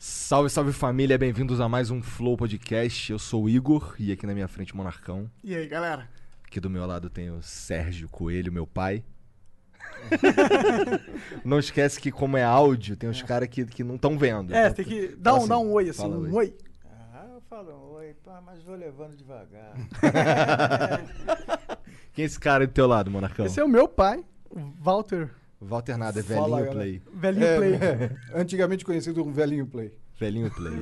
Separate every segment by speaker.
Speaker 1: Salve, salve família, bem-vindos a mais um Flow Podcast. Eu sou o Igor e aqui na minha frente o Monarcão.
Speaker 2: E aí, galera?
Speaker 1: Aqui do meu lado tem o Sérgio Coelho, meu pai. não esquece que, como é áudio, tem uns caras que, que não estão vendo.
Speaker 2: É,
Speaker 1: Então,
Speaker 2: tem que dar
Speaker 1: fala
Speaker 2: um, dar um oi, assim,
Speaker 1: fala
Speaker 2: um
Speaker 1: oi.
Speaker 2: oi.
Speaker 3: Ah, eu falo, oi, pá, mas vou levando devagar.
Speaker 1: Quem é esse cara aí do teu lado, Monarcão?
Speaker 2: Esse é o meu pai, o Walter,
Speaker 1: Walter Nada, é
Speaker 3: Fala,
Speaker 1: velhinho
Speaker 3: galera.
Speaker 1: play.
Speaker 2: velhinho play.
Speaker 3: É, Antigamente conhecido como velhinho play.
Speaker 1: Velhinho play.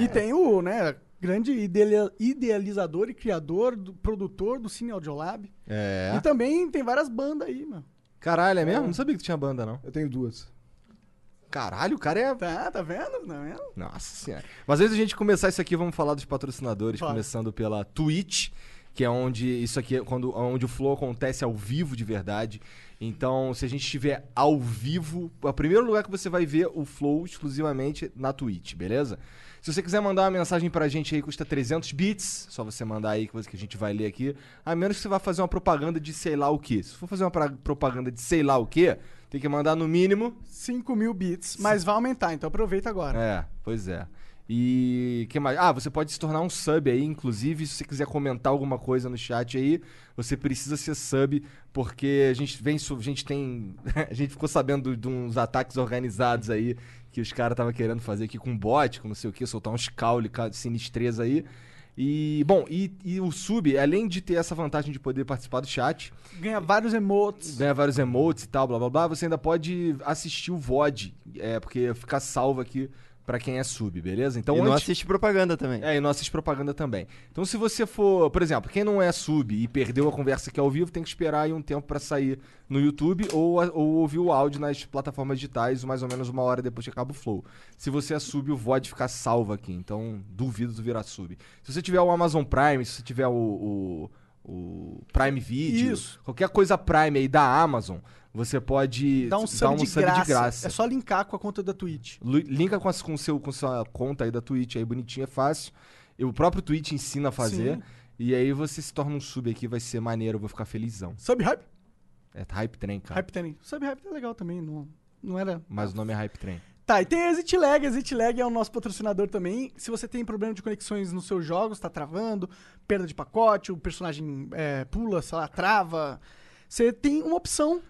Speaker 2: E tem o, né, grande idele- idealizador e criador, do, produtor do Cine Audiolab.
Speaker 1: é.
Speaker 2: E também tem várias bandas aí, mano.
Speaker 1: Caralho, é mesmo? Não sabia que tu tinha banda, não.
Speaker 3: Eu tenho duas.
Speaker 1: Caralho, o cara é.
Speaker 2: Tá, tá vendo? Tá vendo?
Speaker 1: Nossa senhora. Mas antes de a gente começar isso aqui, vamos falar dos patrocinadores,
Speaker 2: Bora.
Speaker 1: começando pela Twitch, que é onde isso aqui é quando onde o flow acontece ao vivo de verdade. Então, se a gente estiver ao vivo, é o primeiro lugar que você vai ver o flow exclusivamente na Twitch, beleza? Se você quiser mandar uma mensagem pra gente aí, custa 300 bits, só você mandar aí que você- que a gente vai ler aqui, a menos que você vá fazer uma propaganda de sei lá o quê. Se for fazer uma pra- propaganda de sei lá o quê, tem que mandar no mínimo
Speaker 2: 5 mil bits, mas vai aumentar, então aproveita agora.
Speaker 1: é, pois é. E que mais? Ah, você pode se tornar um sub aí, inclusive, se você quiser comentar alguma coisa no chat aí, você precisa ser sub, porque a gente vem, su- a gente tem, a gente ficou sabendo de uns ataques organizados aí que os caras estavam querendo fazer aqui com bot, com não sei o que, soltar uns caule, ca- sinistreza aí. E, bom, e, e o sub, além de ter essa vantagem de poder participar do chat,
Speaker 2: Ganha vários emotes.
Speaker 1: ganha Né, vários emotes e tal, blá blá blá, você ainda pode assistir o VOD, é, porque fica salvo aqui pra quem é sub, beleza? Então
Speaker 4: e não
Speaker 1: antes-
Speaker 4: assiste propaganda também.
Speaker 1: É, e não assiste propaganda também. Então se você for, por exemplo, quem não é sub e perdeu a conversa aqui ao vivo, tem que esperar aí um tempo pra sair no YouTube ou, a- ou ouvir o áudio nas plataformas digitais, mais ou menos uma hora depois que acaba o flow. Se você é sub, o VOD fica salvo aqui, então duvido do virar sub. Se você tiver o Amazon Prime, se você tiver o- o, o Prime Video,
Speaker 2: Isso.
Speaker 1: qualquer coisa Prime aí da Amazon, você pode
Speaker 2: Dá um sub, de, graça. É só linkar com a conta da Twitch.
Speaker 1: Lu- Linka com, as, com, seu, com sua conta aí da Twitch aí bonitinha, é fácil. E o próprio Twitch ensina a fazer.
Speaker 2: Sim.
Speaker 1: E aí você se torna um sub aqui, vai ser maneiro, eu vou ficar felizão.
Speaker 2: Sub Hype?
Speaker 1: É Hype Train, cara.
Speaker 2: Hype tem. Sub Hype é legal também, não, não era
Speaker 1: Mas o nome é Hype Train.
Speaker 2: Tá, e tem a ExitLag. A ExitLag é o nosso patrocinador também. Se você tem problema de conexões nos seus jogos, tá travando, perda de pacote, o personagem é, pula, sei lá, trava. Você tem uma opção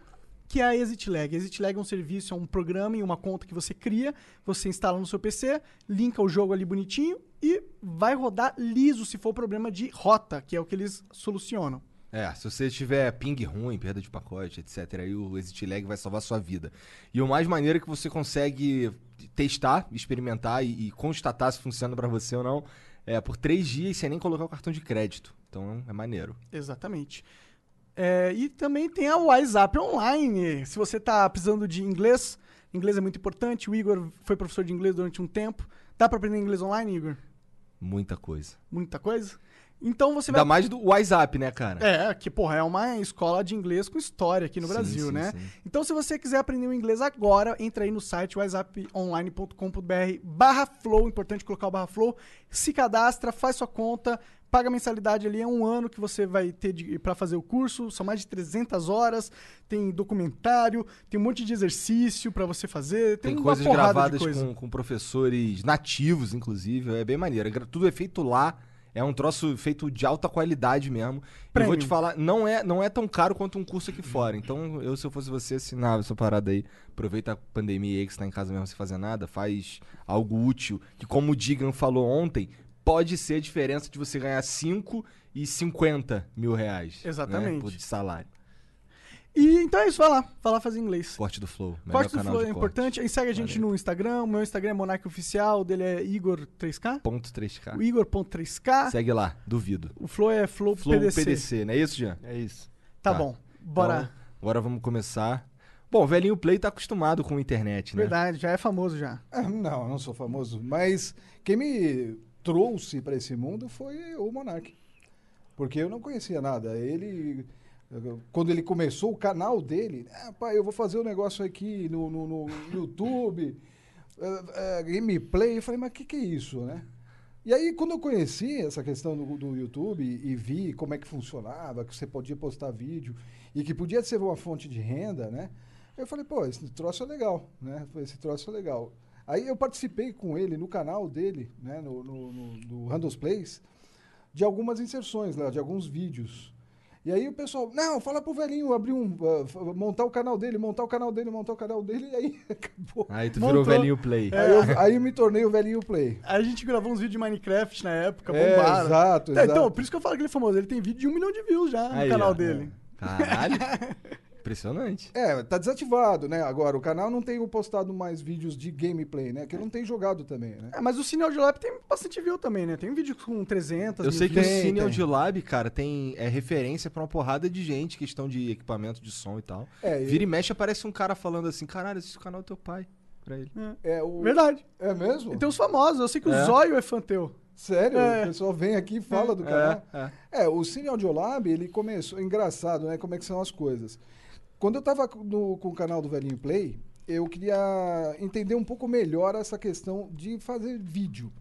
Speaker 2: que é a ExitLag. A ExitLag é um serviço, é um programa e uma conta que você cria, você instala no seu PC, linka o jogo ali bonitinho e vai rodar liso se for problema de rota, que é o que eles solucionam.
Speaker 1: É, se você tiver ping ruim, perda de pacote, etc., aí o Exit Lag vai salvar a sua vida. E o mais maneiro é que você consegue testar, experimentar e, e constatar se funciona pra você ou não é, por três dias sem nem colocar o cartão de crédito. Então é maneiro.
Speaker 2: Exatamente. É, e também tem a WhatsApp Online. Se você está precisando de inglês, inglês é muito importante. O Igor foi professor de inglês durante um tempo. Dá para aprender inglês online, Igor?
Speaker 1: Muita coisa.
Speaker 2: Muita coisa. Então você
Speaker 1: Ainda
Speaker 2: vai.
Speaker 1: mais do WhatsApp, né, cara?
Speaker 2: É, que porra, é uma escola de inglês com história aqui no
Speaker 1: Sim,
Speaker 2: Brasil,
Speaker 1: sim,
Speaker 2: né?
Speaker 1: sim.
Speaker 2: Então, se você quiser aprender o inglês agora, entra aí no site whatsapponline.com.br barra flow, importante colocar o barra flow, se cadastra, faz sua conta, paga a mensalidade ali, é um ano que você vai ter para fazer o curso, são mais de 300 horas, tem documentário, tem um monte de exercício para você fazer, tem,
Speaker 1: Tem,
Speaker 2: uma
Speaker 1: coisas
Speaker 2: porrada
Speaker 1: gravadas
Speaker 2: de coisa.
Speaker 1: com, com professores nativos, inclusive. É bem maneiro. É gra- Tudo é feito lá. É um troço feito de alta qualidade mesmo. E eu vou
Speaker 2: Premium.
Speaker 1: te falar, não é, não é tão caro quanto um curso aqui fora. Então, eu, se eu fosse você, assinava essa parada aí. Aproveita a pandemia aí que você tá em casa mesmo sem fazer nada. Faz algo útil. Que, como o Digan falou ontem, pode ser a diferença de você ganhar 5 e 50 mil reais. né,
Speaker 2: Exatamente.
Speaker 1: por- de salário.
Speaker 2: E então é isso, vai lá, vai lá fazer inglês.
Speaker 1: Corte do Flow. melhor
Speaker 2: Corte do
Speaker 1: canal
Speaker 2: Flow
Speaker 1: de
Speaker 2: é
Speaker 1: corte.
Speaker 2: importante, aí segue a gente
Speaker 1: Valeu.
Speaker 2: no Instagram, o meu Instagram é Monark Oficial, o dele é Igor3k,
Speaker 1: Ponto
Speaker 2: o
Speaker 1: 3K.
Speaker 2: Igor.3k,
Speaker 1: Segue lá, duvido.
Speaker 2: o Flow é Flow,
Speaker 1: Flow PDC.
Speaker 2: PDC.
Speaker 1: não é isso, Jean?
Speaker 4: É isso.
Speaker 2: Tá,
Speaker 1: Tá.
Speaker 2: bom, bora.
Speaker 1: Então, agora vamos começar. Bom, o velhinho Play tá acostumado com a internet, né?
Speaker 2: Verdade, já é famoso já.
Speaker 3: Não, eu não sou famoso, mas quem me trouxe para esse mundo foi o Monark. Porque eu não conhecia nada. Ele, quando ele começou o canal dele, ah, pai, eu vou fazer um negócio aqui no, no- no YouTube, eh, eh, gameplay. Eu falei, mas o que, que é isso, né? E aí, quando eu conheci essa questão do, do YouTube e vi como é que funcionava, que você podia postar vídeo e que podia ser uma fonte de renda, né? Eu falei, pô, esse troço é legal, né? Esse troço é legal. Aí eu participei com ele no canal dele, né, no, no, no- do Handles Plays, de algumas inserções lá, de alguns vídeos. E aí o pessoal, não, fala pro velhinho abrir um, ah, f- montar o canal dele, montar o canal dele, montar o canal dele, e aí acabou.
Speaker 1: Aí tu
Speaker 2: Montou.
Speaker 1: virou velhinho play.
Speaker 3: Aí, eu, aí eu me tornei o velhinho play.
Speaker 2: A gente gravou uns vídeos de Minecraft na época,
Speaker 3: É,
Speaker 2: bombaram.
Speaker 3: exato,
Speaker 2: Tá,
Speaker 3: exato.
Speaker 2: então, por isso que eu falo que ele é famoso. Ele tem vídeo de um milhão de views já no
Speaker 1: Aí,
Speaker 2: canal
Speaker 1: ó,
Speaker 2: dele.
Speaker 1: é. Caralho. Impressionante.
Speaker 3: É, tá desativado, né? Agora, o canal não tem postado mais vídeos de gameplay, né? Que ele não tem jogado também, né?
Speaker 2: É, mas o Cine Audiolab tem bastante view também, né? Tem um vídeo com 300
Speaker 1: Eu
Speaker 2: mil
Speaker 1: sei que o
Speaker 2: views.
Speaker 3: Tem,
Speaker 1: Cine
Speaker 3: tem.
Speaker 1: Audiolab, cara, tem é, referência pra uma porrada de gente, questão de equipamento de som e tal.
Speaker 3: É, e-
Speaker 1: Vira e mexe, aparece um cara falando assim, caralho, esse canal é teu pai. Pra ele.
Speaker 3: é, o...
Speaker 2: Verdade.
Speaker 3: é mesmo?
Speaker 2: E tem os famosos. Eu sei que o
Speaker 1: É.
Speaker 2: Zóio é fã teu.
Speaker 3: Sério?
Speaker 2: É.
Speaker 3: O pessoal vem aqui e fala do canal.
Speaker 1: É, é.
Speaker 3: É, o Cine Audiolab, ele começou. Engraçado, né? Como é que são as coisas. Quando eu tava com- no- com o canal do Velhinho Play, eu queria entender um pouco melhor essa questão de fazer vídeo.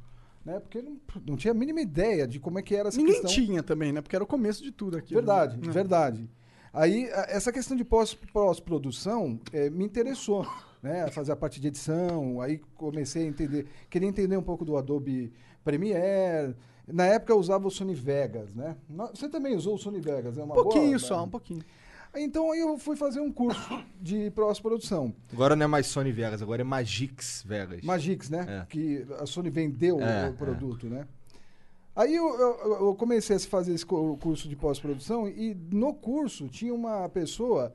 Speaker 3: Né? Porque eu não, não tinha a mínima ideia de como é que era essa
Speaker 2: Ninguém
Speaker 3: questão.
Speaker 2: tinha também, né? Porque era o começo de tudo aqui.
Speaker 3: Verdade,
Speaker 2: né?
Speaker 3: verdade. Aí, a- essa questão de pós- pós-produção eh, me interessou, né? Fazer a parte de edição, aí comecei a entender, queria entender um pouco do Adobe Premiere. Na época eu usava o Sony Vegas, né? No- Você também usou o Sony Vegas, é uma
Speaker 2: Um pouquinho
Speaker 3: boa,
Speaker 2: só,
Speaker 3: né?
Speaker 2: um pouquinho.
Speaker 3: Então aí eu fui fazer um curso de pós-produção,
Speaker 1: Agora não é mais Sony Vegas, agora é Magix Vegas.
Speaker 3: Magix, né?
Speaker 1: É.
Speaker 3: Que a Sony vendeu
Speaker 1: É,
Speaker 3: o
Speaker 1: é.
Speaker 3: produto, né? Aí eu, eu- eu comecei a fazer esse co- curso de pós-produção e no curso tinha uma pessoa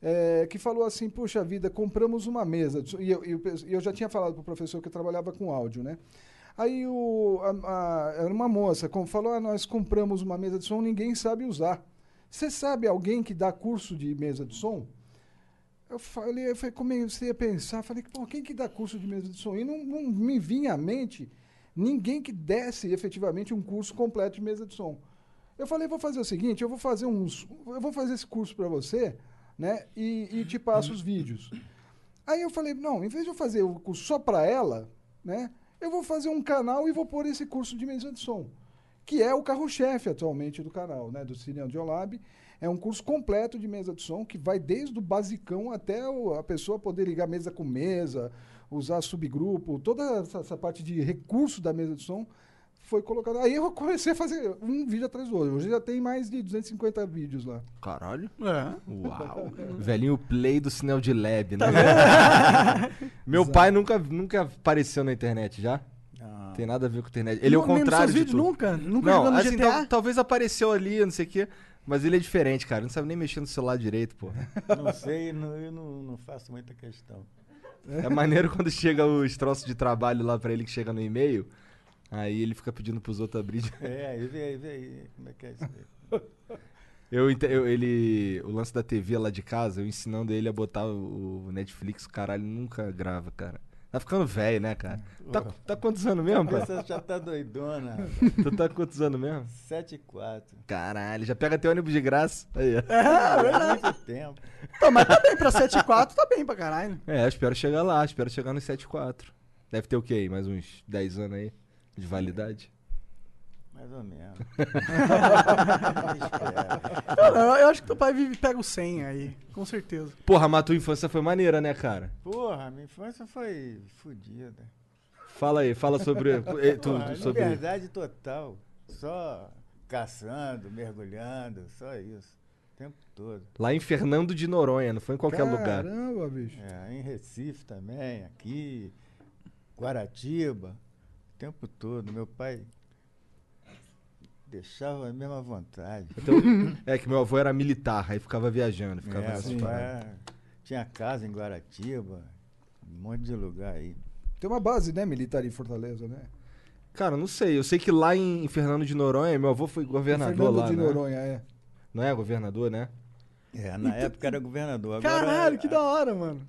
Speaker 3: eh, que falou assim, puxa vida, compramos uma mesa. de som." E eu, e o pe- e eu já tinha falado para o professor que eu trabalhava com áudio, né? Aí o, a- a- era uma moça com- falou, ah, nós compramos uma mesa de som, ninguém sabe usar. Você sabe alguém que dá curso de mesa de som? Eu falei, eu falei, é comecei a pensar, falei, pô, quem que dá curso de mesa de som? E não, não me vinha à mente ninguém que desse efetivamente um curso completo de mesa de som. Eu falei, vou fazer o seguinte, eu vou fazer uns, eu vou fazer esse curso para você, né? E, e te passo os vídeos. Aí eu falei, não, em vez de eu fazer o curso só para ela, né? Eu vou fazer um canal e vou pôr esse curso de mesa de som, que é o carro-chefe atualmente do canal, né? Do Cine Audiolab. É um curso completo de mesa de som que vai desde o basicão até o- a pessoa poder ligar mesa com mesa, usar subgrupo, toda essa, essa parte de recurso da mesa de som foi colocada. Aí eu comecei a fazer um vídeo atrás do outro. Hoje já tem mais de 250 vídeos lá.
Speaker 1: Caralho.
Speaker 2: É.
Speaker 1: Uau. Velhinho play do Cine Audiolab,
Speaker 2: Tá
Speaker 1: né? Meu pai nunca, nunca apareceu na internet já. Tem nada a ver com a internet. Ele é o
Speaker 2: Não- nem nos
Speaker 1: contrário
Speaker 2: seus
Speaker 1: de
Speaker 2: vídeos,
Speaker 1: tudo.
Speaker 2: Nunca, nunca
Speaker 1: Não,
Speaker 2: jogando
Speaker 1: assim,
Speaker 2: GTA.
Speaker 1: tal- talvez apareceu ali, não sei o quê. Mas ele é diferente, cara. Não sabe nem mexer no celular direito, pô.
Speaker 2: É?
Speaker 4: Não sei, não- eu não, não faço muita questão.
Speaker 1: É maneiro quando chega os troços de trabalho lá pra ele que chega no e-mail. Aí ele fica pedindo pros outros abrir. de-
Speaker 4: É, e vê aí, vê aí, como é que é isso aí?
Speaker 1: Eu, ente- eu- ele. O lance da TV lá de casa, eu ensinando ele a botar o o Netflix, o caralho, nunca grava, cara. Tá ficando velho, né, cara? Tá, tá quantos anos mesmo, pai?
Speaker 4: Você já tá doidona, rapaz.
Speaker 1: Tu tá quantos anos mesmo?
Speaker 4: 7 e 4.
Speaker 1: Caralho, já pega teu ônibus de graça. Aí, ó.
Speaker 4: Muito tempo.
Speaker 2: Tá, mas tá bem pra 7 e 4, tá bem pra caralho.
Speaker 1: É, eu espero chegar lá, espero chegar nos 7,4. Deve ter o quê aí? Mais uns 10 anos aí de validade?
Speaker 4: Mais ou menos.
Speaker 2: Cara, eu, eu acho que teu pai vive, pega o 100 aí, com certeza.
Speaker 1: Porra, mas tua infância foi maneira, né, cara?
Speaker 4: Porra, minha infância foi fodida.
Speaker 1: Fala aí, fala sobre. eh, tu-
Speaker 4: Porra,
Speaker 1: tu- sobre...
Speaker 4: Liberdade total. Só caçando, mergulhando, só isso. O tempo todo.
Speaker 1: Lá em Fernando de Noronha, não foi em qualquer é lugar.
Speaker 3: Caramba, bicho.
Speaker 4: É, em Recife também, aqui, Guaratiba, o tempo todo. Meu pai deixava mesmo à vontade.
Speaker 1: Então, é que meu avô era militar, aí ficava viajando, ficava
Speaker 4: É,
Speaker 1: nessas
Speaker 4: meu
Speaker 1: paradas.
Speaker 4: pai tinha casa em Guaratiba, um monte de lugar aí.
Speaker 3: Tem uma base, né, militar em Fortaleza, né?
Speaker 1: Cara, não sei. Eu sei que lá em Fernando de Noronha, meu avô foi governador
Speaker 3: Fernando
Speaker 1: lá.
Speaker 3: de
Speaker 1: né?
Speaker 3: Noronha, é.
Speaker 1: Não é governador, né?
Speaker 4: É, na época era governador. Agora, é,
Speaker 2: Caralho,
Speaker 1: é-
Speaker 2: que da hora, mano.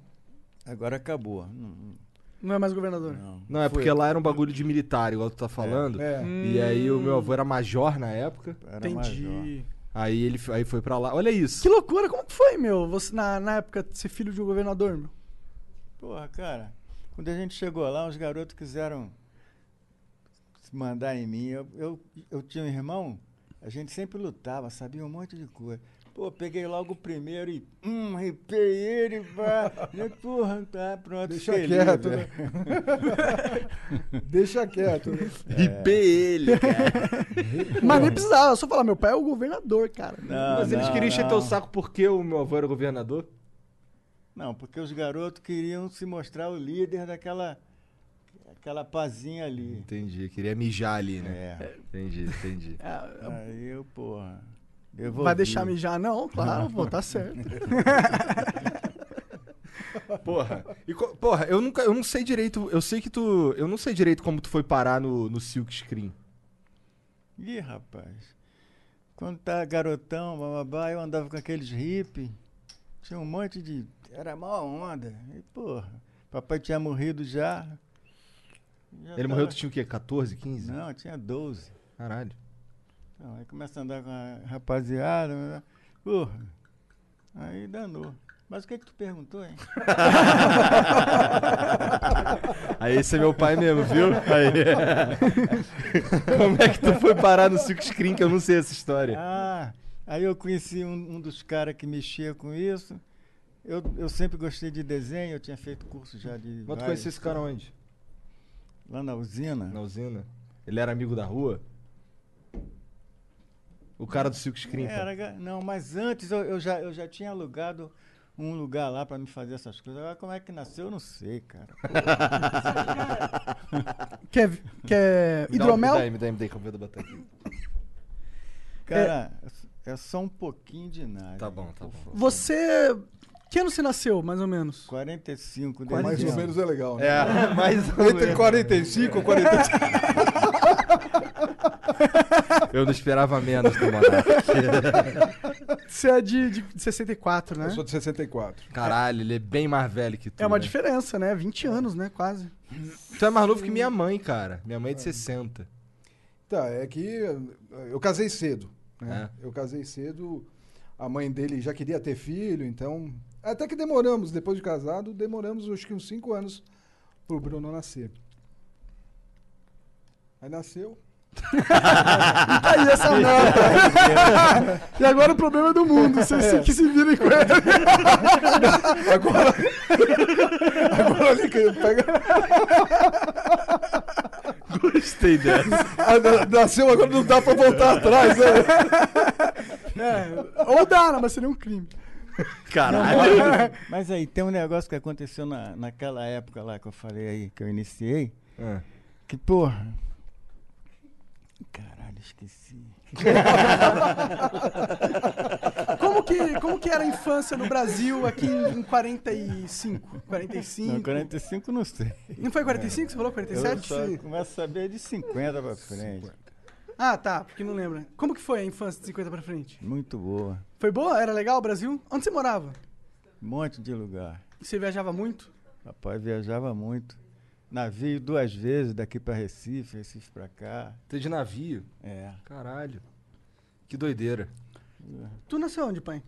Speaker 4: Agora acabou. Não,
Speaker 2: Não é mais governador.
Speaker 4: não.
Speaker 1: Não, é
Speaker 4: Foi.
Speaker 1: porque lá era um bagulho de militar, igual tu tá falando.
Speaker 3: É.
Speaker 1: E aí o meu avô é era major na época.
Speaker 4: Era major.
Speaker 2: Entendi.
Speaker 1: Aí ele f- aí foi pra lá. Olha isso.
Speaker 2: Que loucura, como que foi, meu? Você na, na época ser filho de um governador, meu?
Speaker 4: Porra, cara, quando a gente chegou lá, os garotos quiseram se mandar em mim. Eu, eu, eu tinha um irmão, a gente sempre lutava, sabia um monte de coisa. Pô, peguei logo o primeiro e hum, ripei ele, pá. E, porra, tá pronto.
Speaker 3: Deixa
Speaker 4: feliz,
Speaker 3: quieto,
Speaker 4: né?
Speaker 3: né? Deixa quieto. né?
Speaker 1: Ripei ele, cara.
Speaker 2: Mas nem precisava, só falar, meu pai é o governador, cara.
Speaker 4: Não,
Speaker 1: Mas eles
Speaker 4: Ah, não,
Speaker 1: queriam encher teu
Speaker 4: não.
Speaker 1: saco porque o meu avô era governador?
Speaker 4: Não, porque os garotos queriam se mostrar o líder daquela aquela pazinha ali.
Speaker 1: Entendi, queria mijar ali, né?
Speaker 4: É.
Speaker 1: Entendi, entendi.
Speaker 2: É,
Speaker 4: Aí eu, porra. Devolvi.
Speaker 2: vai
Speaker 1: um-
Speaker 2: deixar mijar? Não, claro, pô, tá certo.
Speaker 1: Porra, e co- porra, eu nunca, eu não sei direito, eu sei que tu, eu não sei direito como tu foi parar no, no Silk Screen.
Speaker 4: Ih, rapaz. Quando tá garotão, bababá, eu andava com aqueles hippies. Tinha um monte de. Era mó onda. E, porra, papai tinha morrido já. Já
Speaker 1: Ele
Speaker 4: tava-
Speaker 1: morreu, né? tu tinha o quê? 14, 15?
Speaker 4: Não, tinha 12.
Speaker 1: Caralho.
Speaker 4: Então, aí começa a andar com a rapaziada, né? porra. Aí danou. Mas o que que tu perguntou, hein?
Speaker 1: Aí esse é meu pai mesmo, viu? Aí. Como é que tu foi parar no Silk Screen que eu não sei essa história?
Speaker 4: Ah, aí eu conheci um, um dos caras que mexia com isso. Eu, eu sempre gostei de desenho, eu tinha feito curso já de.
Speaker 1: Mas tu
Speaker 4: vários-
Speaker 1: conheceu esse cara onde?
Speaker 4: Lá na usina.
Speaker 1: Na usina? Ele era amigo da rua? O cara do Silk Screen. então. cara.
Speaker 4: Era, ga- não, mas antes eu, eu já, eu já tinha alugado um lugar lá pra me fazer essas coisas. Agora, como é que nasceu, eu não sei, cara.
Speaker 2: Quer, quer
Speaker 1: Me dá um- Me
Speaker 2: hidromel?
Speaker 1: dá, me dá, me dá, que eu vou botar aqui.
Speaker 4: Cara, é, só um pouquinho de nada.
Speaker 1: Tá bom, tá bom.
Speaker 2: Você. Que ano você nasceu, mais ou menos?
Speaker 4: 45 de
Speaker 3: Mais ou
Speaker 4: dezembro.
Speaker 3: menos é legal, né?
Speaker 1: É, mas.
Speaker 3: Entre 45 e 45.
Speaker 1: Eu não esperava menos do Monark.
Speaker 2: Você é de, de 64, né?
Speaker 3: Eu sou de 64.
Speaker 1: Caralho, ele é bem mais velho que tu.
Speaker 2: É uma
Speaker 1: né?
Speaker 2: diferença, né? 20 anos, né? Quase.
Speaker 1: Tu é mais novo que minha mãe, cara. Minha mãe é de 60.
Speaker 3: Tá, é que eh, eu casei cedo. né?
Speaker 1: É.
Speaker 3: Eu casei cedo. A mãe dele já queria ter filho, então. Até que demoramos, depois de casado, demoramos acho que uns 5 anos pro Bruno nascer. Aí nasceu.
Speaker 2: Tá aí essa nota. e agora o problema é do mundo. Vocês que se virem com ele.
Speaker 3: Agora. Agora olha que pega.
Speaker 1: Gostei dessa.
Speaker 3: Ah, na- Nasceu, agora não dá pra voltar atrás, né?
Speaker 2: É, ou dá, né? mas seria um crime.
Speaker 1: Caralho.
Speaker 4: Mas aí, tem um negócio que aconteceu na, naquela época lá que eu falei aí, que eu iniciei,
Speaker 3: É.
Speaker 1: Ah.
Speaker 4: que, porra. Caralho, esqueci.
Speaker 2: Como que, como que era a infância no Brasil aqui em 45? 45?
Speaker 4: Não, 45 não sei.
Speaker 2: Não foi 45? Você falou
Speaker 3: é
Speaker 4: Eu
Speaker 2: 47?
Speaker 4: só começo a saber de 50 pra frente.
Speaker 2: Ah, tá, porque não lembra. Como que foi a infância de 50 pra frente?
Speaker 4: Muito boa.
Speaker 2: Foi boa? Era legal o Brasil? Onde você morava?
Speaker 4: Um monte de lugar.
Speaker 2: Você viajava muito?
Speaker 4: Papai viajava muito. Navio duas vezes, daqui pra Recife, Recife pra cá.
Speaker 1: Tô de navio.
Speaker 4: É.
Speaker 1: Caralho. Que doideira.
Speaker 2: Tu nasceu onde, pai?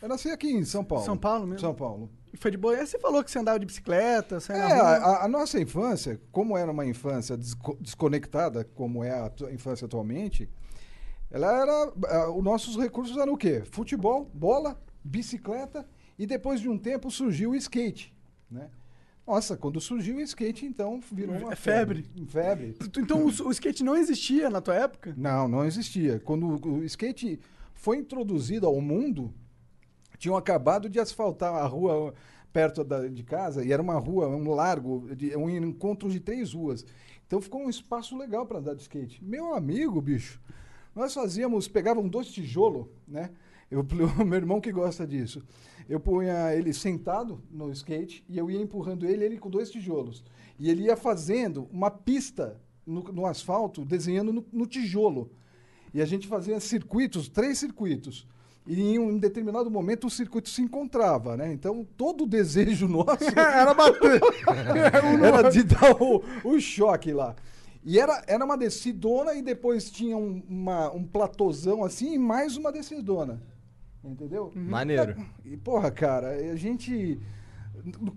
Speaker 3: Eu nasci aqui em São Paulo.
Speaker 2: São Paulo mesmo?
Speaker 3: São Paulo.
Speaker 2: E Foi de boa? Aí você falou que você andava de bicicleta, saia
Speaker 3: É,
Speaker 2: na rua.
Speaker 3: a, a nossa infância, como era uma infância desco- desconectada, como é a atu- infância atualmente, ela era. ah, os nossos recursos eram o quê? Futebol, bola, bicicleta e depois de um tempo surgiu o skate. Né? Nossa, quando surgiu o skate, então virou uma
Speaker 2: É febre.
Speaker 3: Febre.
Speaker 2: Tu- Então o, o skate não existia na tua época?
Speaker 3: Não, não existia. Quando o o skate foi introduzido ao mundo, tinham acabado de asfaltar a rua perto da- de casa, e era uma rua, um largo, de- um encontro de três ruas. Então ficou um espaço legal para andar de skate. Meu amigo, bicho, nós fazíamos, pegavam dois tijolos, né? Eu, o meu irmão que gosta disso. Eu punha ele sentado no skate e eu ia empurrando ele, ele com dois tijolos. E ele ia fazendo uma pista no, no asfalto, desenhando no, no tijolo. E a gente fazia circuitos, três circuitos. E em um determinado momento o circuito se encontrava, né? Então todo o desejo nosso era bater. era de dar o, o choque lá. E era, era uma descidona e depois tinha um, uma- um platôzão assim e mais uma descidona. Entendeu?
Speaker 1: Maneiro.
Speaker 3: E, porra, cara, a gente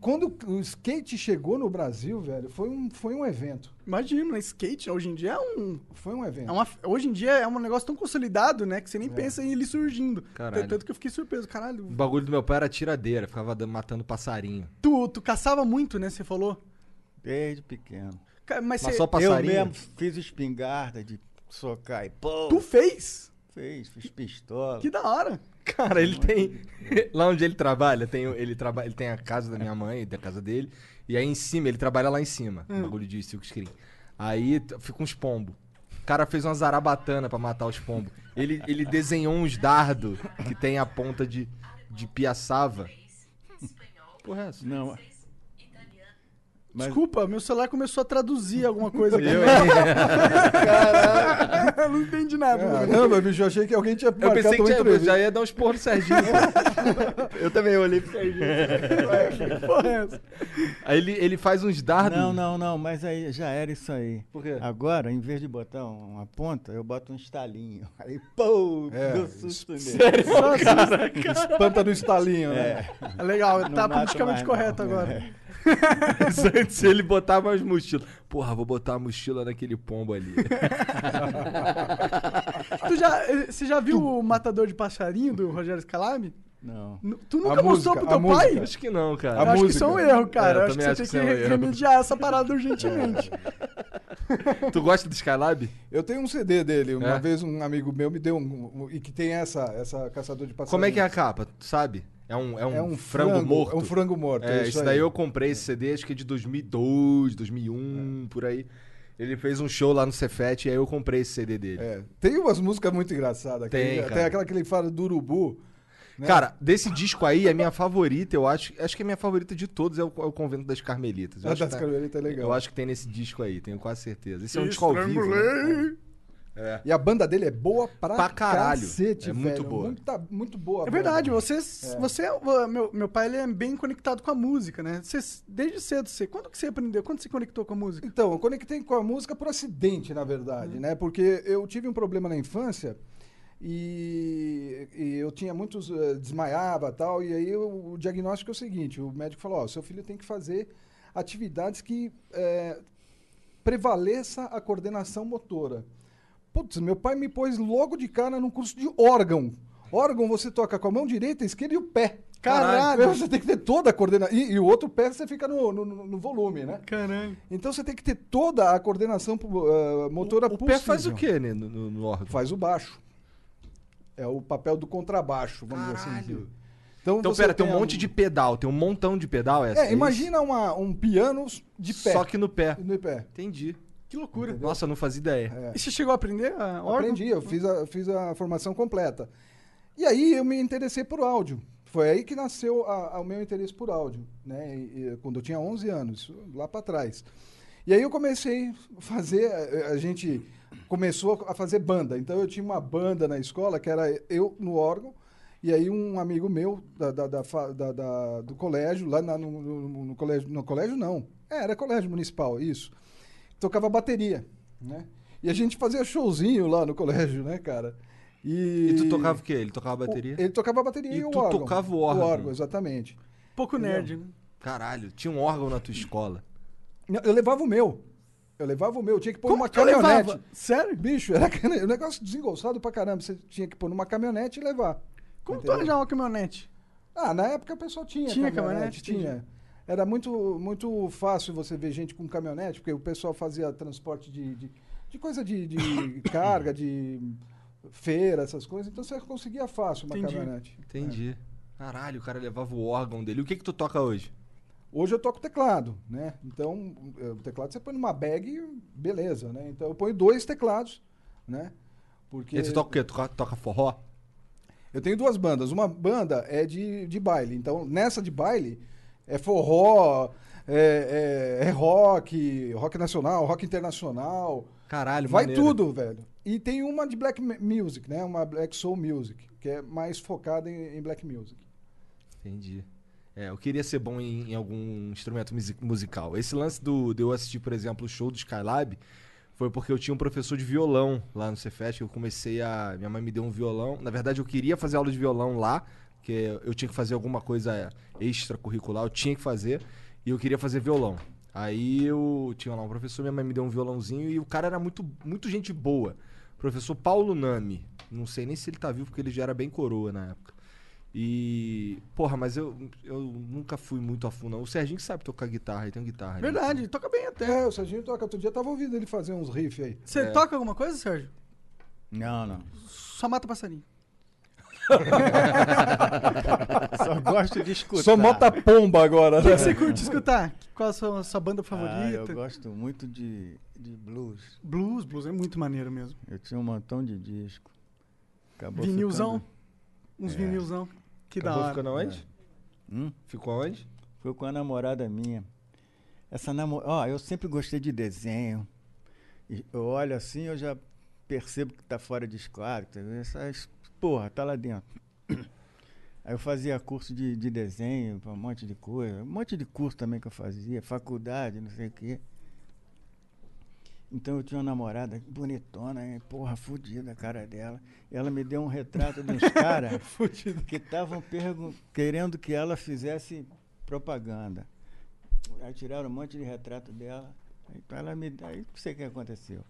Speaker 3: Quando o skate chegou no Brasil, velho, foi um, foi um evento.
Speaker 2: Imagina, skate hoje em dia é um.
Speaker 3: Foi um evento.
Speaker 2: é uma- hoje em dia é um negócio tão consolidado, né? Que você
Speaker 3: É.
Speaker 2: nem pensa em ele surgindo.
Speaker 1: Caralho.
Speaker 2: Tanto que eu fiquei surpreso. Caralho,
Speaker 1: O bagulho do meu pai era tiradeira, ficava dan- matando passarinho.
Speaker 2: tu, tu caçava muito, né? Você falou.
Speaker 4: Desde pequeno.
Speaker 2: Ca-
Speaker 1: Mas
Speaker 2: Mas, você,
Speaker 1: só passarinho.
Speaker 4: Eu mesmo fiz espingarda de socar e pô.
Speaker 2: tu fez?
Speaker 4: Fez, fiz pistola.
Speaker 2: Que da hora.
Speaker 1: Cara, ele tem. lá onde ele trabalha, tem, o- ele, traba, ele tem a casa da minha mãe, da casa dele. E aí em cima, ele trabalha lá em cima. um Bagulho de silk screen. Aí t- fica uns pombos. O cara fez uma zarabatana pra matar os pombos. Ele, ele desenhou uns dardo que tem a ponta de, de piaçava. Porra, é essa?
Speaker 4: Não, Mas-
Speaker 2: Desculpa, meu celular começou a traduzir alguma coisa. aqui. Eu não entendi nada.
Speaker 3: Caramba, bicho, eu achei que alguém tinha
Speaker 1: Eu
Speaker 3: marcado
Speaker 1: pensei que
Speaker 3: uma
Speaker 1: já, eu
Speaker 3: entrevista.
Speaker 1: já ia dar uns porros no Serginho.
Speaker 4: eu também olhei pra
Speaker 2: Que porra é essa?
Speaker 1: Aí ele, ele faz uns dardos.
Speaker 4: Não, não, não, mas aí já era isso aí.
Speaker 1: Por quê?
Speaker 4: Agora, em vez de botar um- uma ponta, eu boto um estalinho. Aí, pô,
Speaker 3: É,
Speaker 4: deu susto nele.
Speaker 3: Espanta no estalinho, né?
Speaker 2: É assim. legal,
Speaker 4: Não
Speaker 2: tá
Speaker 4: mato
Speaker 2: politicamente
Speaker 4: mais, não.
Speaker 2: correto agora.
Speaker 1: Mas antes ele botava as mochilas. Porra, vou botar a mochila naquele pombo ali.
Speaker 2: Tu já, eh, você já viu o Matador de Passarinho do Rogério Scalami?
Speaker 4: Não.
Speaker 2: Nu- Tu nunca
Speaker 3: A
Speaker 2: mostrou
Speaker 3: música,
Speaker 2: pro
Speaker 3: a
Speaker 2: teu
Speaker 3: música.
Speaker 2: pai?
Speaker 3: Eu
Speaker 1: Acho que não,
Speaker 2: Eu
Speaker 1: cara.
Speaker 3: A
Speaker 2: acho que
Speaker 3: música.
Speaker 2: isso é um erro, cara.
Speaker 1: É, eu
Speaker 2: Eu acho que
Speaker 1: também
Speaker 2: você
Speaker 1: acho
Speaker 2: tem
Speaker 1: que
Speaker 2: que,
Speaker 1: isso é um erro.
Speaker 2: remediar essa parada urgentemente.
Speaker 1: Tu gosta do Skylab?
Speaker 3: Eu tenho um CD dele. Uma
Speaker 1: É?
Speaker 3: vez um amigo meu me deu um, um- E que tem essa, essa caçador de passarinho.
Speaker 1: Como é que é a capa? Tu sabe? É um, é um,
Speaker 3: É um
Speaker 1: frango, morto.
Speaker 3: É um frango morto.
Speaker 1: É,
Speaker 3: isso
Speaker 1: isso
Speaker 3: aí.
Speaker 1: daí eu comprei esse CD, acho que é de 2002, 2001, por aí. Ele fez um show lá no Cefet e aí eu comprei esse CD dele.
Speaker 3: É. Tem umas músicas muito engraçadas.
Speaker 1: Tem,
Speaker 3: que,
Speaker 1: cara.
Speaker 3: tem aquela que ele fala do urubu. né?
Speaker 1: Cara, desse disco aí, a minha favorita, eu acho. Acho que a minha favorita de todos é o, é o Convento das Carmelitas. Eu
Speaker 3: Ah,
Speaker 1: acho
Speaker 3: das
Speaker 1: que tá-
Speaker 3: Carmelitas é legal.
Speaker 1: Eu acho que tem nesse disco aí, tenho quase certeza. Esse é um disco ao vivo. né?
Speaker 3: E a banda dele é boa pra,
Speaker 1: Pra caralho.
Speaker 3: cacete,
Speaker 1: É muito
Speaker 3: velho.
Speaker 1: boa.
Speaker 3: Muita- muito boa. a
Speaker 2: É
Speaker 3: banda.
Speaker 2: verdade, você. você é- meu, meu pai ele é bem conectado com a música, né? Você, desde cedo, você. Quando que você aprendeu? Quando você conectou com a música? Uhum.
Speaker 3: Então, eu conectei com a música por acidente, na verdade, né? Porque eu tive um problema na infância e, e eu tinha muitos. eh, desmaiava tal. E aí eu- o diagnóstico é o seguinte: o médico falou, ó, seu filho tem que fazer atividades que eh, prevaleça a coordenação motora. Putz, meu pai me pôs logo de cara num curso de órgão. Órgão você toca com a mão direita, a esquerda e o pé.
Speaker 2: Caralho!
Speaker 3: Meu, Você tem que ter toda a coordenação. E, e o outro pé você fica no- no- no no volume, né?
Speaker 2: Caramba.
Speaker 3: Então você tem que ter toda a coordenação pu- eh, motora
Speaker 1: O pé
Speaker 3: possível.
Speaker 1: faz o quê, né? No, no- no órgão.
Speaker 3: Faz o baixo. É o papel do contrabaixo, vamos dizer
Speaker 1: Caralho.
Speaker 3: assim. Então,
Speaker 1: Então,
Speaker 3: você
Speaker 1: pera, tem um
Speaker 3: a-
Speaker 1: monte de pedal, tem um montão de pedal essa.
Speaker 3: É, imagina uma- um piano de pé.
Speaker 1: Só que no pé.
Speaker 3: No pé.
Speaker 1: Entendi.
Speaker 2: Que loucura.
Speaker 1: Nossa, eu não fazia
Speaker 3: É.
Speaker 1: ideia.
Speaker 2: E você chegou a aprender a órgão?
Speaker 3: Aprendi, eu fiz a, fiz a formação completa. E aí eu me interessei por áudio. Foi aí que nasceu a- a- o meu interesse por áudio, né? E- e quando eu tinha 11 anos, lá para trás. E aí eu comecei a fazer, a, a gente começou a fazer banda. Então eu tinha uma banda na escola que era eu no órgão e aí um amigo meu da, da- da fa- da- da- do colégio, lá na- no, no- no colégio, no colégio não, É, era colégio municipal, isso tocava bateria, né? E a gente fazia showzinho lá no colégio, né, cara? E,
Speaker 1: E tu tocava o quê? Ele tocava bateria?
Speaker 3: O- ele tocava bateria
Speaker 1: E
Speaker 3: e, o
Speaker 1: tu
Speaker 3: órgão.
Speaker 1: tocava o órgão.
Speaker 3: exatamente.
Speaker 2: Pouco nerd, né?
Speaker 1: Caralho, tinha um órgão na tua escola.
Speaker 3: Não, Eu levava o meu. Eu levava o meu, eu tinha que pôr
Speaker 2: Como
Speaker 3: numa
Speaker 2: que eu levava?
Speaker 3: caminhonete. Sério? Bicho, era cane- um negócio desengonçado pra caramba. Você tinha que pôr numa caminhonete e levar.
Speaker 2: Como tu
Speaker 3: Entendeu?
Speaker 2: arranjava uma caminhonete?
Speaker 3: Ah, na época o pessoal tinha,
Speaker 2: Tinha caminhonete,
Speaker 3: caminhonete,
Speaker 2: entendi.
Speaker 3: tinha. Era muito, muito fácil você ver gente com caminhonete, porque o pessoal fazia transporte de, de, de coisa de, de carga, de feira, essas coisas. Então você conseguia fácil uma
Speaker 2: Entendi.
Speaker 3: caminhonete.
Speaker 1: Entendi. Caralho, o cara levava o órgão dele. O que que tu toca hoje?
Speaker 3: Hoje eu toco teclado, né? Então, eh, o teclado você põe numa bag e beleza, né? Então eu ponho dois teclados, né? Porque
Speaker 1: E tu toca o quê? Tu toca- toca forró?
Speaker 3: eu tenho duas bandas. Uma banda é de, de baile. Então, nessa de baile, é forró, é, é- é rock, rock nacional, rock internacional.
Speaker 1: Caralho,
Speaker 3: Vai
Speaker 1: maneiro. né?
Speaker 3: tudo, velho. E tem uma de black mu- music, né? Uma black soul music, que é mais focada em, em black music.
Speaker 1: Entendi. É, eu queria ser bom em, em algum instrumento musi- musical. Esse lance do, de eu assistir, por exemplo, o show do Skylab foi porque eu tinha um professor de violão lá no Cefet. Eu comecei a. Minha mãe me deu um violão. Na verdade, eu queria fazer aula de violão lá, que eu tinha que fazer alguma coisa extracurricular, eu tinha que fazer, e eu queria fazer violão. Aí eu tinha lá um professor, minha mãe me deu um violãozinho, e o cara era muito, muito gente boa. Professor Paulo Nami. Não sei nem se ele tá vivo, porque ele já era bem coroa na época. E, porra, mas eu, eu nunca fui muito a fundo. não. O Serginho que sabe tocar guitarra, ele tem guitarra. né?
Speaker 2: Verdade, toca bem até.
Speaker 3: É, o Serginho toca. Outro dia eu tava ouvindo ele fazer uns riffs aí.
Speaker 2: Você
Speaker 1: É.
Speaker 2: toca alguma coisa, Sérgio?
Speaker 4: Não, não.
Speaker 2: Só mata passarinho.
Speaker 4: Só gosto de escutar. Ah,
Speaker 3: Só mata pomba agora,
Speaker 2: O que,
Speaker 3: né?
Speaker 2: que você curte escutar? Qual a sua, sua banda
Speaker 4: Ah,
Speaker 2: favorita?
Speaker 4: eu gosto muito de, de blues.
Speaker 2: Blues, blues é muito maneiro mesmo.
Speaker 4: Eu tinha um montão de disco. Acabou
Speaker 2: Vinilzão?
Speaker 4: ficando-
Speaker 2: Uns
Speaker 4: É.
Speaker 2: vinilzão. Que
Speaker 1: Acabou
Speaker 2: da hora.
Speaker 1: ficando aonde?
Speaker 4: Hum?
Speaker 1: Ficou aonde?
Speaker 4: Foi com a namorada minha. Essa namorada. Ó, eu sempre gostei de desenho. E eu olho assim, eu já percebo que tá fora de esquadro. tá vendo? Essas. Porra, tá lá dentro. Aí eu fazia curso de, de desenho, um monte de coisa. Um monte de curso também que eu fazia, faculdade, não sei o quê. Então eu tinha uma namorada bonitona, hein? porra, fodida a cara dela. Ela me deu um retrato de uns caras que estavam pergun- querendo que ela fizesse propaganda. Aí tiraram um monte de retrato dela. Então ela me aí não sei o que aconteceu.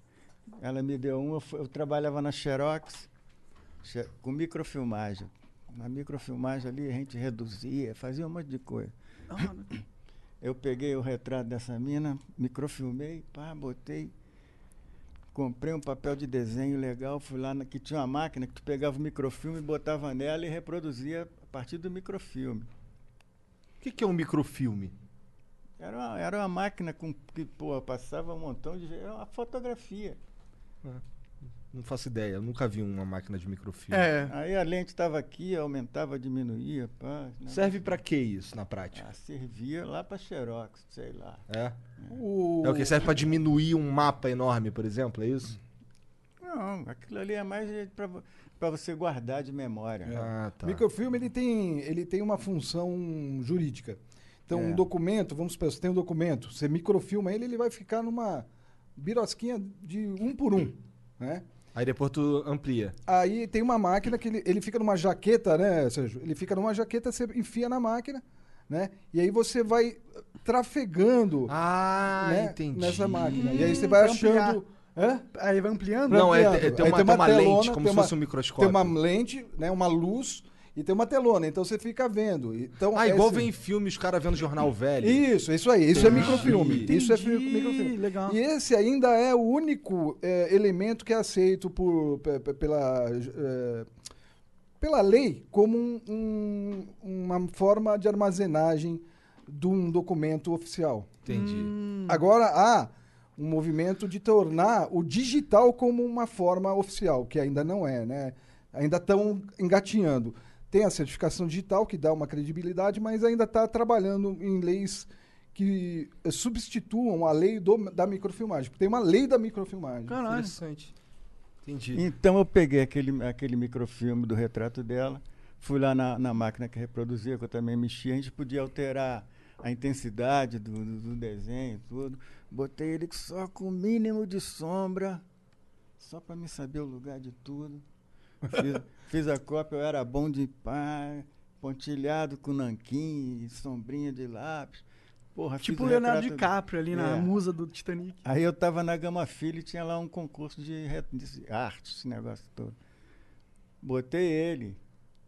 Speaker 4: Ela me deu um, eu, fu- eu trabalhava na Xerox xe- com microfilmagem. Na microfilmagem ali a gente reduzia, fazia um monte de coisa.
Speaker 2: Da hora.
Speaker 4: Eu peguei o retrato dessa mina, microfilmei, pá, botei. Comprei um papel de desenho legal, fui lá na, que tinha uma máquina que tu pegava o microfilme, botava nela e reproduzia a partir do microfilme.
Speaker 1: O que, que é um microfilme?
Speaker 4: Era uma, era uma máquina com que, pô, passava um montão de. Era uma fotografia.
Speaker 1: Não faço ideia, eu nunca vi uma máquina de microfilme.
Speaker 2: É.
Speaker 4: Aí a lente estava aqui, aumentava, diminuía, pá. né?
Speaker 1: Serve pra que isso na prática?
Speaker 4: Ah, servia lá para Xerox, sei lá.
Speaker 1: É?
Speaker 3: O...
Speaker 1: É o que? Serve pra diminuir um mapa enorme, por exemplo? É isso?
Speaker 4: Não, aquilo ali é mais para você guardar de memória.
Speaker 1: Ah, tá.
Speaker 3: Microfilme ele tem, ele tem uma função jurídica. Então,
Speaker 4: É.
Speaker 3: um documento, vamos supor, você tem um documento, você microfilma ele, ele vai ficar numa birosquinha de um por um, né?
Speaker 1: Aí depois tu amplia.
Speaker 3: Aí tem uma máquina que ele, ele fica numa jaqueta, né, Sérgio? Ele fica numa jaqueta, você enfia na máquina, né? E aí você vai trafegando
Speaker 1: Ah,
Speaker 3: né,
Speaker 1: entendi. Hum,
Speaker 3: nessa máquina. E aí você vai
Speaker 2: Pra ampliar.
Speaker 3: achando... Hã?
Speaker 2: Aí vai ampliando?
Speaker 1: Não, é,
Speaker 3: ampliando.
Speaker 1: é- tem
Speaker 3: Aí
Speaker 1: uma, tem
Speaker 3: tem uma
Speaker 1: uma
Speaker 3: telona,
Speaker 1: lente, como
Speaker 3: tem
Speaker 1: se
Speaker 3: uma-
Speaker 1: fosse um
Speaker 3: Tem
Speaker 1: microscópio.
Speaker 3: uma lente, né, uma luz e tem uma telona, então você fica vendo. Então,
Speaker 1: Ah, igual
Speaker 3: esse-
Speaker 1: vem em filme os caras vendo jornal velho.
Speaker 3: Isso, isso aí. Isso é microfilme.
Speaker 1: Entendi.
Speaker 3: Isso é fi-
Speaker 2: Entendi,
Speaker 3: microfilme.
Speaker 2: Legal.
Speaker 3: E esse ainda é o único eh, elemento que é aceito por, pe- pe- pela, eh, pela lei como um- um- uma forma de armazenagem de um documento oficial.
Speaker 1: Entendi.
Speaker 2: Hum,
Speaker 3: Agora há um movimento de tornar o digital como uma forma oficial, que ainda não é, né? Ainda estão engatinhando. Tem a certificação digital que dá uma credibilidade, mas ainda está trabalhando em leis que eh, substituam a lei do- da microfilmagem. Porque tem uma lei da microfilmagem.
Speaker 2: Caralho.
Speaker 1: Interessante. Entendi.
Speaker 4: Então eu peguei aquele, aquele microfilme do retrato dela, fui lá na, na máquina que reproduzia, que eu também mexia, a gente podia alterar a intensidade do, do, do desenho, tudo. Botei ele só com o mínimo de sombra, só para me saber o lugar de tudo. Fiz, fiz a cópia, eu era bom de pá, pontilhado com nanquim, sombrinha de lápis. Porra,
Speaker 2: Tipo o
Speaker 4: fiz o
Speaker 2: Leonardo
Speaker 4: retrato-
Speaker 2: DiCaprio ali na
Speaker 4: É.
Speaker 2: musa do Titanic.
Speaker 4: Aí eu tava na Gama Filho e tinha lá um concurso de, re- de arte, esse negócio todo. Botei ele,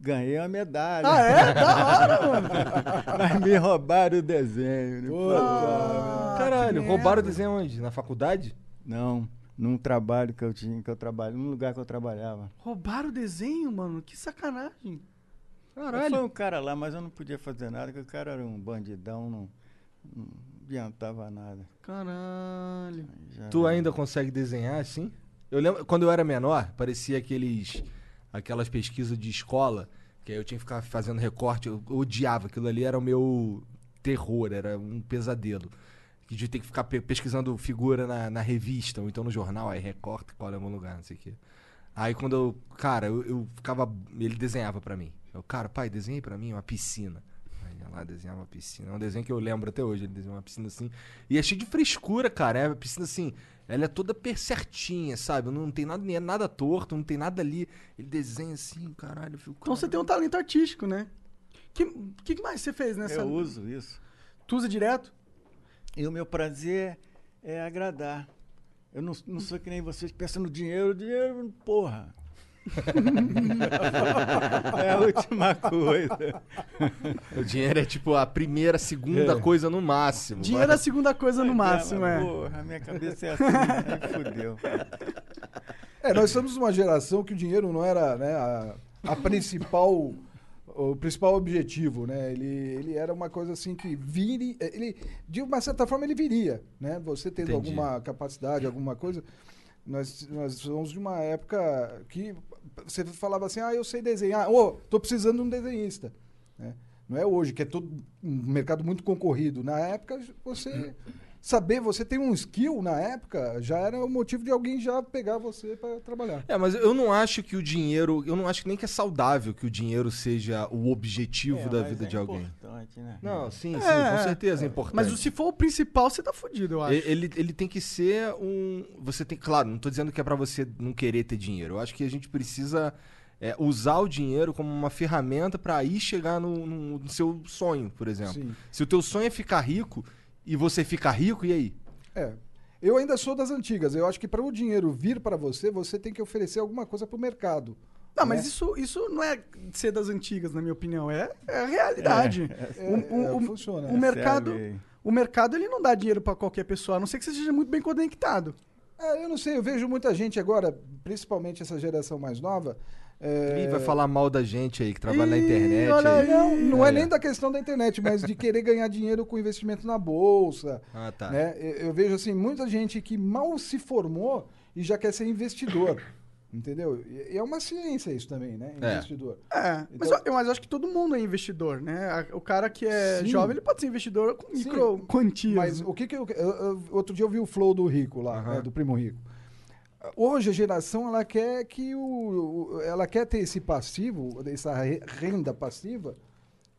Speaker 4: ganhei uma medalha.
Speaker 2: Ah, é? Da hora, mano.
Speaker 4: Mas me roubaram o desenho. né?
Speaker 2: Ah,
Speaker 1: Caralho,
Speaker 2: que
Speaker 1: roubaram o
Speaker 2: merda.
Speaker 1: desenho onde? Na faculdade?
Speaker 4: Não, num trabalho que eu tinha, que eu trabalho, num lugar que eu trabalhava.
Speaker 2: Roubaram o desenho, mano? Que sacanagem.
Speaker 4: Foi um cara lá, mas eu não podia fazer nada, porque o cara era um bandidão, não, não adiantava nada.
Speaker 2: Caralho.
Speaker 4: Já-
Speaker 1: Tu ainda consegue desenhar assim? Eu lembro, quando eu era menor, parecia aqueles aquelas pesquisas de escola, que aí eu tinha que ficar fazendo recorte, eu odiava, aquilo ali era o meu terror, era um pesadelo. Que de ter que ficar pe- pesquisando figura na, na revista, ou então no jornal, aí recorta, cola em algum lugar, não sei o quê. Aí quando eu, cara, eu, eu ficava, ele desenhava pra mim. Eu, cara, pai, desenhei pra mim uma piscina. Aí, lá, desenhava uma piscina. É um desenho que eu lembro até hoje. Ele desenhou uma piscina assim. E é cheio de frescura, cara. É uma piscina assim. Ela é toda per- certinha, sabe? Não tem nada, nem é nada torto, não tem nada ali. Ele desenha assim, caralho. Eu fico,
Speaker 2: Então você
Speaker 1: caralho.
Speaker 2: tem um talento artístico, né? O que, que mais você fez nessa?
Speaker 4: Eu uso isso.
Speaker 2: Tu usa direto?
Speaker 4: E o meu prazer é agradar. Eu não, não sou que nem vocês pensam no dinheiro, dinheiro, porra. é a última coisa.
Speaker 1: O dinheiro é tipo a primeira, segunda coisa no máximo.
Speaker 2: Dinheiro é a
Speaker 1: mas-
Speaker 2: segunda coisa no máximo, é.
Speaker 4: Porra, a minha cabeça é assim, aí fudeu.
Speaker 3: É, nós somos uma geração que o dinheiro não era né, a, a principal, o principal objetivo, né? Ele, ele era uma coisa assim que vire, ele, de uma certa forma ele viria, né? Você tendo
Speaker 1: Entendi.
Speaker 3: alguma capacidade, alguma coisa. Nós, nós somos de uma época que você falava assim, ah, eu sei desenhar, ô, tô precisando de um desenhista, né? Não é hoje, que é todo um mercado muito concorrido. Na época, você saber, você tem um skill na época, já era o motivo de alguém já pegar você para trabalhar.
Speaker 1: É, mas eu não acho que o dinheiro. Eu não acho nem que é saudável que o dinheiro seja o objetivo
Speaker 4: É,
Speaker 1: da
Speaker 4: mas
Speaker 1: vida
Speaker 4: é
Speaker 1: de alguém.
Speaker 4: importante, né?
Speaker 1: Não, sim, sim,
Speaker 2: É,
Speaker 1: com
Speaker 2: é.
Speaker 1: certeza é importante.
Speaker 2: Mas se for o principal, você tá fudido, eu acho.
Speaker 1: E- Ele, ele tem que ser um. Você tem. Claro, não tô dizendo que é pra você não querer ter dinheiro. Eu acho que a gente precisa é, usar o dinheiro como uma ferramenta pra aí chegar no, no- no seu sonho, por exemplo.
Speaker 3: Sim.
Speaker 1: Se o teu sonho é ficar rico e você ficar rico, e aí?
Speaker 3: É. Eu ainda sou das antigas. Eu acho que para o dinheiro vir para você, você tem que oferecer alguma coisa para o mercado.
Speaker 2: Não, mas
Speaker 3: né?
Speaker 2: isso, isso não é ser das antigas, na minha opinião. É, é a realidade.
Speaker 3: É,
Speaker 2: O- o-
Speaker 3: é,
Speaker 2: o-
Speaker 3: funciona.
Speaker 2: o mercado-
Speaker 4: Sabe?
Speaker 2: O mercado ele não dá dinheiro pra qualquer pessoa, a não ser que você seja muito bem conectado.
Speaker 3: Ah, eu não sei, eu vejo muita gente agora, principalmente essa geração mais nova. é,
Speaker 1: Ih, vai falar mal da gente aí que trabalha na
Speaker 2: Ih,
Speaker 1: internet.
Speaker 2: olha
Speaker 1: aí.
Speaker 2: aí.
Speaker 3: Não, não é
Speaker 1: Aí, ó.
Speaker 3: nem da questão da internet, mas de querer ganhar dinheiro com investimento na bolsa.
Speaker 1: Ah, tá.
Speaker 3: né? Eu, eu vejo assim muita gente que mal se formou e já quer ser investidor, entendeu? E, e é uma ciência isso também, né?
Speaker 1: É.
Speaker 3: Investidor.
Speaker 2: É, mas,
Speaker 3: Então-
Speaker 2: eu, eu- mas eu acho que todo mundo é investidor, né? A- O cara que é
Speaker 3: Sim.
Speaker 2: jovem, ele pode ser investidor com
Speaker 3: Sim.
Speaker 2: micro quantias.
Speaker 3: Mas o que que eu, eu- eu- outro dia eu vi o flow do Rico lá,
Speaker 1: Aham.
Speaker 3: né, do primo Rico. Hoje a geração ela quer que o, o- ela quer ter esse passivo, essa re- renda passiva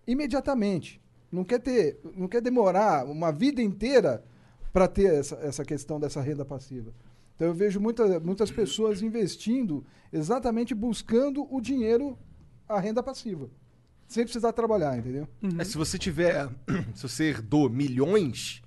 Speaker 3: imediatamente. Não quer ter, não quer demorar uma vida inteira para ter essa, essa questão dessa renda passiva. Então eu vejo muita, muitas pessoas investindo exatamente buscando o dinheiro, a renda passiva, sem precisar trabalhar, entendeu?
Speaker 1: É, se você tiver. se você herdou milhões,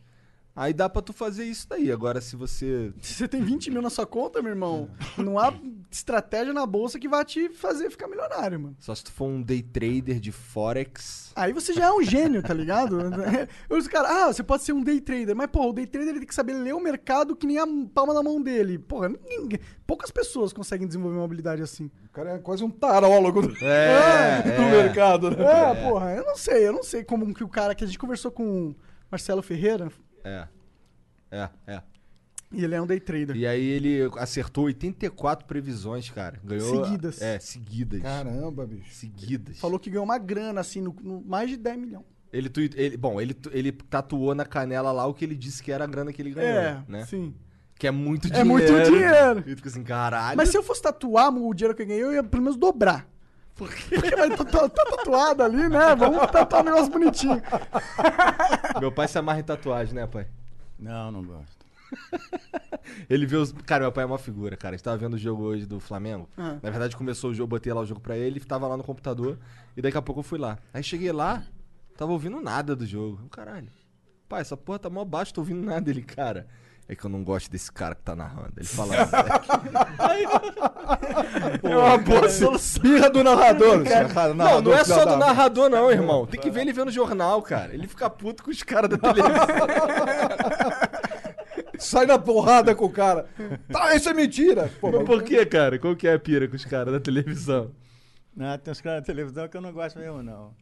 Speaker 1: aí dá pra tu fazer isso daí. Agora, se você.
Speaker 2: Se você tem 20 mil na sua conta, meu irmão, não há estratégia na bolsa que vá te fazer ficar milionário, mano.
Speaker 1: Só se tu for um day trader de Forex.
Speaker 2: Aí você já é um gênio, tá ligado? Os caras, ah, você pode ser um day trader, mas, pô, o day trader ele tem que saber ler o mercado que nem a palma da mão dele. Porra, ninguém- poucas pessoas conseguem desenvolver uma habilidade assim.
Speaker 3: O cara é quase um tarólogo do,
Speaker 1: É,
Speaker 3: do mercado, né?
Speaker 2: É, porra, eu não sei, eu não sei como que o cara que a gente conversou com o Marcelo Ferreira,
Speaker 1: É. É, é.
Speaker 2: e ele é um day trader.
Speaker 1: E aí ele acertou 84 previsões, cara. Ganhou.
Speaker 2: Seguidas.
Speaker 1: É, seguidas.
Speaker 3: Caramba, bicho.
Speaker 1: Seguidas.
Speaker 2: Falou que ganhou uma grana, assim, no, no- mais de 10 milhões.
Speaker 1: Ele, tuit- ele- bom, ele, tu- ele tatuou na canela lá o que ele disse que era a grana que ele ganhou,
Speaker 2: é,
Speaker 1: né?
Speaker 2: sim.
Speaker 1: Que é muito
Speaker 2: É
Speaker 1: dinheiro.
Speaker 2: muito dinheiro.
Speaker 1: E tu fica assim, caralho.
Speaker 2: Mas se eu fosse tatuar o dinheiro que eu ganhei, eu ia pelo menos dobrar. Porque vai tá, tá- tá tatuado ali, né? Vamos tatuar um negócio bonitinho.
Speaker 1: Meu pai se amarra em tatuagem, né, pai?
Speaker 4: Não, não gosto.
Speaker 1: Ele vê os. Cara, meu pai é uma figura, cara. A gente tava vendo o jogo hoje do Flamengo.
Speaker 2: Ah.
Speaker 1: Na verdade, começou o jogo, botei lá o jogo pra ele, tava lá no computador. E daqui a pouco eu fui lá. Aí cheguei lá, tava ouvindo nada do jogo. Eu, Caralho. Pai, essa porra tá mó baixo, tô ouvindo nada dele, cara. É que eu não gosto desse cara que tá narrando. Ele fala.
Speaker 3: É uma boa solução. Birra do narrador.
Speaker 1: não, não é só do narrador, não, irmão. Tem que ver ele vendo jornal, cara. Ele fica puto com os caras da televisão.
Speaker 3: Sai na porrada com o cara. Tá, isso é mentira. Pô,
Speaker 1: Mas
Speaker 3: mas-
Speaker 1: Por que, cara? Qual que é a pira com os caras da televisão?
Speaker 4: Não, tem uns caras na televisão que eu não gosto mesmo, não.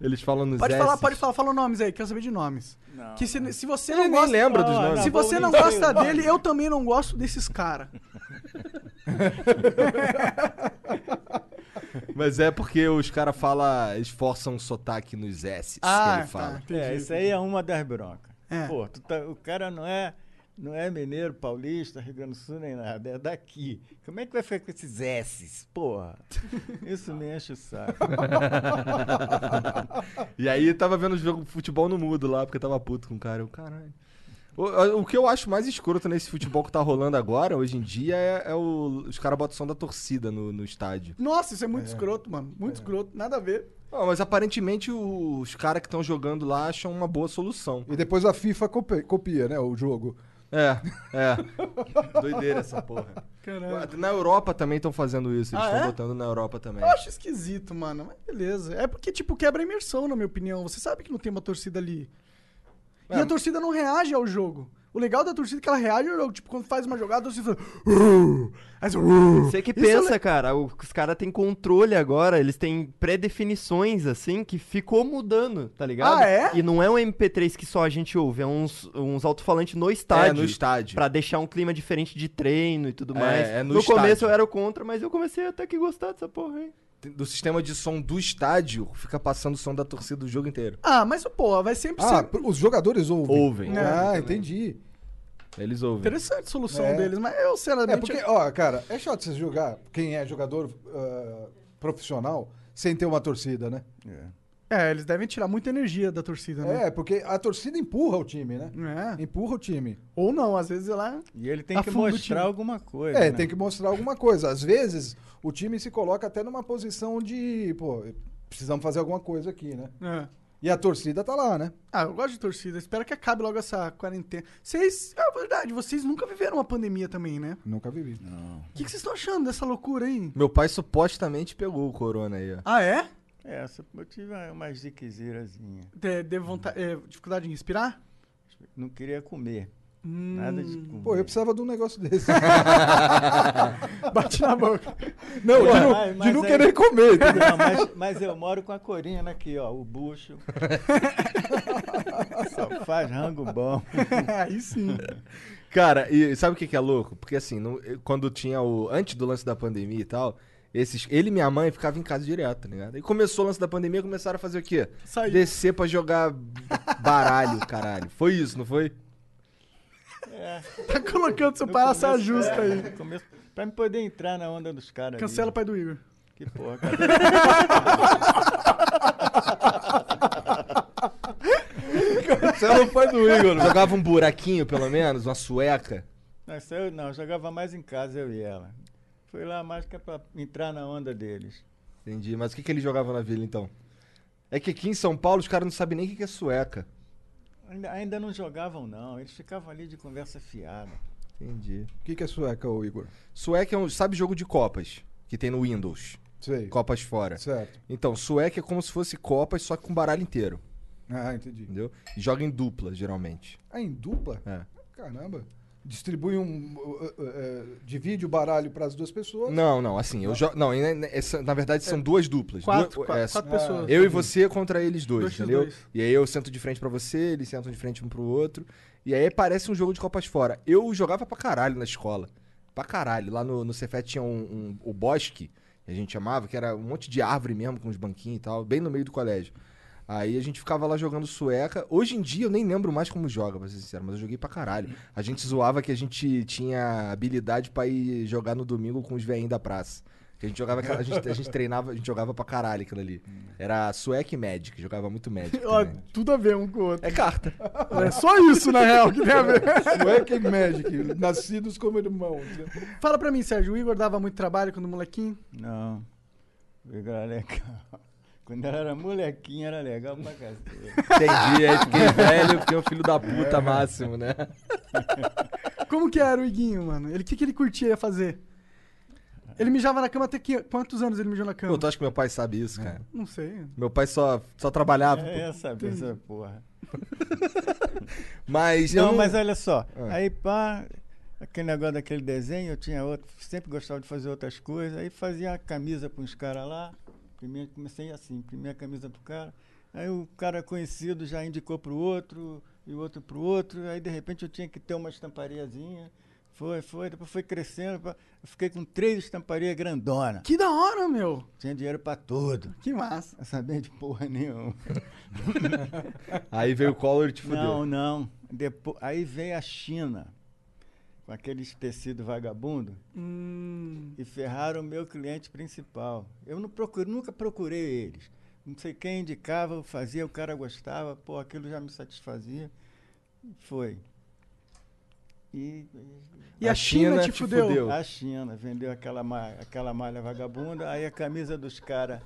Speaker 1: Eles falam nos
Speaker 2: Pode falar,
Speaker 1: S's.
Speaker 2: pode falar, fala nomes aí, quero saber de nomes.
Speaker 4: Não.
Speaker 2: Que se, se você
Speaker 1: Ele
Speaker 2: não
Speaker 1: nem
Speaker 2: gosta.
Speaker 1: lembra dos
Speaker 4: Ah,
Speaker 1: nomes.
Speaker 4: não.
Speaker 2: Se você não
Speaker 4: Não, não
Speaker 2: gosta
Speaker 4: sei o nome.
Speaker 2: dele, eu também não gosto desses caras.
Speaker 1: Mas é porque os caras falam, eles forçam o sotaque nos
Speaker 2: Ah, tá.
Speaker 1: S que ele fala.
Speaker 4: É, isso aí é uma das broncas.
Speaker 2: É.
Speaker 4: Pô, tu tá- o cara não é Não é mineiro, paulista, Rio Grande do Sul, nem nada. É daqui. Como é que vai ficar com esses S's, porra? Isso me enche o saco.
Speaker 1: E aí tava vendo o jogo de futebol no mudo lá, porque tava puto com o cara. Eu, caralho. O, o que eu acho mais escroto nesse futebol que tá rolando agora, hoje em dia, é, é o- os caras botam o som da torcida no, no estádio.
Speaker 2: Nossa, isso é muito escroto, mano. Muito escroto, nada a ver.
Speaker 1: Ah, mas aparentemente os caras que estão jogando lá acham uma boa solução.
Speaker 3: E depois a FIFA copia, copia, né, o jogo.
Speaker 1: É, é. Doideira essa porra.
Speaker 2: Caralho.
Speaker 1: Na Europa também estão fazendo isso, eles
Speaker 2: Ah,
Speaker 1: estão
Speaker 2: é?
Speaker 1: botando na Europa também.
Speaker 2: Eu acho esquisito, mano. Mas beleza. É porque, tipo, quebra a imersão, na minha opinião. Você sabe que não tem uma torcida ali. E
Speaker 1: É.
Speaker 2: a torcida não reage ao jogo. O legal da torcida é que ela reage ao jogo. Tipo, quando faz uma jogada, você fala. "Uh!" Aí você, "Uh!"
Speaker 5: Você que
Speaker 2: Isso
Speaker 5: pensa, cara. o- Os caras têm controle agora, eles têm pré-definições, assim, que ficou mudando, tá ligado?
Speaker 2: Ah, é?
Speaker 5: E não é um MP3 que só a gente ouve, é uns, uns alto-falantes no
Speaker 1: É,
Speaker 5: estádio.
Speaker 1: no estádio.
Speaker 5: Pra deixar um clima diferente de treino e tudo
Speaker 1: É,
Speaker 5: mais.
Speaker 1: é no
Speaker 5: no
Speaker 1: estádio.
Speaker 5: começo eu era o contra, mas eu comecei até que gostar dessa porra, hein?
Speaker 1: Do sistema de som do estádio, fica passando o som da torcida o jogo inteiro.
Speaker 2: Ah, mas, porra, vai sempre
Speaker 3: Ah,
Speaker 2: ser.
Speaker 3: pr- os jogadores ouvem.
Speaker 1: Ouvem.
Speaker 2: Né?
Speaker 3: Ah, entendi.
Speaker 1: Eles ouvem.
Speaker 2: Interessante a solução
Speaker 3: É.
Speaker 2: deles, mas eu,
Speaker 3: É
Speaker 2: sinceramente.
Speaker 3: porque, ó, cara, é chato você jogar quem é jogador ah, profissional sem ter uma torcida, né?
Speaker 4: É.
Speaker 2: É, eles devem tirar muita energia da torcida, né?
Speaker 3: É, porque a torcida empurra o time, né?
Speaker 2: É.
Speaker 3: Empurra o time.
Speaker 2: Ou não, às vezes ela.
Speaker 4: E ele tem que
Speaker 2: Afunda o time.
Speaker 4: mostrar alguma coisa.
Speaker 3: Tá É,
Speaker 4: né?
Speaker 3: tem que mostrar alguma coisa. Às vezes, o time se coloca até numa posição de, pô, precisamos fazer alguma coisa aqui, né?
Speaker 2: É.
Speaker 3: E a torcida tá lá, né?
Speaker 2: Ah, eu gosto de torcida. Espero que acabe logo essa quarentena. Vocês. É verdade, vocês nunca viveram uma pandemia também, né?
Speaker 3: Nunca vivi.
Speaker 2: O que que vocês estão achando dessa loucura aí?
Speaker 1: Meu pai supostamente pegou o corona aí, ó.
Speaker 2: Ah, é?
Speaker 4: É, só- eu tive uma- uma ziquezeirazinha.
Speaker 2: De, de vontade, é, dificuldade em respirar?
Speaker 4: Não queria comer.
Speaker 2: Hum,
Speaker 4: Nada de comer.
Speaker 3: Pô, eu precisava de um negócio desse.
Speaker 2: bate na boca.
Speaker 3: Não, de não,
Speaker 4: Mas-
Speaker 3: de
Speaker 4: mas
Speaker 3: não
Speaker 4: aí-
Speaker 3: querer comer. entendeu?
Speaker 4: Não, mas, mas eu moro com a Corina aqui, ó, o bucho. Só faz rango bom.
Speaker 2: Aí sim.
Speaker 1: Cara, e sabe o que, que é louco? Porque assim, no- eu- quando tinha o. Antes do lance da pandemia e tal, esses, ele e minha mãe ficavam em casa direto, tá ligado? E começou o lance da pandemia, começaram a fazer o quê?
Speaker 2: Saiu.
Speaker 1: Descer pra jogar baralho, caralho. Foi isso, não foi?
Speaker 2: Tá colocando seu pai na saia justa aí.
Speaker 4: é, no começo, pra me poder entrar na onda dos caras. ali.
Speaker 2: Cancela o pai do Igor.
Speaker 4: Que porra, cara.
Speaker 1: Você não foi do Igor, Jogava um buraquinho, pelo menos, uma sueca.
Speaker 4: Não, isso eu, não, eu jogava mais em casa, eu e ela. Fui lá mais que é pra entrar na onda deles.
Speaker 1: Entendi. Mas o que, que ele jogava na vila, então? É que aqui em São Paulo os caras não sabem nem o que, que é sueca.
Speaker 4: Ainda, ainda não jogavam, não. Eles ficavam ali de conversa fiada.
Speaker 1: Entendi.
Speaker 3: O que, que é sueca, ô Igor?
Speaker 1: Sueca é um. Sabe jogo de Copas? Que tem no Windows.
Speaker 3: Sei.
Speaker 1: Copas fora.
Speaker 3: Certo.
Speaker 1: Então, sueca é como se fosse Copas, só que com baralho inteiro,
Speaker 3: Ah, entendi.
Speaker 1: entendeu? E joga em dupla, geralmente.
Speaker 3: Ah, em dupla?
Speaker 1: É.
Speaker 3: Caramba. Distribui um. uh, uh, uh, divide o baralho para as duas pessoas.
Speaker 1: Não, não, assim, eu jogo. Não, e na- essa- na verdade são duas duplas.
Speaker 2: Quatro,
Speaker 1: Duas-
Speaker 2: quatro,
Speaker 1: é,
Speaker 2: quatro pessoas.
Speaker 1: Eu e você contra eles dois,
Speaker 2: Dois x
Speaker 1: entendeu?
Speaker 2: dois.
Speaker 1: E aí eu sento de frente pra você, eles sentam de frente um pro outro. E aí parece um jogo de Copas fora. Eu jogava pra caralho na escola. Pra caralho. Lá no, no Cefet tinha um, um- o bosque, que a gente chamava, que era um monte de árvore mesmo, com os banquinhos e tal, bem no meio do colégio. Aí a gente ficava lá jogando sueca. Hoje em dia eu nem lembro mais como joga, pra ser sincero, mas eu joguei pra caralho. A gente zoava que a gente tinha habilidade pra ir jogar no domingo com os veinhos da praça. Que a gente jogava, aquela- a gente, a gente treinava, a gente jogava pra caralho aquilo ali. Era sueca e Magic, jogava muito Magic.
Speaker 2: Ó,
Speaker 1: também.
Speaker 2: tudo a ver um com o outro.
Speaker 1: É carta.
Speaker 2: É só isso, na real, que tem a ver.
Speaker 3: Sueca e Magic, nascidos como irmãos. né?
Speaker 2: Fala pra mim, Sérgio. O Igor dava muito trabalho quando molequinho?
Speaker 4: Não. O Igor era legal. Quando ela era molequinha, era legal pra cacete.
Speaker 1: Entendi, aí fiquei velho, fiquei um filho da puta máximo, né?
Speaker 2: Como que era o Iguinho, mano? Ele, o que, que ele curtia fazer? Ele mijava na cama até que, quantos anos ele mijou na cama?
Speaker 1: Pô, tu acha que meu pai sabe isso, cara?
Speaker 2: Não sei.
Speaker 1: Meu pai só, só
Speaker 2: Ah,
Speaker 1: trabalhava. pô.
Speaker 4: É essa, essa porra.
Speaker 1: Mas eu
Speaker 4: Não,
Speaker 1: não-
Speaker 4: mas olha só.
Speaker 1: Ah.
Speaker 4: Aí, pá, aquele negócio daquele desenho, eu tinha outro, sempre gostava de fazer outras coisas. Aí fazia a camisa para uns caras lá. Primeiro, comecei assim, primeira camisa pro cara. Aí o cara conhecido já indicou pro outro, e o outro pro outro. Aí, de repente, eu tinha que ter uma estampariazinha. Foi, foi, depois foi crescendo. pá. Eu fiquei com três estamparias grandona.
Speaker 2: Que da hora, meu.
Speaker 4: Tinha dinheiro para tudo.
Speaker 2: Que massa.
Speaker 4: Não sabia de porra nenhuma.
Speaker 1: Aí veio o Collor e te fudeu.
Speaker 4: Não, não. Depo... Aí veio a China. com aqueles tecidos vagabundo
Speaker 2: Hum,
Speaker 4: e ferraram o meu cliente principal. Eu não procuro, nunca procurei eles. Não sei quem indicava, eu fazia, o cara gostava, pô, aquilo já me satisfazia. E foi. E
Speaker 2: E a, China, te fudeu.
Speaker 4: a China vendeu aquela malha, aquela malha vagabunda, aí a camisa dos caras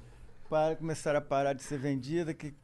Speaker 4: para, começaram a parar de ser vendida, que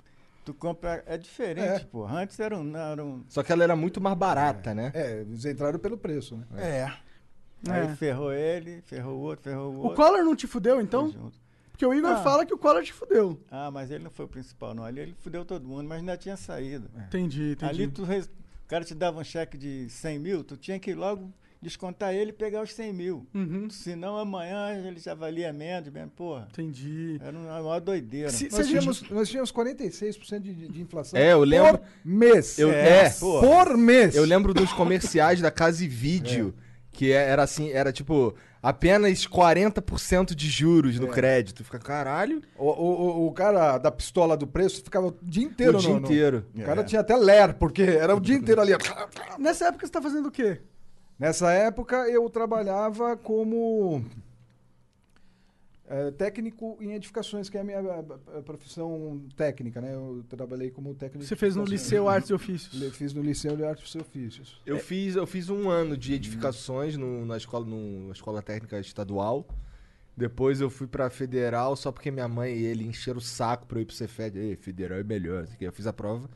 Speaker 4: tu compra. É diferente,
Speaker 3: É.
Speaker 4: pô. Antes era um. Era um
Speaker 1: Só que ela era muito mais barata, né?
Speaker 3: É, eles entraram pelo preço, né?
Speaker 4: é.
Speaker 2: É.
Speaker 4: Aí ferrou ele, ferrou o outro, ferrou o
Speaker 2: O
Speaker 4: outro.
Speaker 2: Collor não te fudeu,
Speaker 4: foi
Speaker 2: então?
Speaker 4: junto.
Speaker 2: Porque o Igor
Speaker 4: Ah.
Speaker 2: fala que o Collor te fudeu.
Speaker 4: Ah, mas ele não foi o principal, não. Ali ele fudeu todo mundo, mas ainda tinha saído.
Speaker 2: Entendi, É, entendi.
Speaker 4: Ali tu res- o cara te dava um cheque de 100 mil, tu tinha que logo descontar ele e pegar os 100 mil.
Speaker 2: Uhum,
Speaker 4: Senão amanhã ele já valia menos, mesmo, porra.
Speaker 2: entendi.
Speaker 4: Era uma maior doideira.
Speaker 2: Se- se a
Speaker 3: É, Nós
Speaker 2: gente-
Speaker 3: tínhamos, nós tínhamos 46% de, de inflação
Speaker 1: É, eu lembro.
Speaker 3: por mês.
Speaker 1: Eu,
Speaker 4: É,
Speaker 1: é,
Speaker 4: pô.
Speaker 3: Por mês.
Speaker 1: eu lembro dos comerciais da Casa e Vídeo, que é- era assim, era tipo, apenas 40% de juros no crédito. Fica, caralho,
Speaker 3: O, o- o- o cara da pistola do preço ficava o dia inteiro.
Speaker 1: o dia
Speaker 3: no- no-
Speaker 1: inteiro.
Speaker 3: O cara
Speaker 4: É.
Speaker 3: tinha até ler, porque era o dia inteiro ali. ó.
Speaker 2: Nessa época você tá fazendo o quê?
Speaker 3: Nessa época eu trabalhava como eh, técnico em edificações, que é a minha eh, profissão técnica, né? Eu trabalhei como técnico.
Speaker 2: Você fez no
Speaker 3: de
Speaker 2: Liceu Artes e Ofícios.
Speaker 3: Le- Fiz no É, Liceu de Artes e Ofícios.
Speaker 1: Eu fiz, eu fiz um ano de edificações no- na escola, no- na escola técnica estadual. Depois eu fui pra federal só porque minha mãe e ele encheram o saco pra eu ir pro Cefed. Ei, federal é melhor. não sei o quê. Eu fiz a prova.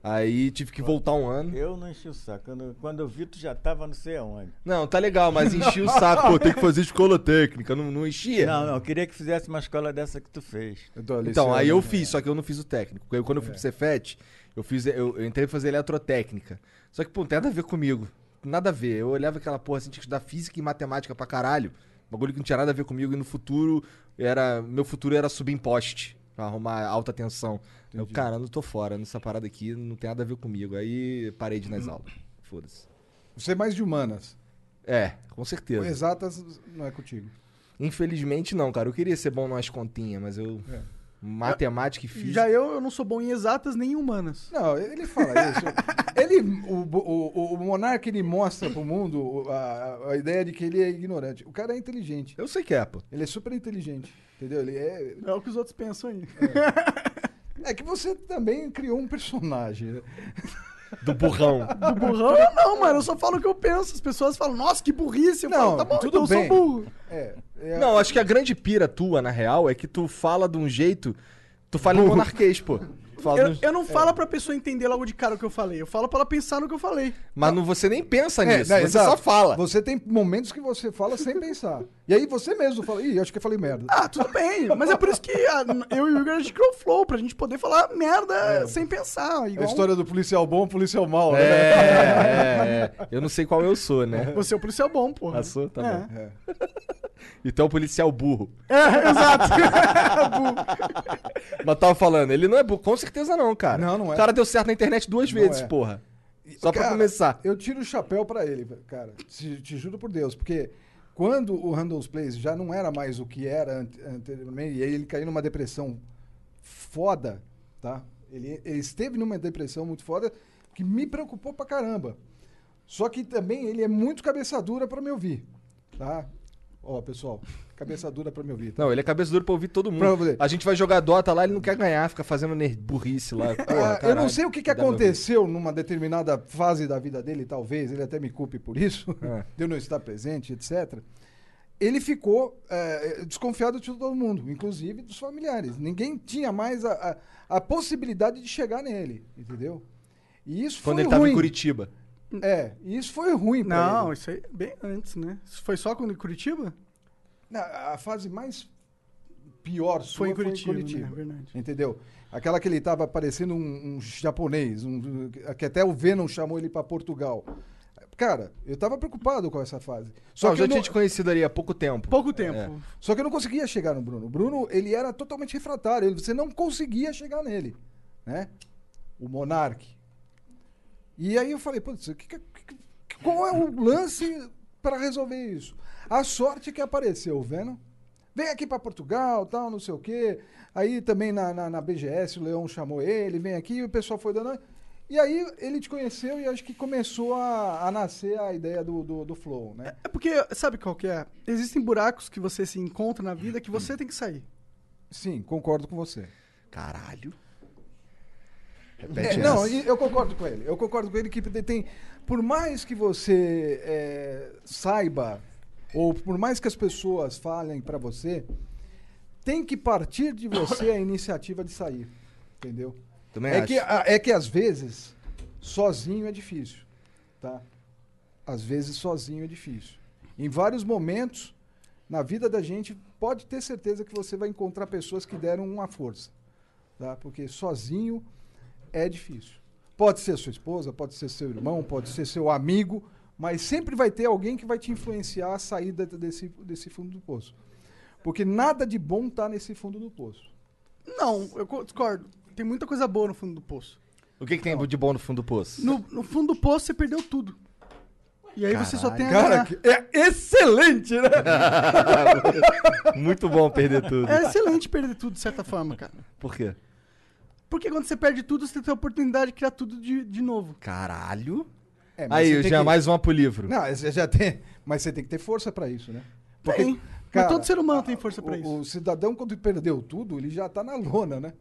Speaker 1: Aí tive que voltar um ano.
Speaker 4: Eu não enchi o saco. Quando, quando eu vi, tu já tava não sei aonde.
Speaker 1: Não, tá legal, mas enchi o saco. Pô, tem que fazer escola técnica. Não, não enchia?
Speaker 4: Não, não, eu queria que fizesse uma escola dessa que tu fez.
Speaker 3: Então,
Speaker 1: Então, aí eu fiz, só que eu não fiz o técnico. Porque eu- quando eu fui pro Cefet, eu, fiz, eu, eu entrei pra fazer eletrotécnica. Só que, pô, não tem nada a ver comigo. Nada a ver. Eu olhava aquela porra assim, tinha que estudar física e matemática pra caralho. Bagulho que não tinha nada a ver comigo. E no futuro, era meu futuro era subir em poste. Pra arrumar alta tensão. Eu, cara, eu não tô fora. Nessa parada aqui, não tem nada a ver comigo. Aí, parei de ir nas aulas. Foda-se.
Speaker 3: Você é mais de humanas.
Speaker 1: É, com certeza.
Speaker 3: Exatas não é contigo.
Speaker 1: Infelizmente, não, cara. Eu queria ser bom nas continhas, mas eu...
Speaker 3: É.
Speaker 1: Matemática e física...
Speaker 2: Já eu, eu não sou bom em exatas nem em humanas.
Speaker 3: Não, ele fala isso. ele, o, o, o- o monarca ele mostra pro mundo o- a, a ideia de que ele é ignorante. O cara é inteligente.
Speaker 1: Eu sei que é, pô.
Speaker 3: Ele é super inteligente, entendeu? Ele é,
Speaker 2: É o que os outros pensam aí.
Speaker 3: é que você também criou um personagem. né?
Speaker 1: Do burrão.
Speaker 2: Do burrão, eu não, mano. Eu só falo o que eu penso. As pessoas falam, nossa, que burrice. Eu
Speaker 3: Não,
Speaker 2: falo, tá bom,
Speaker 3: tudo
Speaker 2: então
Speaker 3: bem.
Speaker 2: eu sou burro.
Speaker 3: É, é-
Speaker 1: Não, acho que a grande pira tua, na real, é que tu fala de um jeito. Tu fala em monarquês, pô. Tu fala
Speaker 2: Eu,
Speaker 3: né?
Speaker 1: de um-
Speaker 3: É.
Speaker 2: eu não falo pra pessoa entender logo de cara o que eu falei. Eu falo pra ela pensar no que eu falei.
Speaker 1: Mas não, você nem pensa
Speaker 3: É,
Speaker 1: nisso.
Speaker 3: né,
Speaker 1: você
Speaker 3: exato.
Speaker 1: só fala.
Speaker 3: Você tem momentos que você fala sem pensar. E aí você mesmo fala, ih, acho que eu falei merda.
Speaker 2: Ah, tudo bem. Mas é por isso que a- eu e o Igor a gente criou o flow, pra gente poder falar merda sem pensar.
Speaker 3: É a
Speaker 2: Igual
Speaker 3: história do policial bom, policial mal,
Speaker 1: É,
Speaker 3: né?
Speaker 1: é, é. Eu não sei qual eu sou, né?
Speaker 2: Você é o policial bom, porra.
Speaker 1: Ah, sou? Tá
Speaker 2: é.
Speaker 1: bom. Então é o policial burro.
Speaker 2: É,
Speaker 3: Tá
Speaker 2: exato.
Speaker 1: Mas tava falando, ele não é burro. Com certeza não, cara.
Speaker 3: Não, não é.
Speaker 1: O cara deu certo na internet duas
Speaker 3: Não
Speaker 1: vezes,
Speaker 3: é.
Speaker 1: porra. Só pra
Speaker 3: Cara,
Speaker 1: começar.
Speaker 3: Eu tiro o chapéu pra ele, cara. Te, te juro por Deus, porque quando o Randall's Place já não era mais o que era ante- anteriormente, e aí ele caiu numa depressão foda, tá? Ele, ele esteve numa depressão muito foda que me preocupou pra caramba. Só que também ele é muito cabeça dura pra me ouvir, tá? Ó, pessoal, cabeça dura pra me ouvir, tá?
Speaker 1: Não, ele é cabeça dura pra ouvir todo
Speaker 3: Pra
Speaker 1: mundo.
Speaker 3: ouvir.
Speaker 1: A gente vai jogar Dota lá, ele não quer ganhar, fica fazendo ner- burrice lá. Porra,
Speaker 3: Ah, eu não
Speaker 1: caralho.
Speaker 3: sei o que, que
Speaker 1: Dá pra ouvir.
Speaker 3: aconteceu numa determinada fase da vida dele, talvez, ele até me culpe por isso,
Speaker 1: É.
Speaker 3: de eu não estar presente, etc. Ele ficou eh, desconfiado de todo mundo, inclusive dos familiares. Ninguém tinha mais a, a- a possibilidade de chegar nele, entendeu? E isso
Speaker 1: Quando
Speaker 3: foi
Speaker 1: ele tava
Speaker 3: ruim.
Speaker 1: em Curitiba.
Speaker 3: É, e isso foi ruim pra
Speaker 2: Não,
Speaker 3: ele.
Speaker 2: isso aí é bem antes, né? Isso foi só quando em Curitiba?
Speaker 3: Na- a fase mais pior sua
Speaker 2: Foi em Curitiba.
Speaker 3: Foi em Curitiba.
Speaker 2: né? É verdade.
Speaker 3: Entendeu? Aquela que ele tava parecendo um, um japonês, um- que até o Venom chamou ele para Portugal. Cara, eu tava preocupado com essa fase. Só,
Speaker 1: Não,
Speaker 3: que
Speaker 1: já
Speaker 3: eu
Speaker 1: tinha
Speaker 3: não,
Speaker 1: te conhecido ali há pouco tempo.
Speaker 3: É.
Speaker 2: Pouco tempo.
Speaker 3: só que eu não conseguia chegar no Bruno. O Bruno, ele era totalmente refratário. ele- Você não conseguia chegar nele, né? O Monark. E aí eu falei, putz, o que que- que- que- qual é o lance para resolver isso? A sorte que apareceu, o Venom. Vem aqui para Portugal, tal, não sei o quê. Aí também na, na, na BGS o Leão chamou ele, vem aqui, e o pessoal foi dando. E aí ele te conheceu e acho que começou a, a nascer a ideia do, do, do flow, né?
Speaker 2: É porque, sabe qual que é? Existem buracos que você se encontra na vida que você tem que sair.
Speaker 3: Sim, concordo com você.
Speaker 1: Caralho.
Speaker 3: É,
Speaker 1: Repete
Speaker 3: não,
Speaker 1: essa.
Speaker 3: e eu concordo com ele. Eu concordo com ele que tem. Por mais que você é, saiba, ou por mais que as pessoas falem pra você, tem que partir de você a iniciativa de sair. Entendeu?
Speaker 1: Também
Speaker 3: É
Speaker 1: acho.
Speaker 3: que, a- é que às vezes, sozinho é difícil. Tá? Às vezes, sozinho é difícil. Em vários momentos na vida da gente, pode ter certeza que você vai encontrar pessoas que deram uma força. Tá? Porque sozinho é difícil. Pode ser sua esposa, pode ser seu irmão, pode ser seu amigo, mas sempre vai ter alguém que vai te influenciar a sair da- desse, desse fundo do poço. Porque nada de bom está nesse fundo do poço.
Speaker 2: Não, eu co- discordo. Tem muita coisa boa no fundo do poço.
Speaker 1: O que, que tem de bom no fundo do poço?
Speaker 2: No, no fundo do poço você perdeu tudo. E aí você só tem a
Speaker 3: Cara,
Speaker 2: ganhar.
Speaker 3: que- é excelente, né?
Speaker 1: Muito bom perder tudo.
Speaker 2: É excelente perder tudo, de certa forma, cara.
Speaker 1: Por quê?
Speaker 2: Porque quando você perde tudo, você tem a oportunidade de criar tudo de, de novo.
Speaker 1: Caralho.
Speaker 3: É, mas
Speaker 1: Aí,
Speaker 3: você tem
Speaker 1: já
Speaker 3: que-
Speaker 1: mais uma pro livro.
Speaker 3: Não, você já tem. Mas você tem que ter força pra isso, né?
Speaker 2: Tem.
Speaker 3: cara,
Speaker 2: mas todo ser humano tem força pra
Speaker 3: o,
Speaker 2: isso.
Speaker 3: o cidadão, quando perdeu tudo, ele já tá na lona, né?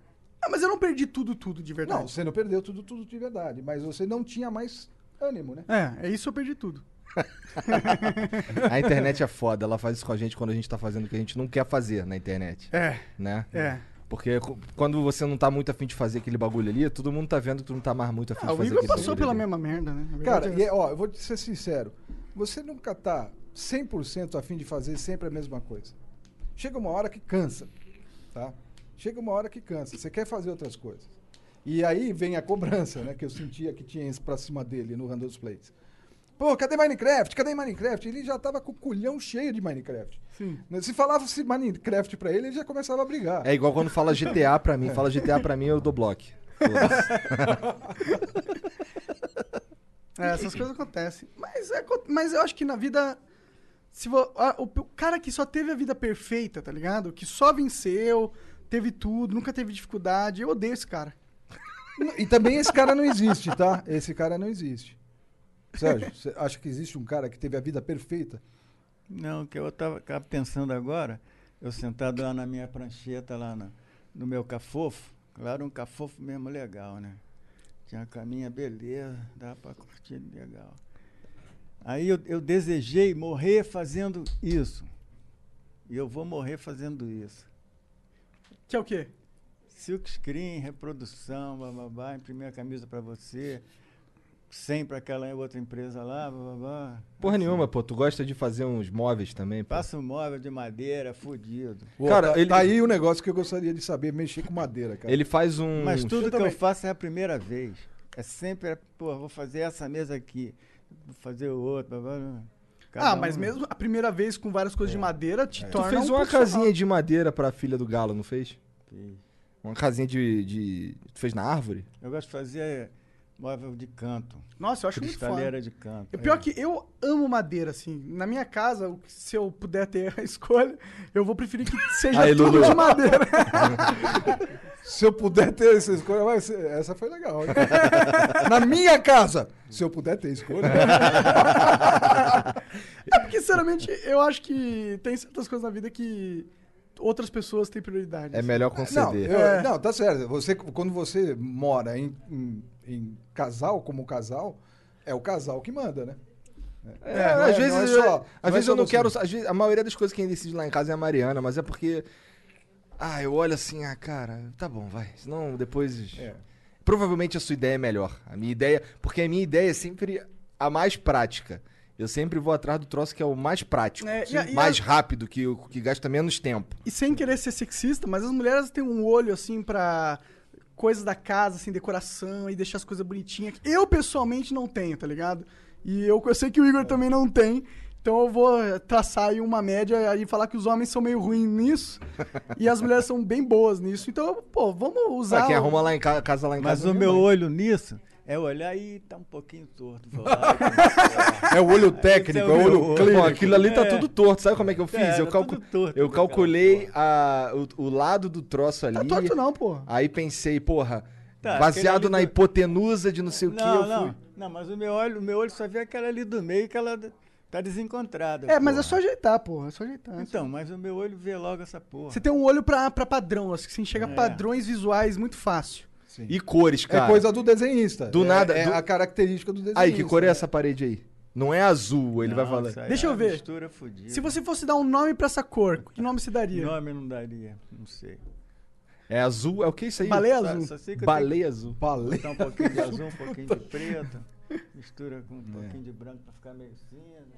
Speaker 2: Ah, mas eu não perdi tudo, tudo, de verdade.
Speaker 3: Não, você não perdeu tudo, tudo de verdade, mas você não tinha mais ânimo, né?
Speaker 2: É, é isso eu perdi tudo.
Speaker 1: A internet é foda, ela faz isso com a gente quando a gente tá fazendo o que a gente não quer fazer na internet,
Speaker 2: É,
Speaker 1: né?
Speaker 2: é.
Speaker 1: Porque cu- quando você não tá muito afim de fazer aquele bagulho ali, todo mundo tá vendo que tu não tá mais muito afim
Speaker 2: Ah,
Speaker 1: de
Speaker 2: o
Speaker 1: fazer
Speaker 2: Igor
Speaker 1: aquele
Speaker 2: passou
Speaker 1: bagulho
Speaker 2: pela
Speaker 1: ali.
Speaker 2: mesma merda, né? A verdade
Speaker 3: Cara,
Speaker 2: é
Speaker 3: e, ó, eu vou te ser sincero. Você nunca tá 100% afim de fazer sempre a mesma coisa. Chega uma hora que cansa, tá? Chega uma hora que cansa. Você quer fazer outras coisas. E aí vem a cobrança, né? Que eu sentia que tinha isso pra cima dele no Randall's Plates. Pô, cadê Minecraft? Cadê Minecraft? Ele já tava com o culhão cheio de Minecraft.
Speaker 2: Sim.
Speaker 3: Né, Se falava-se Minecraft pra ele, ele já começava a brigar.
Speaker 1: É igual quando fala GTA pra mim, fala GTA pra mim, eu dou bloco. Foda-se.
Speaker 2: É, essas coisas acontecem. Mas, é co- mas eu acho que na vida. Se vo- a- o, o cara que só teve a vida perfeita, tá ligado? Que só venceu, teve tudo, nunca teve dificuldade. Eu odeio esse cara.
Speaker 3: E também esse cara não existe, tá? Esse cara não existe. Sérgio, você acha que existe um cara que teve a vida perfeita?
Speaker 4: Não, o que eu estava pensando agora, eu sentado lá na minha prancheta, lá na- no meu cafofo, claro, um cafofo mesmo legal, né? Tinha uma caminha, beleza, dava para curtir legal. Aí eu, eu desejei morrer fazendo isso. E eu vou morrer fazendo isso.
Speaker 2: Que é o quê?
Speaker 4: Silkscreen, reprodução, bababá, imprimir a camisa para você, 100 para aquela outra empresa lá, bababá.
Speaker 1: Porra
Speaker 4: Assim,
Speaker 1: nenhuma, pô. Tu gosta de fazer uns móveis também, pô.
Speaker 4: Passa um móvel de madeira, fudido.
Speaker 1: Cara,
Speaker 3: tá,
Speaker 1: ele-
Speaker 3: tá aí o negócio que eu gostaria de saber, mexer com madeira, cara.
Speaker 1: Ele faz um.
Speaker 4: Mas
Speaker 2: Hum,
Speaker 4: tudo que
Speaker 3: também.
Speaker 4: eu faço é a primeira vez. É sempre, pô, vou fazer essa mesa aqui, vou fazer o outro. blá, blá, blá. Cada
Speaker 2: ah, mas
Speaker 4: um-
Speaker 2: mesmo a primeira vez com várias coisas de madeira te
Speaker 1: Tu
Speaker 2: torna.
Speaker 1: fez
Speaker 2: um
Speaker 1: uma
Speaker 2: profissional.
Speaker 1: casinha de madeira pra filha do galo, não fez?
Speaker 4: Fiz.
Speaker 1: Uma casinha de. de... Tu fez na árvore?
Speaker 4: Eu gosto de fazer móvel de canto,
Speaker 2: Nossa, eu acho muito foda.
Speaker 4: cristaleira de canto.
Speaker 2: O pior é que eu amo madeira, assim. Na minha casa, o que- se eu puder ter a escolha, eu vou preferir que seja
Speaker 1: Aí,
Speaker 2: tudo
Speaker 1: Lulu.
Speaker 2: de madeira.
Speaker 3: Se eu puder ter essa escolha, vai ser- essa foi legal. hein? Na minha casa, se eu puder ter escolha.
Speaker 2: É porque, sinceramente, eu acho que tem certas coisas na vida que outras pessoas têm prioridade.
Speaker 1: É
Speaker 2: assim.
Speaker 1: melhor
Speaker 3: Não,
Speaker 1: conceder.
Speaker 3: eu- não, tá certo. Você, quando você mora em, em- em casal, como casal, é o casal que manda, né?
Speaker 1: É,
Speaker 3: não
Speaker 1: às
Speaker 3: é-
Speaker 1: vezes,
Speaker 3: não é
Speaker 1: eu-
Speaker 3: só-
Speaker 1: às
Speaker 3: não é
Speaker 1: vezes
Speaker 3: só
Speaker 1: eu não
Speaker 3: você.
Speaker 1: quero. Às vezes, a maioria das coisas quem decide lá em casa é a Mariana, mas é porque. Ah, eu olho assim, ah, cara, tá bom, vai. Senão depois.
Speaker 3: É.
Speaker 1: Provavelmente a sua ideia é melhor. A minha ideia. Porque a minha ideia é sempre a mais prática. Eu sempre vou atrás do troço que é o mais prático,
Speaker 2: É, e a- e
Speaker 1: mais
Speaker 2: a-
Speaker 1: rápido, que, o- que gasta menos tempo.
Speaker 2: E sem querer ser sexista, mas as mulheres têm um olho, assim, pra coisas da casa, assim, decoração e deixar as coisas bonitinhas. Eu, pessoalmente, não tenho, tá ligado? E eu, eu sei que o
Speaker 1: É.
Speaker 2: Igor também não tem. Então eu vou traçar aí uma média e falar que os homens são meio ruins nisso e as mulheres são bem boas nisso. Então, pô, vamos usar.
Speaker 1: Ah, quem
Speaker 2: o-
Speaker 1: arruma lá em ca- casa lá em
Speaker 4: Mas
Speaker 1: casa. é
Speaker 4: o
Speaker 1: minha
Speaker 4: meu
Speaker 1: mãe.
Speaker 4: olho nisso é olhar e tá um pouquinho torto. Vou lá,
Speaker 1: É o olho técnico, é
Speaker 4: Esse é o
Speaker 1: o
Speaker 4: meu
Speaker 1: olho
Speaker 4: olho.
Speaker 1: clínico. Aquilo ali tá
Speaker 4: É.
Speaker 1: tudo torto. Sabe como é que eu fiz?
Speaker 4: É,
Speaker 1: eu,
Speaker 4: tá
Speaker 1: calcu-
Speaker 4: tudo torto
Speaker 1: eu
Speaker 4: aquela
Speaker 1: calculei a- o, o lado do troço ali. Ah,
Speaker 2: Tá torto não, pô.
Speaker 1: Aí pensei, porra,
Speaker 4: Tá,
Speaker 1: baseado
Speaker 4: aquele ali
Speaker 1: na
Speaker 4: do-
Speaker 1: hipotenusa de não sei o que, eu
Speaker 4: Não,
Speaker 1: fui.
Speaker 4: não, não, mas o meu olho, o meu olho só vê aquela ali do meio que ela tá desencontrada.
Speaker 2: É, mas é
Speaker 4: porra.
Speaker 2: só ajeitar, porra. É só ajeitar.
Speaker 4: Então, mas o meu olho vê logo essa porra.
Speaker 2: Você tem um olho pra, pra padrão, assim, que você enxerga
Speaker 4: É.
Speaker 2: padrões visuais muito fácil.
Speaker 3: Sim.
Speaker 1: E cores, cara.
Speaker 3: é coisa do desenhista.
Speaker 1: do
Speaker 3: É-
Speaker 1: nada,
Speaker 3: É
Speaker 1: do-
Speaker 3: a característica do desenhista.
Speaker 1: Aí, que cor é essa parede aí? Não é azul, ele vai
Speaker 4: Não,
Speaker 1: falar.
Speaker 4: isso aí
Speaker 2: Deixa
Speaker 4: é
Speaker 2: eu
Speaker 4: uma
Speaker 2: ver.
Speaker 4: Mistura fodida.
Speaker 2: Se você fosse dar um nome pra essa cor, que nome você daria?
Speaker 4: Nome eu não daria, não sei.
Speaker 1: É azul? É o que isso aí?
Speaker 2: Baleia
Speaker 4: Só-
Speaker 2: azul.
Speaker 4: Só sei que eu tenho
Speaker 1: Baleia azul.
Speaker 4: que
Speaker 3: Baleia.
Speaker 4: botar um pouquinho de azul, um pouquinho de preto, mistura com um
Speaker 1: É.
Speaker 4: pouquinho de branco pra ficar meio cinza.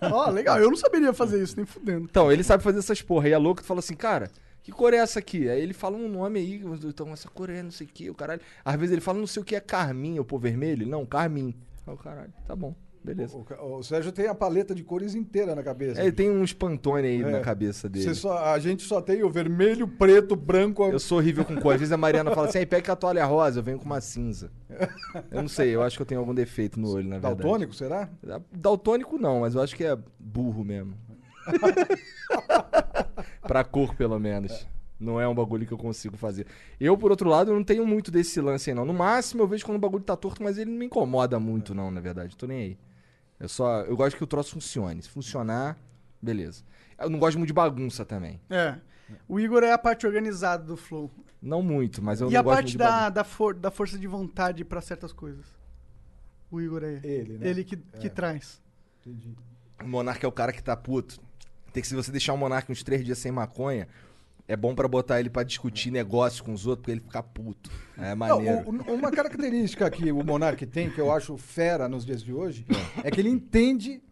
Speaker 4: Ah,
Speaker 2: Ó, legal. Eu não saberia fazer isso, nem fudendo.
Speaker 1: Então, ele sabe fazer essas porra. E é louco, tu fala assim, cara, que cor é essa aqui? Aí ele fala um nome aí, então essa cor é não sei o que, o caralho. Às vezes ele fala não sei o que é carmim, ou pô, vermelho. Não, carmim. Aí o caralho, tá bom, beleza.
Speaker 3: O, ca- o Sérgio tem a paleta de cores inteira na cabeça.
Speaker 1: É, ele tem um espantone aí
Speaker 3: É.
Speaker 1: na cabeça
Speaker 3: Você
Speaker 1: dele.
Speaker 3: só- a gente só tem o vermelho, preto, branco.
Speaker 1: Eu sou horrível com cor. Às vezes a Mariana fala assim, aí pega a toalha rosa, eu venho com uma cinza. Eu não sei, eu acho que eu tenho algum defeito no olho, na verdade.
Speaker 3: Daltônico, será?
Speaker 1: Daltônico não, mas eu acho que é burro mesmo. pra cor, pelo menos. Não é um bagulho que eu consigo fazer. Eu, por outro lado, não tenho muito desse lance aí, não. No máximo, eu vejo quando o bagulho tá torto, mas ele não me incomoda muito, não, na verdade. Tô nem aí. Eu só. Eu gosto que o troço funcione. Se funcionar, beleza. Eu não gosto muito de bagunça também.
Speaker 2: É. O Igor é a parte organizada do flow.
Speaker 1: Não muito, mas Então, eu
Speaker 2: e
Speaker 1: não
Speaker 2: a
Speaker 1: gosto
Speaker 2: parte
Speaker 1: muito de
Speaker 2: da, da, for- da força de vontade pra certas coisas. O Igor é
Speaker 3: Ele, né?
Speaker 2: ele que, que traz.
Speaker 3: Entendi.
Speaker 1: O Monark é o cara que tá puto. Tem que, se você deixar o Monark uns três dias sem maconha, é bom pra botar ele pra discutir negócio com os outros, porque ele fica puto. É
Speaker 3: Não,
Speaker 1: maneiro.
Speaker 3: o- o- uma característica que o Monark tem, que eu acho fera nos dias de hoje, é que ele entende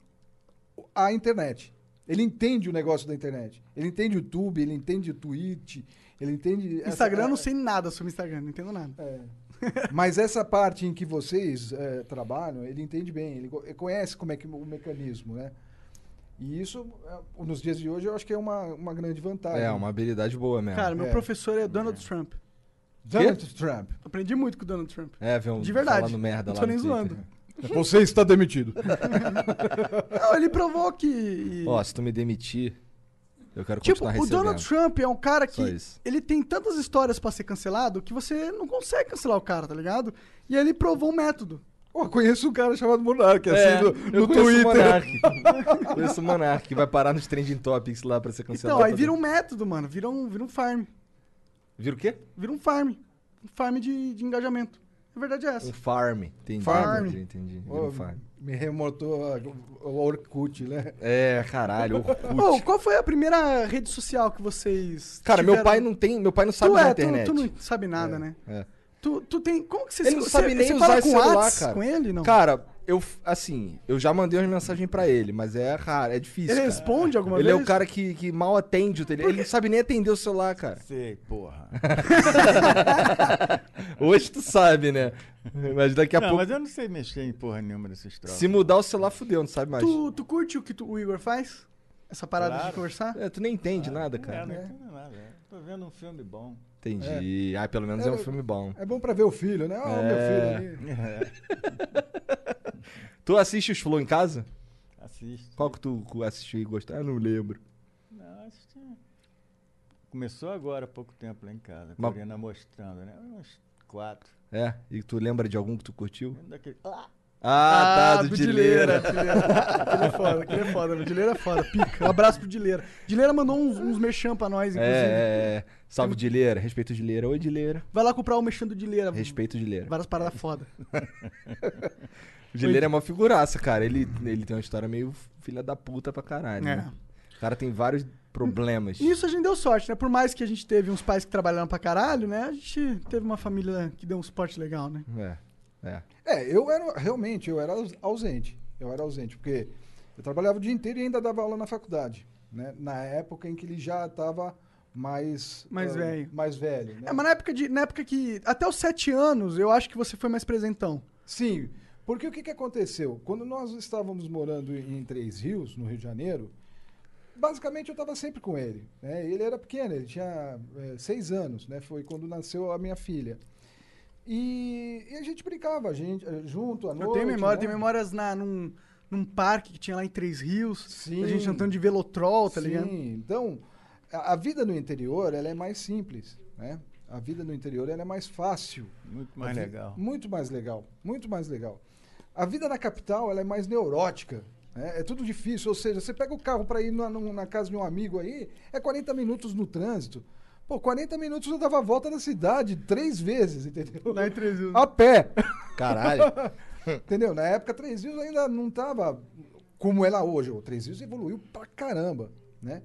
Speaker 3: a internet. Ele entende o negócio da internet. Ele entende o YouTube, ele entende o Twitch, ele entende. essa-
Speaker 2: Instagram,
Speaker 1: é-
Speaker 2: eu não sei nada sobre Instagram, não entendo nada.
Speaker 3: É. Mas essa parte em que vocês eh, trabalham, ele entende bem, ele co- ele conhece como é que o mecanismo, né? E isso, eh, nos dias de hoje, eu acho que é uma, uma grande vantagem.
Speaker 1: É, uma habilidade boa mesmo.
Speaker 2: Cara, meu
Speaker 3: É.
Speaker 2: professor é Donald Trump.
Speaker 3: Donald Trump.
Speaker 2: Aprendi muito com o Donald Trump.
Speaker 1: é, vê um
Speaker 2: De verdade.
Speaker 1: falando merda
Speaker 2: não
Speaker 1: lá
Speaker 2: tô
Speaker 1: no
Speaker 2: nem
Speaker 1: Twitter.
Speaker 2: zoando.
Speaker 3: Você está demitido.
Speaker 2: Não, ele provou que.
Speaker 1: Ó, se tu me demitir, eu quero
Speaker 2: tipo,
Speaker 1: continuar
Speaker 2: o
Speaker 1: recebendo.
Speaker 2: Donald Trump é um cara que.
Speaker 1: Só isso.
Speaker 2: Ele tem tantas histórias pra ser cancelado que você não consegue cancelar o cara, tá ligado? E aí ele provou um método.
Speaker 3: Eu conheço um cara chamado Monark, assim,
Speaker 1: É,
Speaker 3: no,
Speaker 1: eu
Speaker 3: no
Speaker 1: conheço o
Speaker 3: Twitter.
Speaker 1: Monark. conheço o Monark, que vai parar nos trending topics lá pra ser cancelado.
Speaker 2: Então, aí vira um método, mano. Vira um, vira um farm.
Speaker 1: Vira o quê?
Speaker 2: Vira um farm. Um farm de, de engajamento. A verdade é essa.
Speaker 1: Um farm. Entendi,
Speaker 3: Farm.
Speaker 1: entendi, entendi. Vira
Speaker 3: Ó,
Speaker 1: um farm.
Speaker 3: Me remontou a- ao Orkut, né?
Speaker 1: É, caralho, Orkut.
Speaker 2: Ô, qual foi a primeira rede social que vocês.
Speaker 1: Cara, meu
Speaker 2: tiveram-
Speaker 1: pai não tem, meu pai não sabe
Speaker 2: tu,
Speaker 1: da
Speaker 2: é,
Speaker 1: internet.
Speaker 2: Tu, tu não sabe nada, né?
Speaker 1: é.
Speaker 2: Tu, tu tem. Como que você
Speaker 1: Ele
Speaker 2: se-
Speaker 1: não
Speaker 2: você-
Speaker 1: sabe nem
Speaker 2: você
Speaker 1: usar
Speaker 2: fala
Speaker 1: esse
Speaker 2: com
Speaker 1: celular,
Speaker 2: Whats
Speaker 1: cara.
Speaker 2: com ele, não?
Speaker 1: Cara, eu, f- assim, eu já mandei uma mensagem pra ele, mas é raro, é
Speaker 2: ele
Speaker 1: difícil. cara.
Speaker 2: responde alguma
Speaker 1: Ele é
Speaker 2: vez?
Speaker 1: o cara que, que mal atende o telefone. Ele não sabe nem atender o celular, cara.
Speaker 4: sei, porra.
Speaker 1: Hoje tu sabe, né? Mas daqui a
Speaker 4: Não,
Speaker 1: pouco.
Speaker 4: mas eu não sei mexer em porra nenhuma desses troços.
Speaker 1: Se mudar o celular, fudeu, não sabe mais. Tu,
Speaker 2: Tu, tu curte o que tu- o Igor faz? Essa parada de
Speaker 4: Claro.
Speaker 2: conversar?
Speaker 1: é, tu nem entende nada,
Speaker 4: É,
Speaker 1: cara. né?
Speaker 4: não entendo nada. é. Tô vendo um filme bom.
Speaker 1: Entendi. Ah, pelo menos é, um
Speaker 3: É.
Speaker 1: filme bom.
Speaker 3: É bom pra ver o filho, né? Ó,
Speaker 1: É.
Speaker 3: meu filho ali.
Speaker 1: Tu assiste os Flow em casa?
Speaker 4: Assiste.
Speaker 1: Qual que tu assistiu e gostou? Ah, não lembro.
Speaker 4: Não, assisti. Começou agora há pouco tempo lá em casa. A
Speaker 1: Mas-
Speaker 4: Corina mostrando, né? Uns quatro.
Speaker 1: É? E tu lembra de algum que tu curtiu?
Speaker 4: Lembra daquele- Ah!
Speaker 1: Ah, tá, do, Dileira.
Speaker 2: Dileira. Aquele é foda, aquele é foda. meu. Dileira é foda, pica. Um abraço pro Dileira. Dileira mandou uns, uns merchan pra nós, inclusive.
Speaker 1: É, é, é. Salve, Dileira. Respeito, Dileira. Oi, Dileira.
Speaker 2: Vai lá comprar o merchan do Dileira.
Speaker 1: Respeito, Dileira.
Speaker 2: Várias paradas foda.
Speaker 1: O Dileira é uma figuraça, cara. Ele, ele tem uma história meio filha da puta pra caralho, né? O cara tem vários problemas.
Speaker 2: Nisso a gente deu sorte, né? Por mais que a gente teve uns pais que trabalharam pra caralho, né? A gente teve uma família que deu um suporte legal, né?
Speaker 1: É, é.
Speaker 3: É, eu era, realmente, eu era aus- ausente. Eu era ausente, porque eu trabalhava o dia inteiro e ainda dava aula na faculdade, né? Na época em que ele já estava mais...
Speaker 2: Mais
Speaker 3: eh,
Speaker 2: velho.
Speaker 3: Mais velho, né?
Speaker 2: É, mas na época, de, na época que. Até os sete anos, eu acho que você foi mais presentão.
Speaker 3: Sim, porque o que, que aconteceu? Quando nós estávamos morando em Três Rios, no Rio de Janeiro, basicamente eu estava sempre com ele. né? Ele era pequeno, ele tinha eh, seis anos, né? foi quando nasceu a minha filha. E, e a gente brincava, a gente, eh, junto à noite.
Speaker 2: Eu tenho memória,
Speaker 3: né?
Speaker 2: tenho memórias na, num, num parque que tinha lá em Três Rios.
Speaker 3: Sim.
Speaker 2: A gente andando de velotrol, tá
Speaker 3: Sim,
Speaker 2: ligado?
Speaker 3: então a, a vida no interior ela é mais simples, né? A vida no interior ela é mais fácil.
Speaker 4: Muito mais
Speaker 3: A vi-
Speaker 4: legal.
Speaker 3: Muito mais legal. Muito mais legal. A vida na capital ela é mais neurótica. né? É tudo difícil. Ou seja, você pega o carro para ir na, num- na casa de um amigo aí, é 40 minutos no trânsito. Pô, 40 minutos eu dava a volta na cidade três vezes, entendeu?
Speaker 4: Lá em Três Rios.
Speaker 3: A pé.
Speaker 1: Caralho.
Speaker 3: Entendeu? Na época, Três Rios ainda não tava como ela hoje. O Três Rios evoluiu pra caramba, né?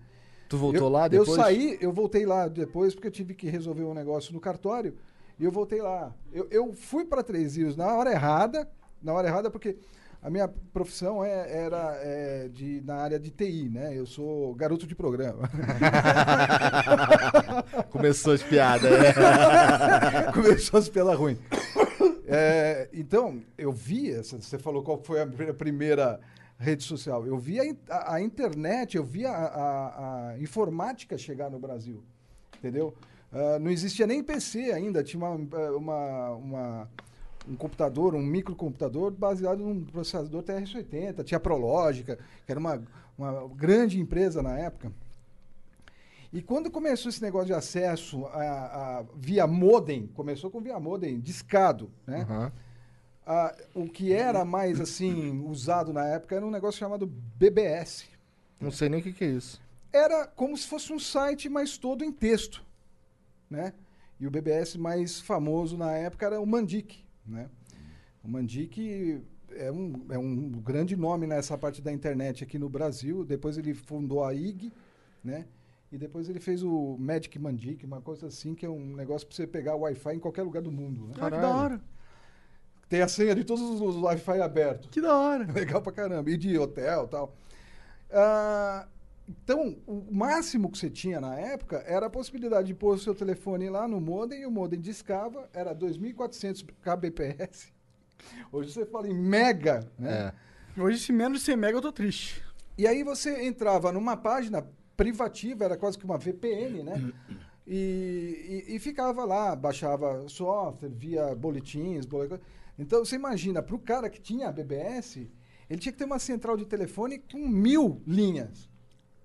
Speaker 1: Tu voltou
Speaker 3: eu,
Speaker 1: lá depois?
Speaker 3: Eu saí, eu voltei lá depois porque eu tive que resolver um negócio no cartório e eu voltei lá. Eu, eu fui pra Três Rios na hora errada, na hora errada porque a minha profissão é- era é, de, na área de TI, né? Eu sou garoto de programa.
Speaker 1: Começou as piadas. né?
Speaker 3: Começou as pela ruim. É, então, eu vi, essa- você falou qual foi a primeira- primeira rede social. Eu vi a, in- a- a internet, eu vi a, a- a informática chegar no Brasil, entendeu? Ah, não existia nem PC ainda, tinha uma, ah, uma- uma- um computador, um microcomputador baseado num processador TRS-80, tinha a Prológica, que era uma- uma grande empresa na época. E quando começou esse negócio de acesso a, a- via modem, começou com via modem, discado, né?
Speaker 1: Aham.
Speaker 3: Ah, o que era mais, assim, usado na época era um negócio chamado BBS.
Speaker 1: Não sei nem o que, que é isso.
Speaker 3: Era como se fosse um site, mas todo em texto, né? E o BBS mais famoso na época era o Mandic, né? O Mandic é um, é um grande nome nessa parte da internet aqui no Brasil. Depois ele fundou a IG, né? E depois ele fez o Magic Mandic, uma coisa assim, que é um negócio para você pegar Wi-Fi em qualquer lugar do mundo. né?
Speaker 2: Ah, que da hora.
Speaker 3: Tem a senha de todos os Wi-Fi abertos.
Speaker 2: Que da hora.
Speaker 3: Legal pra caramba. E de hotel e tal. Ah, então, o máximo que você tinha na época era a possibilidade de pôr o seu telefone lá no modem e o modem discava, era 2.400 kbps. Hoje você fala em mega, né?
Speaker 1: É.
Speaker 2: Hoje, se menos de 100 mega, eu tô triste.
Speaker 3: E aí você entrava numa página privativa, era quase que uma VPN, né? E, e- e ficava lá, baixava software, via boletins, bolet- Então você imagina, para o cara que tinha a BBS, ele tinha que ter uma central de telefone com mil linhas.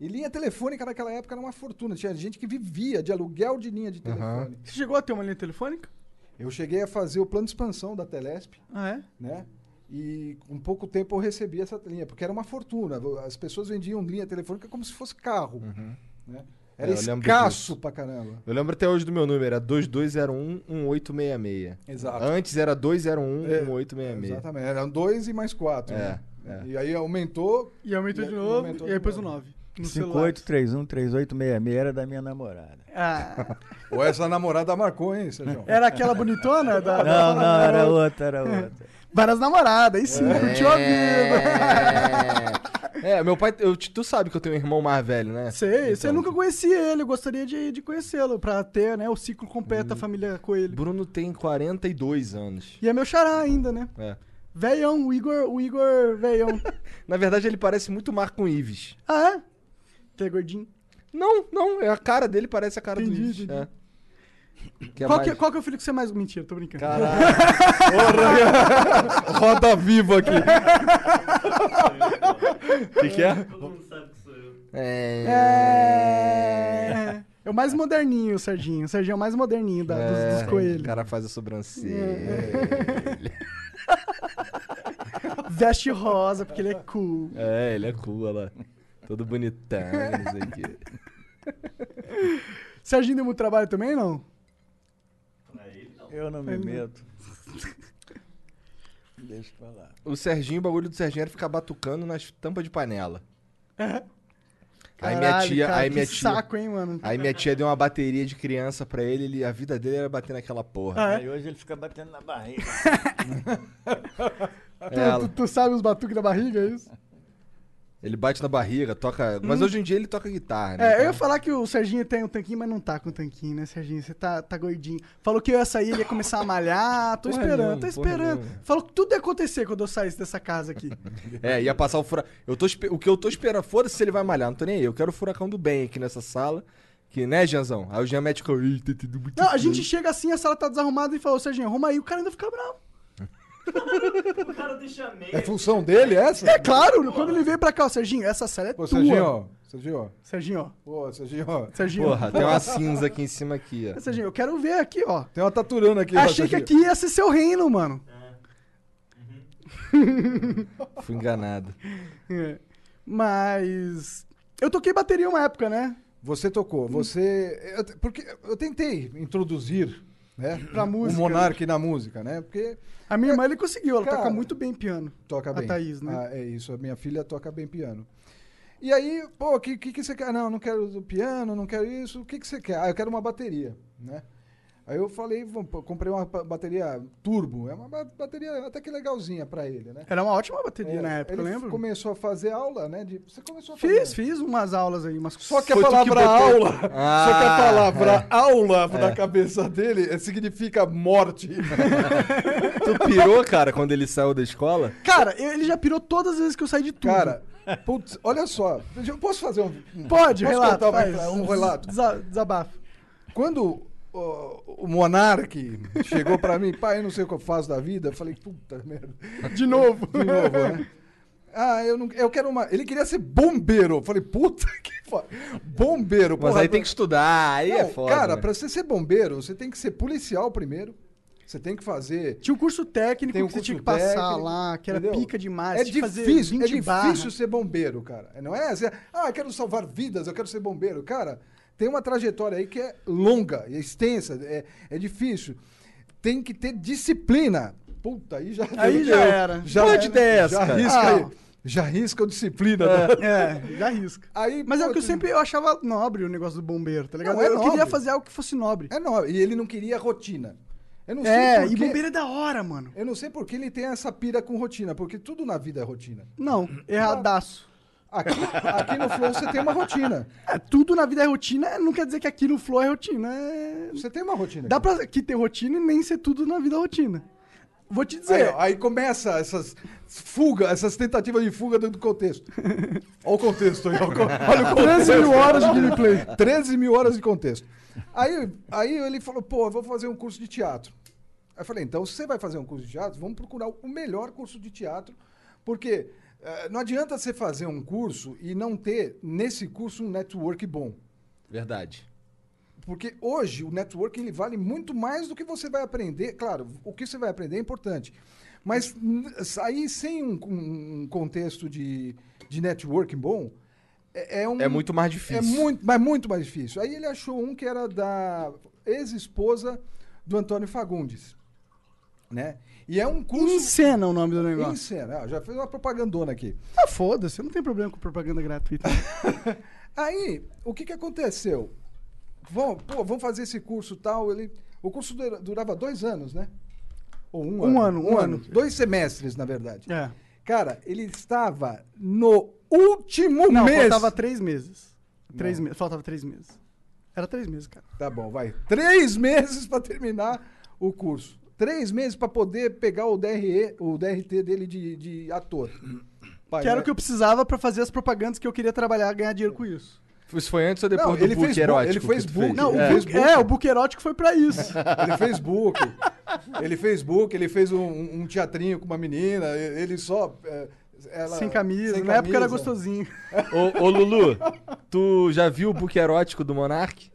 Speaker 3: E linha telefônica naquela época era uma fortuna. Tinha gente que vivia de aluguel de linha de telefone.
Speaker 2: Você chegou a ter uma linha telefônica?
Speaker 3: Eu cheguei a fazer o plano de expansão da Telesp
Speaker 2: Ah, é?
Speaker 3: né? E com pouco tempo eu recebi essa linha, porque era uma fortuna. As pessoas vendiam linha telefônica como se fosse carro. né? Era
Speaker 1: É, eu lembro
Speaker 3: escasso
Speaker 1: disso.
Speaker 3: pra caramba.
Speaker 1: Eu lembro até hoje do meu número, era 2201-1866.
Speaker 3: Exato.
Speaker 1: Antes era 201
Speaker 3: É,
Speaker 1: 1866.
Speaker 3: Exatamente. Eram dois e mais quatro.
Speaker 1: É,
Speaker 3: né?
Speaker 1: é.
Speaker 3: E aí aumentou.
Speaker 2: E aumentou
Speaker 3: E
Speaker 2: de
Speaker 3: aí,
Speaker 2: novo,
Speaker 3: aumentou
Speaker 2: e aí
Speaker 3: de
Speaker 2: pôs o
Speaker 3: novo.
Speaker 2: 9. No celular.
Speaker 4: 5831-3866 era da minha namorada.
Speaker 2: Ah,
Speaker 3: Ou essa namorada marcou, hein, Sérgio?
Speaker 2: era aquela bonitona? Da,
Speaker 4: Não, não, era outra, era outra.
Speaker 2: Várias namoradas, aí sim, curtiu a vida.
Speaker 1: É, é, meu pai, eu- tu sabe que eu tenho um irmão mais velho, né?
Speaker 2: Sei, você
Speaker 1: Então,
Speaker 2: nunca conheci ele, eu gostaria de, de conhecê-lo, pra ter né, o ciclo completo
Speaker 1: Uhum.
Speaker 2: da família Coelho.
Speaker 1: Bruno tem 42 anos.
Speaker 2: E é meu xará ainda, né?
Speaker 1: É.
Speaker 2: Veião, o Igor, o Igor Veião.
Speaker 1: Na verdade, ele parece muito Marco Ives.
Speaker 2: ah, é? Que é gordinho.
Speaker 1: Não, não, é a cara dele parece a cara
Speaker 2: Entendi,
Speaker 1: do Ives.
Speaker 2: entendi.
Speaker 1: É. Quer
Speaker 2: Qual
Speaker 1: mais?
Speaker 2: que, qual que é o filho que você mais... Mentira, tô brincando.
Speaker 1: Caralho. Ô, Ryan, Roda viva aqui. O que, que é?
Speaker 6: Todo mundo sabe que sou eu.
Speaker 2: É... é o mais moderninho, o Serginho. O Serginho é o mais moderninho da- dos, dos
Speaker 1: é, O
Speaker 2: coelhos. É,
Speaker 1: cara faz a sobrancelha.
Speaker 2: Veste rosa, porque ele é cool.
Speaker 1: É, ele é cool, olha lá. Todo bonitão, não sei o quê.
Speaker 2: Serginho deu muito trabalho também, não?
Speaker 6: Pra ele, não.
Speaker 4: Eu não me
Speaker 2: Ele não-
Speaker 4: meto. Deixa pra lá.
Speaker 1: O Serginho, o bagulho do Serginho era ficar batucando nas tampas de panela. Aí minha
Speaker 2: É. Caralho,
Speaker 1: tia,
Speaker 2: cara,
Speaker 1: aí minha
Speaker 2: que
Speaker 1: tia,
Speaker 2: saco, hein, mano?
Speaker 1: aí minha tia deu uma bateria de criança pra ele, ele a vida dele era bater naquela porra.
Speaker 2: Ah, é?
Speaker 4: Aí hoje ele fica batendo na barriga.
Speaker 2: Tu,
Speaker 1: Ela-
Speaker 2: tu- tu sabe os batuques da barriga, é isso?
Speaker 1: ele bate na barriga, toca,
Speaker 3: Hum.
Speaker 1: mas hoje em dia ele toca guitarra, né?
Speaker 2: É, eu ia
Speaker 1: Então-
Speaker 2: falar que o Serginho tem um tanquinho, mas não tá com tanquinho, né, Serginho? Você tá, tá gordinho. Falou que eu ia sair, ele ia começar a malhar. Tô
Speaker 1: Porra
Speaker 2: esperando,
Speaker 1: nenhuma,
Speaker 2: tô
Speaker 1: porra
Speaker 2: esperando.
Speaker 1: nenhuma.
Speaker 2: Falou que tudo ia acontecer quando eu saísse dessa casa aqui.
Speaker 1: É, ia passar o furacão. Eu tô, espe- o que eu tô esperando, foda-se se ele vai malhar, não tô nem aí. Eu quero o furacão do bem aqui nessa sala. Que, né, Janzão? Aí o Jean mete com. Eita, tudo muito
Speaker 2: Não, a
Speaker 1: feio.
Speaker 2: gente chega assim, a sala tá desarrumada e falou, Serginho, arruma aí, o cara ainda fica bravo.
Speaker 6: O cara deixa meia.
Speaker 3: É função dele essa?
Speaker 2: É claro, quando ele veio pra cá, ó, Serginho, essa sala é
Speaker 3: Pô,
Speaker 2: tua.
Speaker 3: Serginho, Serginho,
Speaker 2: Serginho,
Speaker 3: Pô, Serginho, ó.
Speaker 2: Serginho.
Speaker 1: Porra, tem uma cinza aqui em cima aqui, ó.
Speaker 2: Serginho, eu quero ver aqui, ó.
Speaker 3: Tem uma taturana aqui. ó,
Speaker 2: Achei que
Speaker 3: Serginho.
Speaker 2: aqui ia ser seu reino, mano.
Speaker 1: Fui enganado.
Speaker 2: É. Mas. Eu toquei bateria uma época, né?
Speaker 3: Você tocou, você... eu- porque eu tentei introduzir, né?
Speaker 2: Pra música.
Speaker 3: O Monark na música, né? Porque
Speaker 2: A minha irmã ele conseguiu, ela
Speaker 3: Cara.
Speaker 2: toca muito bem piano.
Speaker 3: toca
Speaker 2: A
Speaker 3: bem.
Speaker 2: Thaís, né?
Speaker 3: Ah, é isso, a minha filha toca bem piano. E aí, pô, o que, que, que você quer? Não, não quero do piano, não quero isso. O que, que você quer? Ah, eu quero uma bateria, né? Aí eu falei, vou- pô, comprei uma ba- bateria turbo. É uma ba- bateria até que legalzinha pra ele, né?
Speaker 2: Era uma ótima bateria
Speaker 3: É,
Speaker 2: na época, eu
Speaker 3: ele
Speaker 2: lembro.
Speaker 3: começou a fazer aula, né? de- você começou a fazer.
Speaker 2: Fiz, fiz umas aulas aí, umas
Speaker 3: Só que a
Speaker 1: Foi tu que
Speaker 3: palavra
Speaker 1: botou-
Speaker 3: aula, só que a
Speaker 1: Ah,
Speaker 3: palavra
Speaker 2: é.
Speaker 3: aula na cabeça dele eh, significa morte.
Speaker 1: Tu Ah, pirou, cara, quando ele saiu da escola?
Speaker 2: Cara, eu- ele já pirou todas as vezes que eu saí de tudo.
Speaker 3: Cara, putz, olha só. Eu posso fazer um.
Speaker 2: pode,
Speaker 3: posso
Speaker 2: relato.
Speaker 3: contar uma-
Speaker 2: faz.
Speaker 3: um relato?
Speaker 2: Desa- desabafo.
Speaker 3: Quando ó, o Monark chegou pra mim, pai, eu não sei o que eu faço da vida, eu falei, puta merda.
Speaker 2: De novo.
Speaker 3: De novo, né? Ah, eu, não, eu quero uma. Ele queria ser bombeiro. Eu falei, puta que fa... Bombeiro,
Speaker 1: Mas
Speaker 3: porra,
Speaker 1: aí tem que estudar, aí é
Speaker 3: Não,
Speaker 1: foda.
Speaker 3: Cara,
Speaker 1: né?
Speaker 3: pra você ser bombeiro, você tem que ser policial primeiro. Você tem que fazer.
Speaker 2: Tinha um curso técnico
Speaker 3: Tem um
Speaker 2: que você tinha que
Speaker 3: curso
Speaker 2: passar
Speaker 3: técnico,
Speaker 2: lá, que era
Speaker 3: entendeu?
Speaker 2: pica demais.
Speaker 3: É
Speaker 2: Ah, tinha que fazer
Speaker 3: difícil, é
Speaker 2: 20 barra.
Speaker 3: difícil ser bombeiro, cara. Não é? Você, ah, eu quero salvar vidas, eu quero ser bombeiro. Cara, tem uma trajetória aí que é longa, é extensa, é, é difícil. Tem que ter disciplina. Puta, aí já.
Speaker 2: Aí já é. era.
Speaker 3: Já é, né?
Speaker 1: Pode ter essa,
Speaker 3: Já
Speaker 1: cara.
Speaker 3: risca
Speaker 2: Ah.
Speaker 3: aí. Já risca o disciplina. né?
Speaker 2: É, já risca.
Speaker 3: Aí,
Speaker 2: Mas é o que eu
Speaker 3: pô,
Speaker 2: sempre eu achava nobre o negócio do bombeiro, tá ligado?
Speaker 3: Não, é
Speaker 2: eu queria
Speaker 3: nobre.
Speaker 2: fazer algo que fosse nobre.
Speaker 3: É não, e ele não queria rotina. Eu não
Speaker 2: É,
Speaker 3: sei
Speaker 2: e
Speaker 3: por quê.
Speaker 2: bombeiro é da hora, mano.
Speaker 3: Eu não sei por que ele tem essa pira com rotina, porque tudo na vida é rotina.
Speaker 2: Não, erradaço.
Speaker 3: Aqui, aqui no Flow você tem uma rotina.
Speaker 2: É, tudo na vida é rotina, não quer dizer que aqui no Flow é rotina. É...
Speaker 3: Você tem uma rotina.
Speaker 2: Dá
Speaker 3: aqui.
Speaker 2: pra aqui ter rotina e nem ser tudo na vida rotina. Vou te dizer,
Speaker 3: Aí, ó, aí começa essas fugas, essas tentativas de fuga dentro do contexto. Olha o contexto aí. ó, Olha o contexto.
Speaker 2: 13 mil horas de gameplay.
Speaker 3: 13 mil horas de contexto. Aí, aí ele falou, pô, eu vou fazer um curso de teatro. Aí eu falei, então, se você vai fazer um curso de teatro, vamos procurar o melhor curso de teatro, porque eh, não adianta você fazer um curso e não ter, nesse curso, um network bom.
Speaker 1: Verdade.
Speaker 3: Porque hoje o networking ele vale muito mais do que você vai aprender. Claro, o que você vai aprender é importante. Mas n- sair sem um, um contexto de, de networking bom é, um.
Speaker 1: É muito mais difícil.
Speaker 3: É muito, mas muito mais difícil. Aí ele achou um que era da ex-esposa do Antônio Fagundes. Né? E é um curso.
Speaker 2: Encena o nome do negócio.
Speaker 3: Insano. Ah, já fez uma propagandona aqui.
Speaker 2: Ah, foda-se, eu não tenho problema com propaganda gratuita.
Speaker 3: Aí, o que, que aconteceu? Vão, pô, vamos fazer esse curso tal. Ele, o curso dura- durava dois anos, né? Ou um,
Speaker 2: Um ano,
Speaker 3: ano.
Speaker 2: um ano.
Speaker 3: Dois semestres, na verdade.
Speaker 2: É.
Speaker 3: Cara, ele estava no último
Speaker 2: Não,
Speaker 3: mês.
Speaker 2: faltava três meses. Três
Speaker 3: Não.
Speaker 2: meses. Faltava três meses. Era três meses, cara.
Speaker 3: Tá bom, vai. Três meses para terminar o curso. Três meses para poder pegar o DRE, o DRT dele de, de ator. Pai,
Speaker 2: que era
Speaker 3: né?
Speaker 2: o que eu precisava pra fazer as propagandas que eu queria trabalhar, ganhar dinheiro com isso.
Speaker 1: Isso foi antes ou depois
Speaker 3: Não,
Speaker 1: do
Speaker 3: ele
Speaker 1: book
Speaker 3: fez bu-
Speaker 1: erótico?
Speaker 3: ele
Speaker 1: que
Speaker 3: fez
Speaker 1: tu
Speaker 3: book.
Speaker 2: Não,
Speaker 3: É.
Speaker 2: o book, é, o book erótico foi pra isso.
Speaker 3: Ele fez book, ele fez book, ele fez um, um teatrinho com uma menina, e- ele só. é, ela-
Speaker 2: sem camisa.
Speaker 3: sem
Speaker 2: Na época era
Speaker 3: camisa.
Speaker 2: gostosinho.
Speaker 1: Ô, ô, Lulu, tu já viu o book erótico do Monark?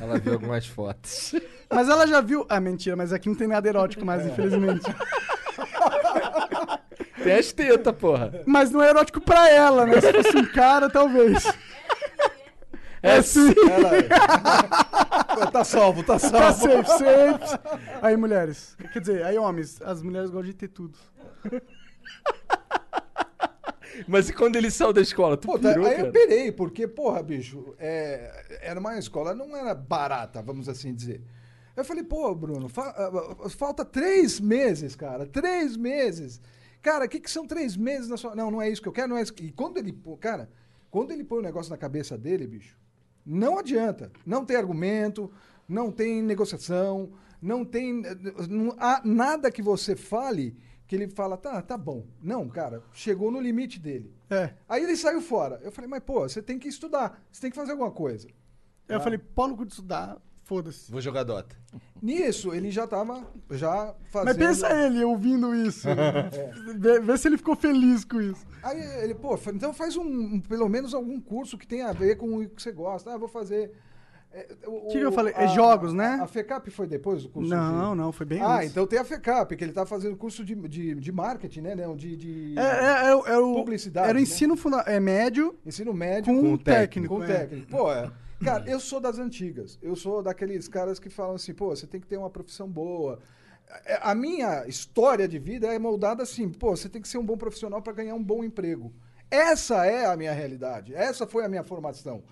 Speaker 1: Ela viu algumas fotos.
Speaker 2: Mas ela já viu. Ah, mentira, mas aqui não tem nada erótico mais, infelizmente.
Speaker 1: Tem é as tetas, porra.
Speaker 2: Mas não é erótico pra ela, né? Se fosse um cara, talvez.
Speaker 1: É sim.
Speaker 3: Ela- tá salvo, tá
Speaker 2: Tá
Speaker 3: salvo.
Speaker 2: safe, safe. Aí, mulheres. Quer dizer, aí, homens. As mulheres gostam de ter tudo.
Speaker 1: Mas e quando ele saiu da escola? Tu
Speaker 3: Pô, tá-
Speaker 1: pirou,
Speaker 3: aí
Speaker 1: cara?
Speaker 3: eu pirei, porque, porra, bicho, é, era uma escola, não era barata, vamos assim dizer. Eu falei, pô, Bruno, fa- ah, ah, falta três meses, cara, três meses. Cara, o que, que são três meses na sua. Não, não é isso que eu quero, não é isso. que- E quando ele. pô- Cara, quando ele põe o negócio na cabeça dele, bicho, não adianta. Não tem argumento, não tem negociação, não tem. Não há nada que você fale que ele fala, tá, tá bom. Não, cara, chegou no limite dele.
Speaker 2: É.
Speaker 3: Aí ele saiu fora. Eu falei, mas pô, você tem que estudar, você tem que fazer alguma coisa.
Speaker 2: Aí eu falei, pau no cu de estudar. Foda-se.
Speaker 1: Vou jogar Dota.
Speaker 3: Nisso, ele já tava já
Speaker 2: Mas
Speaker 3: Tá fazendo...
Speaker 2: pensa ele ouvindo isso. vê, vê se ele ficou feliz com isso.
Speaker 3: Aí ele, pô, fa- então faz um, um- pelo menos algum curso que tenha a ver com o que você gosta. Ah, vou fazer. É, O
Speaker 2: Que que eu falei? É jogos, né?
Speaker 3: A FECAP foi depois do curso?
Speaker 2: Não,
Speaker 3: de...
Speaker 2: não, foi bem
Speaker 3: Ah,
Speaker 2: antes.
Speaker 3: então tem a FECAP, que ele tá fazendo curso de, de, de marketing, né? Não, de, de
Speaker 2: É, é- é o- é o,
Speaker 3: Publicidade,
Speaker 2: era o
Speaker 3: né?
Speaker 2: ensino funda- é, médio
Speaker 3: ensino médio
Speaker 2: com,
Speaker 1: Com
Speaker 2: um técnico.
Speaker 1: técnico,
Speaker 3: com
Speaker 2: é. Uhum.
Speaker 3: técnico. Pô, é. Cara, eu sou das antigas. Eu sou daqueles caras que falam assim, pô, você tem que ter uma profissão boa. É, A minha história de vida é moldada assim, pô, você tem que ser um bom profissional para ganhar um bom emprego. Essa é a minha realidade. Essa foi a minha formação.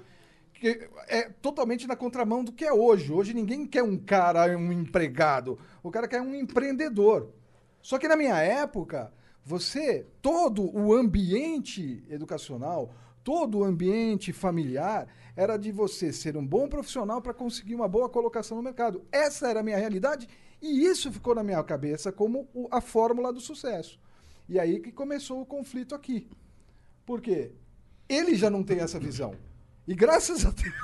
Speaker 3: Que é totalmente na contramão do que é hoje. Hoje ninguém quer um cara, um empregado. O cara quer um empreendedor. Só que na minha época, você, todo o ambiente educacional, todo o ambiente familiar, era de você ser um bom profissional para conseguir uma boa colocação no mercado. Essa era a minha realidade e isso ficou na minha cabeça como o- a fórmula do sucesso. E aí que começou o conflito aqui. Por quê? Ele já não tem essa visão. E graças a Deus.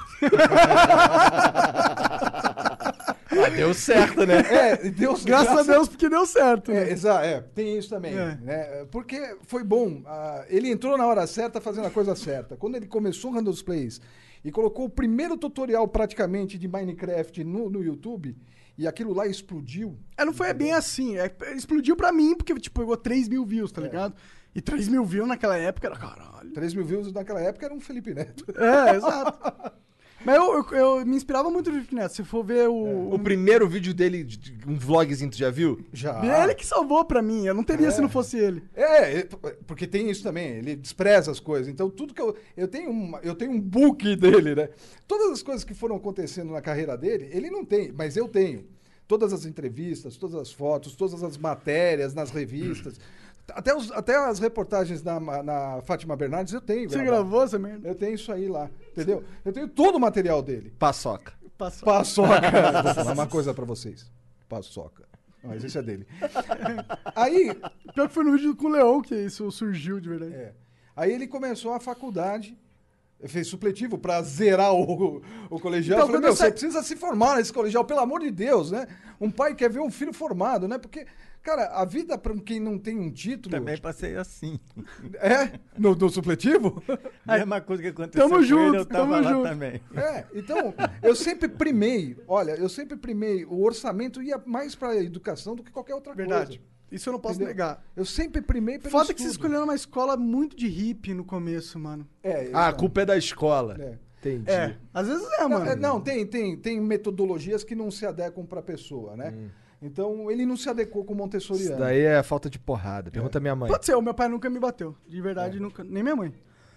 Speaker 1: Ah, deu certo, né?
Speaker 3: É, Deus,
Speaker 2: Graças a Deus, porque deu certo.
Speaker 3: É,
Speaker 2: né?
Speaker 3: exa- é, tem isso também.
Speaker 2: É.
Speaker 3: Né? Porque foi bom. ah, ele entrou na hora certa fazendo a coisa certa. Quando ele começou o Randall's Plays e colocou o primeiro tutorial praticamente de Minecraft no, no YouTube, e aquilo lá explodiu.
Speaker 2: É, não foi bem assim. é, explodiu pra mim, porque, tipo, pegou 3 mil views, tá ligado? E 3 mil views naquela época era caralho.
Speaker 3: 3 mil views naquela época era um Felipe Neto.
Speaker 2: É, exato. Mas eu, eu- eu me inspirava muito no Felipe Neto. Se for ver
Speaker 3: É.
Speaker 2: o.
Speaker 1: O primeiro vídeo dele, de- de- um vlogzinho, tu já viu?
Speaker 3: Já.
Speaker 2: Ele que salvou pra mim. Eu não teria se não fosse ele.
Speaker 3: É, é, porque tem isso também, ele despreza as coisas. Então, tudo que eu. Eu tenho, uma, eu tenho um book dele, né? Todas as coisas que foram acontecendo na carreira dele, ele não tem, mas eu tenho. Todas as entrevistas, todas as fotos, todas as matérias nas revistas,
Speaker 2: Hum.
Speaker 3: até, os- até as reportagens na, ma- na Fátima Bernardes eu tenho.
Speaker 2: Você
Speaker 3: gravado.
Speaker 2: gravou essa merda?
Speaker 3: Eu tenho isso aí lá, entendeu? Eu tenho todo o material dele.
Speaker 1: Paçoca.
Speaker 2: Passou.
Speaker 3: Paçoca. Vou falar uma coisa pra vocês. Paçoca. Mas isso é dele. Aí,
Speaker 2: Pior que foi no vídeo com o Leão que isso surgiu de verdade.
Speaker 3: É. Aí ele começou a faculdade, fez supletivo pra zerar o, o colegial.
Speaker 2: Então,
Speaker 3: eu falei,
Speaker 2: quando
Speaker 3: meu,
Speaker 2: eu sa-
Speaker 3: você precisa se formar nesse colegial, pelo amor de Deus, né? Um pai quer ver um filho formado, né? Porque, cara, a vida pra quem não tem um título...
Speaker 4: Também passei assim.
Speaker 3: É? No, no supletivo?
Speaker 4: Mesma coisa que aconteceu
Speaker 2: Tamo
Speaker 4: com
Speaker 2: junto,
Speaker 4: ele, eu tava
Speaker 2: tamo
Speaker 4: lá
Speaker 2: junto.
Speaker 4: também.
Speaker 3: É, então, eu sempre primei, olha, eu sempre primei, o orçamento ia mais pra educação do que qualquer outra
Speaker 2: Verdade.
Speaker 3: coisa.
Speaker 2: Isso eu não posso
Speaker 3: É, Entendeu?
Speaker 2: negar.
Speaker 3: Eu sempre primei pelo
Speaker 2: Foda que vocês
Speaker 3: estudo.
Speaker 2: escolheram uma escola muito de hippie no começo, mano.
Speaker 3: É,
Speaker 1: Ah, a
Speaker 3: então,
Speaker 1: culpa é da escola.
Speaker 3: é.
Speaker 1: Entendi.
Speaker 2: É. Às vezes é,
Speaker 3: Não,
Speaker 2: mano.
Speaker 3: é, não, tem, tem, tem metodologias que não se adequam para a pessoa, né? Então, ele não se adequou com o
Speaker 1: Isso
Speaker 3: Montessoriano.
Speaker 1: daí é falta de porrada. Pergunta à minha mãe.
Speaker 2: Pode ser, o meu pai nunca me bateu. De verdade, nunca. Nem minha mãe.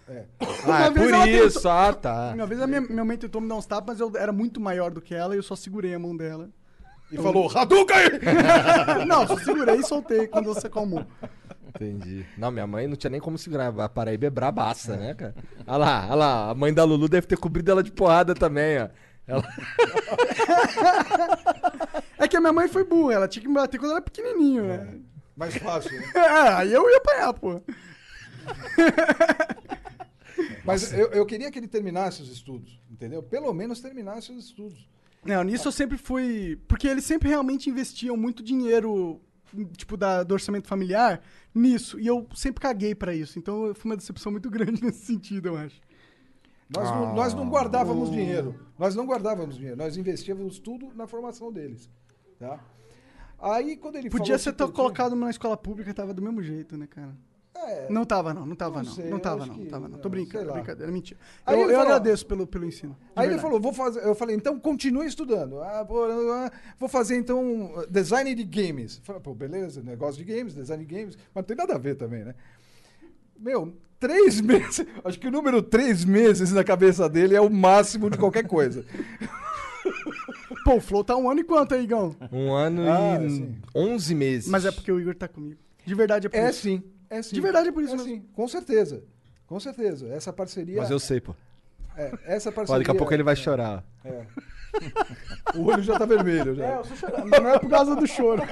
Speaker 3: É.
Speaker 1: Ah,
Speaker 2: Uma
Speaker 1: é
Speaker 2: vez
Speaker 1: por
Speaker 2: ela tentou-
Speaker 1: isso. Ah, tá.
Speaker 2: Uma vez a minha, minha mãe tentou me dar uns tapas, mas eu era muito maior do que ela e eu só segurei a mão dela.
Speaker 3: E falou, Hadouken!
Speaker 2: não, só segurei e soltei quando você acalmou.
Speaker 1: Entendi. Não, minha mãe não tinha nem como segurar. A Paraíba é brabaça, né, cara? Olha lá, olha lá. A mãe da Lulu deve ter cobrido ela de porrada também, ó. Ela...
Speaker 2: É que a minha mãe foi burra, ela tinha que me bater quando eu era pequenininho,
Speaker 3: É.
Speaker 2: né?
Speaker 3: Mais fácil. né?
Speaker 2: É, aí eu ia apanhar, pô.
Speaker 3: Mas eu, eu queria que ele terminasse os estudos, entendeu? Pelo menos terminasse os estudos.
Speaker 2: Não, nisso eu sempre fui. Porque eles sempre realmente investiam muito dinheiro, tipo, da, do orçamento familiar nisso. E eu sempre caguei pra isso. Então eu fui uma decepção muito grande nesse sentido, eu acho.
Speaker 3: Nós, não, nós não guardávamos dinheiro. Nós não guardávamos dinheiro. Nós investíamos tudo na formação deles. Tá? Aí, quando ele
Speaker 2: Podia
Speaker 3: falou né?
Speaker 2: ser
Speaker 3: supletivo-
Speaker 2: to- colocado numa escola pública, tava do mesmo jeito, né, cara?
Speaker 3: É,
Speaker 2: Não tava, não, não tava,
Speaker 3: Não
Speaker 2: não.
Speaker 3: sei,
Speaker 2: não
Speaker 3: eu
Speaker 2: tava,
Speaker 3: acho
Speaker 2: não,
Speaker 3: que-
Speaker 2: não tava, não.
Speaker 3: não,
Speaker 2: Tô brincando,
Speaker 3: sei lá.
Speaker 2: brincadeira, mentira.
Speaker 3: Aí
Speaker 2: eu
Speaker 3: ele
Speaker 2: eu
Speaker 3: falou-
Speaker 2: agradeço pelo, pelo ensino. de
Speaker 3: Aí ele
Speaker 2: verdade.
Speaker 3: falou, vou fazer. Eu falei, então continue estudando. Ah, pô, ah, vou fazer então design de games. Eu Falei, pô, beleza, negócio de games, design de games, mas não tem nada a ver também, né? Meu, três meses. Acho que o número três meses na cabeça dele é o máximo de qualquer coisa.
Speaker 2: Pô, o Flow tá um ano e quanto aí, Igão?
Speaker 1: Um ano
Speaker 3: Ah,
Speaker 1: e
Speaker 3: sim.
Speaker 1: 11 meses.
Speaker 2: Mas é porque o Igor tá comigo. De verdade é por
Speaker 3: É
Speaker 2: isso.
Speaker 3: sim, é sim.
Speaker 2: De verdade é por isso
Speaker 3: É
Speaker 2: mesmo.
Speaker 3: sim, com certeza. Com certeza. Essa parceria.
Speaker 1: Mas eu sei, pô.
Speaker 3: é, essa parceria.
Speaker 1: Ó, daqui a pouco ele vai chorar. ó.
Speaker 3: é. O olho já tá vermelho. Já.
Speaker 2: É, eu sou chorando. Não é por causa do choro.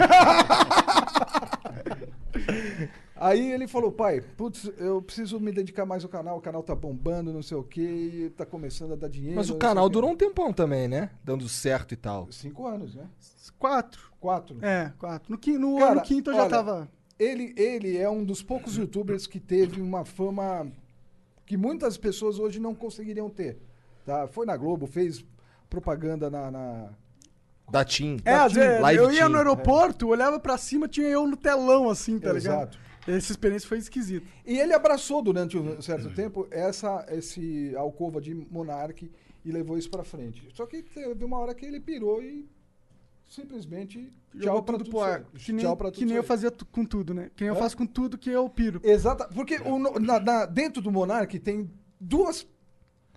Speaker 3: Aí ele falou, pai, putz, eu preciso me dedicar mais ao canal, o canal tá bombando, não sei o quê, e tá começando a dar dinheiro.
Speaker 1: Mas o
Speaker 3: não sei
Speaker 1: canal
Speaker 3: quê."
Speaker 1: durou um tempão também, né? Dando certo e tal.
Speaker 3: Cinco anos, né?
Speaker 2: Quatro.
Speaker 3: Quatro.
Speaker 2: É, quatro. No, qui- no
Speaker 3: Cara,
Speaker 2: ano quinto eu já
Speaker 3: olha,
Speaker 2: tava.
Speaker 3: Ele, ele é um dos poucos youtubers que teve uma fama que muitas pessoas hoje não conseguiriam ter. Tá? Foi na Globo, fez propaganda na. na-
Speaker 1: Da Tim.
Speaker 2: É, às vezes,
Speaker 1: Live
Speaker 2: eu ia
Speaker 1: Team.
Speaker 2: no aeroporto, olhava pra cima, tinha eu no telão, assim, tá ligado?
Speaker 3: Exato.
Speaker 2: Essa experiência foi esquisita.
Speaker 3: E ele abraçou durante um certo tempo essa esse alcova de monarque e levou isso pra frente. Só que teve uma hora que ele pirou e simplesmente
Speaker 2: Jogou
Speaker 3: tchau pra
Speaker 2: tudo
Speaker 3: tudo
Speaker 2: pro ar.
Speaker 3: isso aí.
Speaker 2: Que nem,
Speaker 3: Tchau pra
Speaker 2: que
Speaker 3: tudo
Speaker 2: nem
Speaker 3: isso
Speaker 2: eu
Speaker 3: aí.
Speaker 2: fazia tu- com tudo, né? Que nem eu
Speaker 3: Hã?
Speaker 2: faço com tudo que eu piro.
Speaker 3: Exata, porque o no- na- na- dentro do Monark tem duas,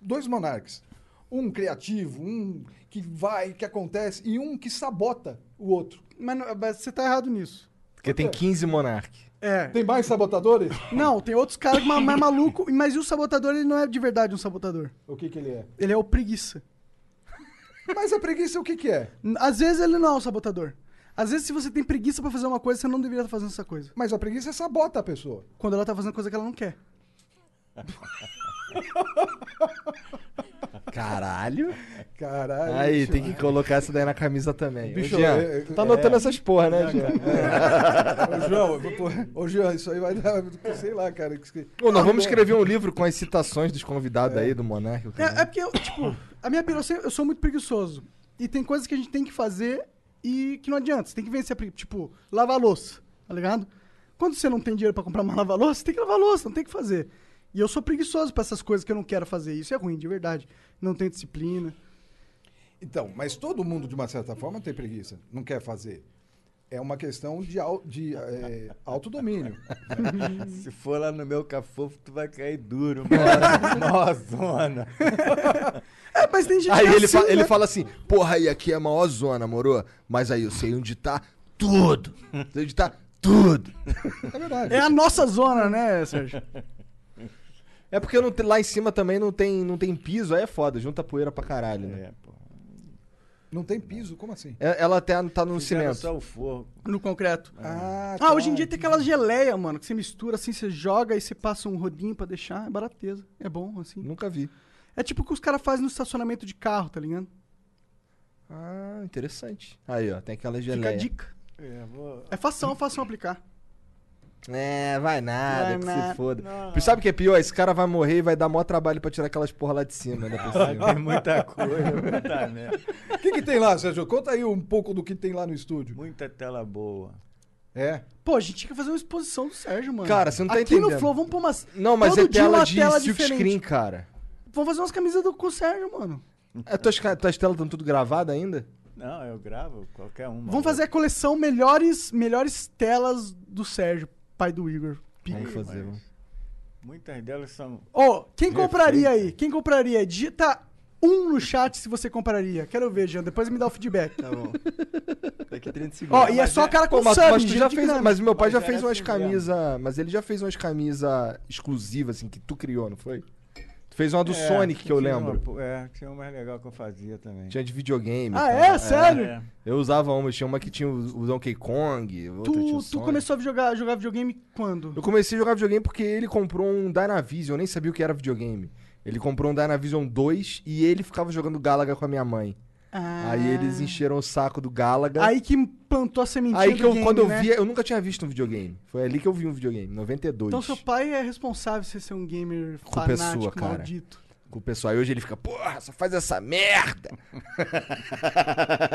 Speaker 3: dois monarques. Um criativo, um que vai, que acontece, e um que sabota o outro.
Speaker 2: Mas, não- mas você tá errado nisso.
Speaker 1: Porque tem 15 Monark.
Speaker 2: É.
Speaker 3: Tem mais sabotadores?
Speaker 2: Não, tem outros caras ma- mais maluco, mas e o sabotador, ele não é de verdade um sabotador.
Speaker 3: o que que ele é?
Speaker 2: Ele é o preguiça.
Speaker 3: Mas a preguiça o que que é?
Speaker 2: N- Às vezes ele não é um sabotador. Às vezes, se você tem preguiça pra fazer uma coisa, você não deveria estar fazendo essa coisa.
Speaker 3: Mas a preguiça é sabota a pessoa.
Speaker 2: Quando ela tá fazendo coisa que ela não quer.
Speaker 1: Caralho.
Speaker 3: Caralho.
Speaker 1: Aí, tem que colocar isso daí na camisa também.
Speaker 3: Bicho,
Speaker 1: Ô, Jean,
Speaker 3: é- é-
Speaker 1: tu tá anotando
Speaker 3: é.
Speaker 1: essas porra, né, Jean?
Speaker 3: Ô, João, eu vou pôr- ô, Jean, isso aí vai dar, sei lá, cara. que- Tá
Speaker 1: Ô, nós vamos escrever um livro com as citações dos convidados aí do Monark. o
Speaker 2: É, é
Speaker 1: cara.
Speaker 2: porque, eu, tipo, a minha pira, eu, sei- eu sou muito preguiçoso. E tem coisas que a gente tem que fazer e que não adianta. Você tem que vencer a preguiça. Tipo, lavar a louça, tá ligado? Quando você não tem dinheiro pra comprar uma lava louça, você tem que lavar a louça, não tem o que fazer. E eu sou preguiçoso pra essas coisas que eu não quero fazer. Isso é ruim, de verdade. Não tenho disciplina.
Speaker 3: Então, mas todo mundo, de uma certa forma, tem preguiça, não quer fazer. É uma questão de, au- de é, autodomínio.
Speaker 4: Se for lá no meu cafofo, tu vai cair duro, mó- mó zona.
Speaker 2: É, mas tem gente
Speaker 1: Aí
Speaker 2: que é
Speaker 1: ele,
Speaker 2: assim,
Speaker 1: fa- ele
Speaker 2: né?
Speaker 1: fala assim, porra, e aqui é a maior zona, moro? Mas aí eu sei onde tá tudo. Sei onde tá tudo.
Speaker 3: É verdade.
Speaker 2: É a nossa zona, né, Sérgio?
Speaker 1: É porque não tem- lá em cima também não tem, não tem piso, aí é foda, junta poeira pra caralho, né?
Speaker 4: É, pô.
Speaker 3: Não tem piso? Como assim?
Speaker 1: É- Ela até tá no
Speaker 4: Fizeram
Speaker 1: cimento.
Speaker 4: só o forro.
Speaker 2: No concreto.
Speaker 1: É.
Speaker 3: Ah,
Speaker 2: Ah, hoje em dia tem aquela geleia, mano, que você mistura assim, você joga e você passa um rodinho pra deixar. É barateza. É bom, assim.
Speaker 1: Nunca vi.
Speaker 2: É tipo o que os caras fazem no estacionamento de carro, tá ligado?
Speaker 1: Ah, interessante. Aí, ó, tem aquela
Speaker 2: Fica a
Speaker 1: geleia.
Speaker 2: dica.
Speaker 4: É, vou...
Speaker 2: É fação, fação aplicar.
Speaker 1: É, vai nada,
Speaker 2: Vai
Speaker 1: que
Speaker 2: nada.
Speaker 1: se foda. Sabe o que é pior? Esse cara vai morrer e vai dar maior trabalho pra tirar aquelas porra lá de cima, ainda por cima.
Speaker 4: Tem muita coisa, muita merda.
Speaker 3: O que, que tem lá, Sérgio? Conta aí um pouco do que tem lá no estúdio.
Speaker 4: Muita tela boa.
Speaker 3: É.
Speaker 2: Pô, a gente tinha que fazer uma exposição do Sérgio, mano.
Speaker 1: Cara, você não tá
Speaker 2: Aqui
Speaker 1: entendendo.
Speaker 2: no Flow, vamos pôr umas.
Speaker 1: Não, mas
Speaker 2: Todo
Speaker 1: é
Speaker 2: dia uma
Speaker 1: tela de
Speaker 2: tela diferente.
Speaker 1: silkscreen, cara.
Speaker 2: Vamos fazer umas camisas do, com o Sérgio, mano.
Speaker 1: É, tuas, ca- tuas telas estão tudo gravadas ainda?
Speaker 4: Não, eu gravo qualquer uma.
Speaker 2: Vamos fazer a coleção melhores, melhores telas do Sérgio, pai do Igor. Pica.
Speaker 1: Vamos fazer,
Speaker 4: mas-
Speaker 1: vamos.
Speaker 4: Muitas delas são.
Speaker 2: Ô, quem compraria aí? Quem compraria aí? Digita um no chat se você compraria. Quero ver, Jean. Depois me dá o feedback.
Speaker 5: Tá bom. Daqui 30 segundos.
Speaker 2: Ó, e é só cara com
Speaker 1: Pô, mas,
Speaker 2: sub,
Speaker 1: mas tu
Speaker 2: gente
Speaker 1: já
Speaker 2: de
Speaker 1: fez,
Speaker 2: grana.
Speaker 1: mas meu pai
Speaker 4: Mas
Speaker 1: já
Speaker 4: já
Speaker 1: fez
Speaker 4: era
Speaker 1: umas
Speaker 4: assim
Speaker 1: camisas, mas ele já fez umas camisas exclusivas assim que tu criou, não foi? Tu fez uma do
Speaker 4: É,
Speaker 1: Sonic que eu
Speaker 4: tinha
Speaker 1: lembro.
Speaker 4: uma- é, tinha uma mais legal que eu fazia também.
Speaker 1: Tinha de videogame. e
Speaker 2: Ah,
Speaker 1: tal.
Speaker 2: é? Sério?
Speaker 4: É,
Speaker 1: Eu usava uma, tinha uma que tinha o o Donkey Kong, outra tinha o
Speaker 2: Tu, tu
Speaker 1: Sonic.
Speaker 2: começou a jogar, jogar videogame quando?
Speaker 1: Eu comecei a jogar videogame porque ele comprou um Dynavision, eu nem sabia o que era videogame. Ele comprou um Dynavision 2 e ele ficava jogando Galaga com a minha mãe.
Speaker 2: Ah.
Speaker 1: Aí eles encheram o saco do Galaga.
Speaker 2: Aí que plantou a sementinha
Speaker 1: Aí que
Speaker 2: do
Speaker 1: eu,
Speaker 2: game,
Speaker 1: quando eu
Speaker 2: né?
Speaker 1: via, eu nunca tinha visto um videogame. Foi ali que eu vi um videogame, 92.
Speaker 2: Então seu pai é responsável por você ser um gamer
Speaker 1: Culpa é
Speaker 2: fanático,
Speaker 1: sua, cara.
Speaker 2: maldito.
Speaker 1: Com o pessoal. E hoje ele fica, porra, só faz essa merda.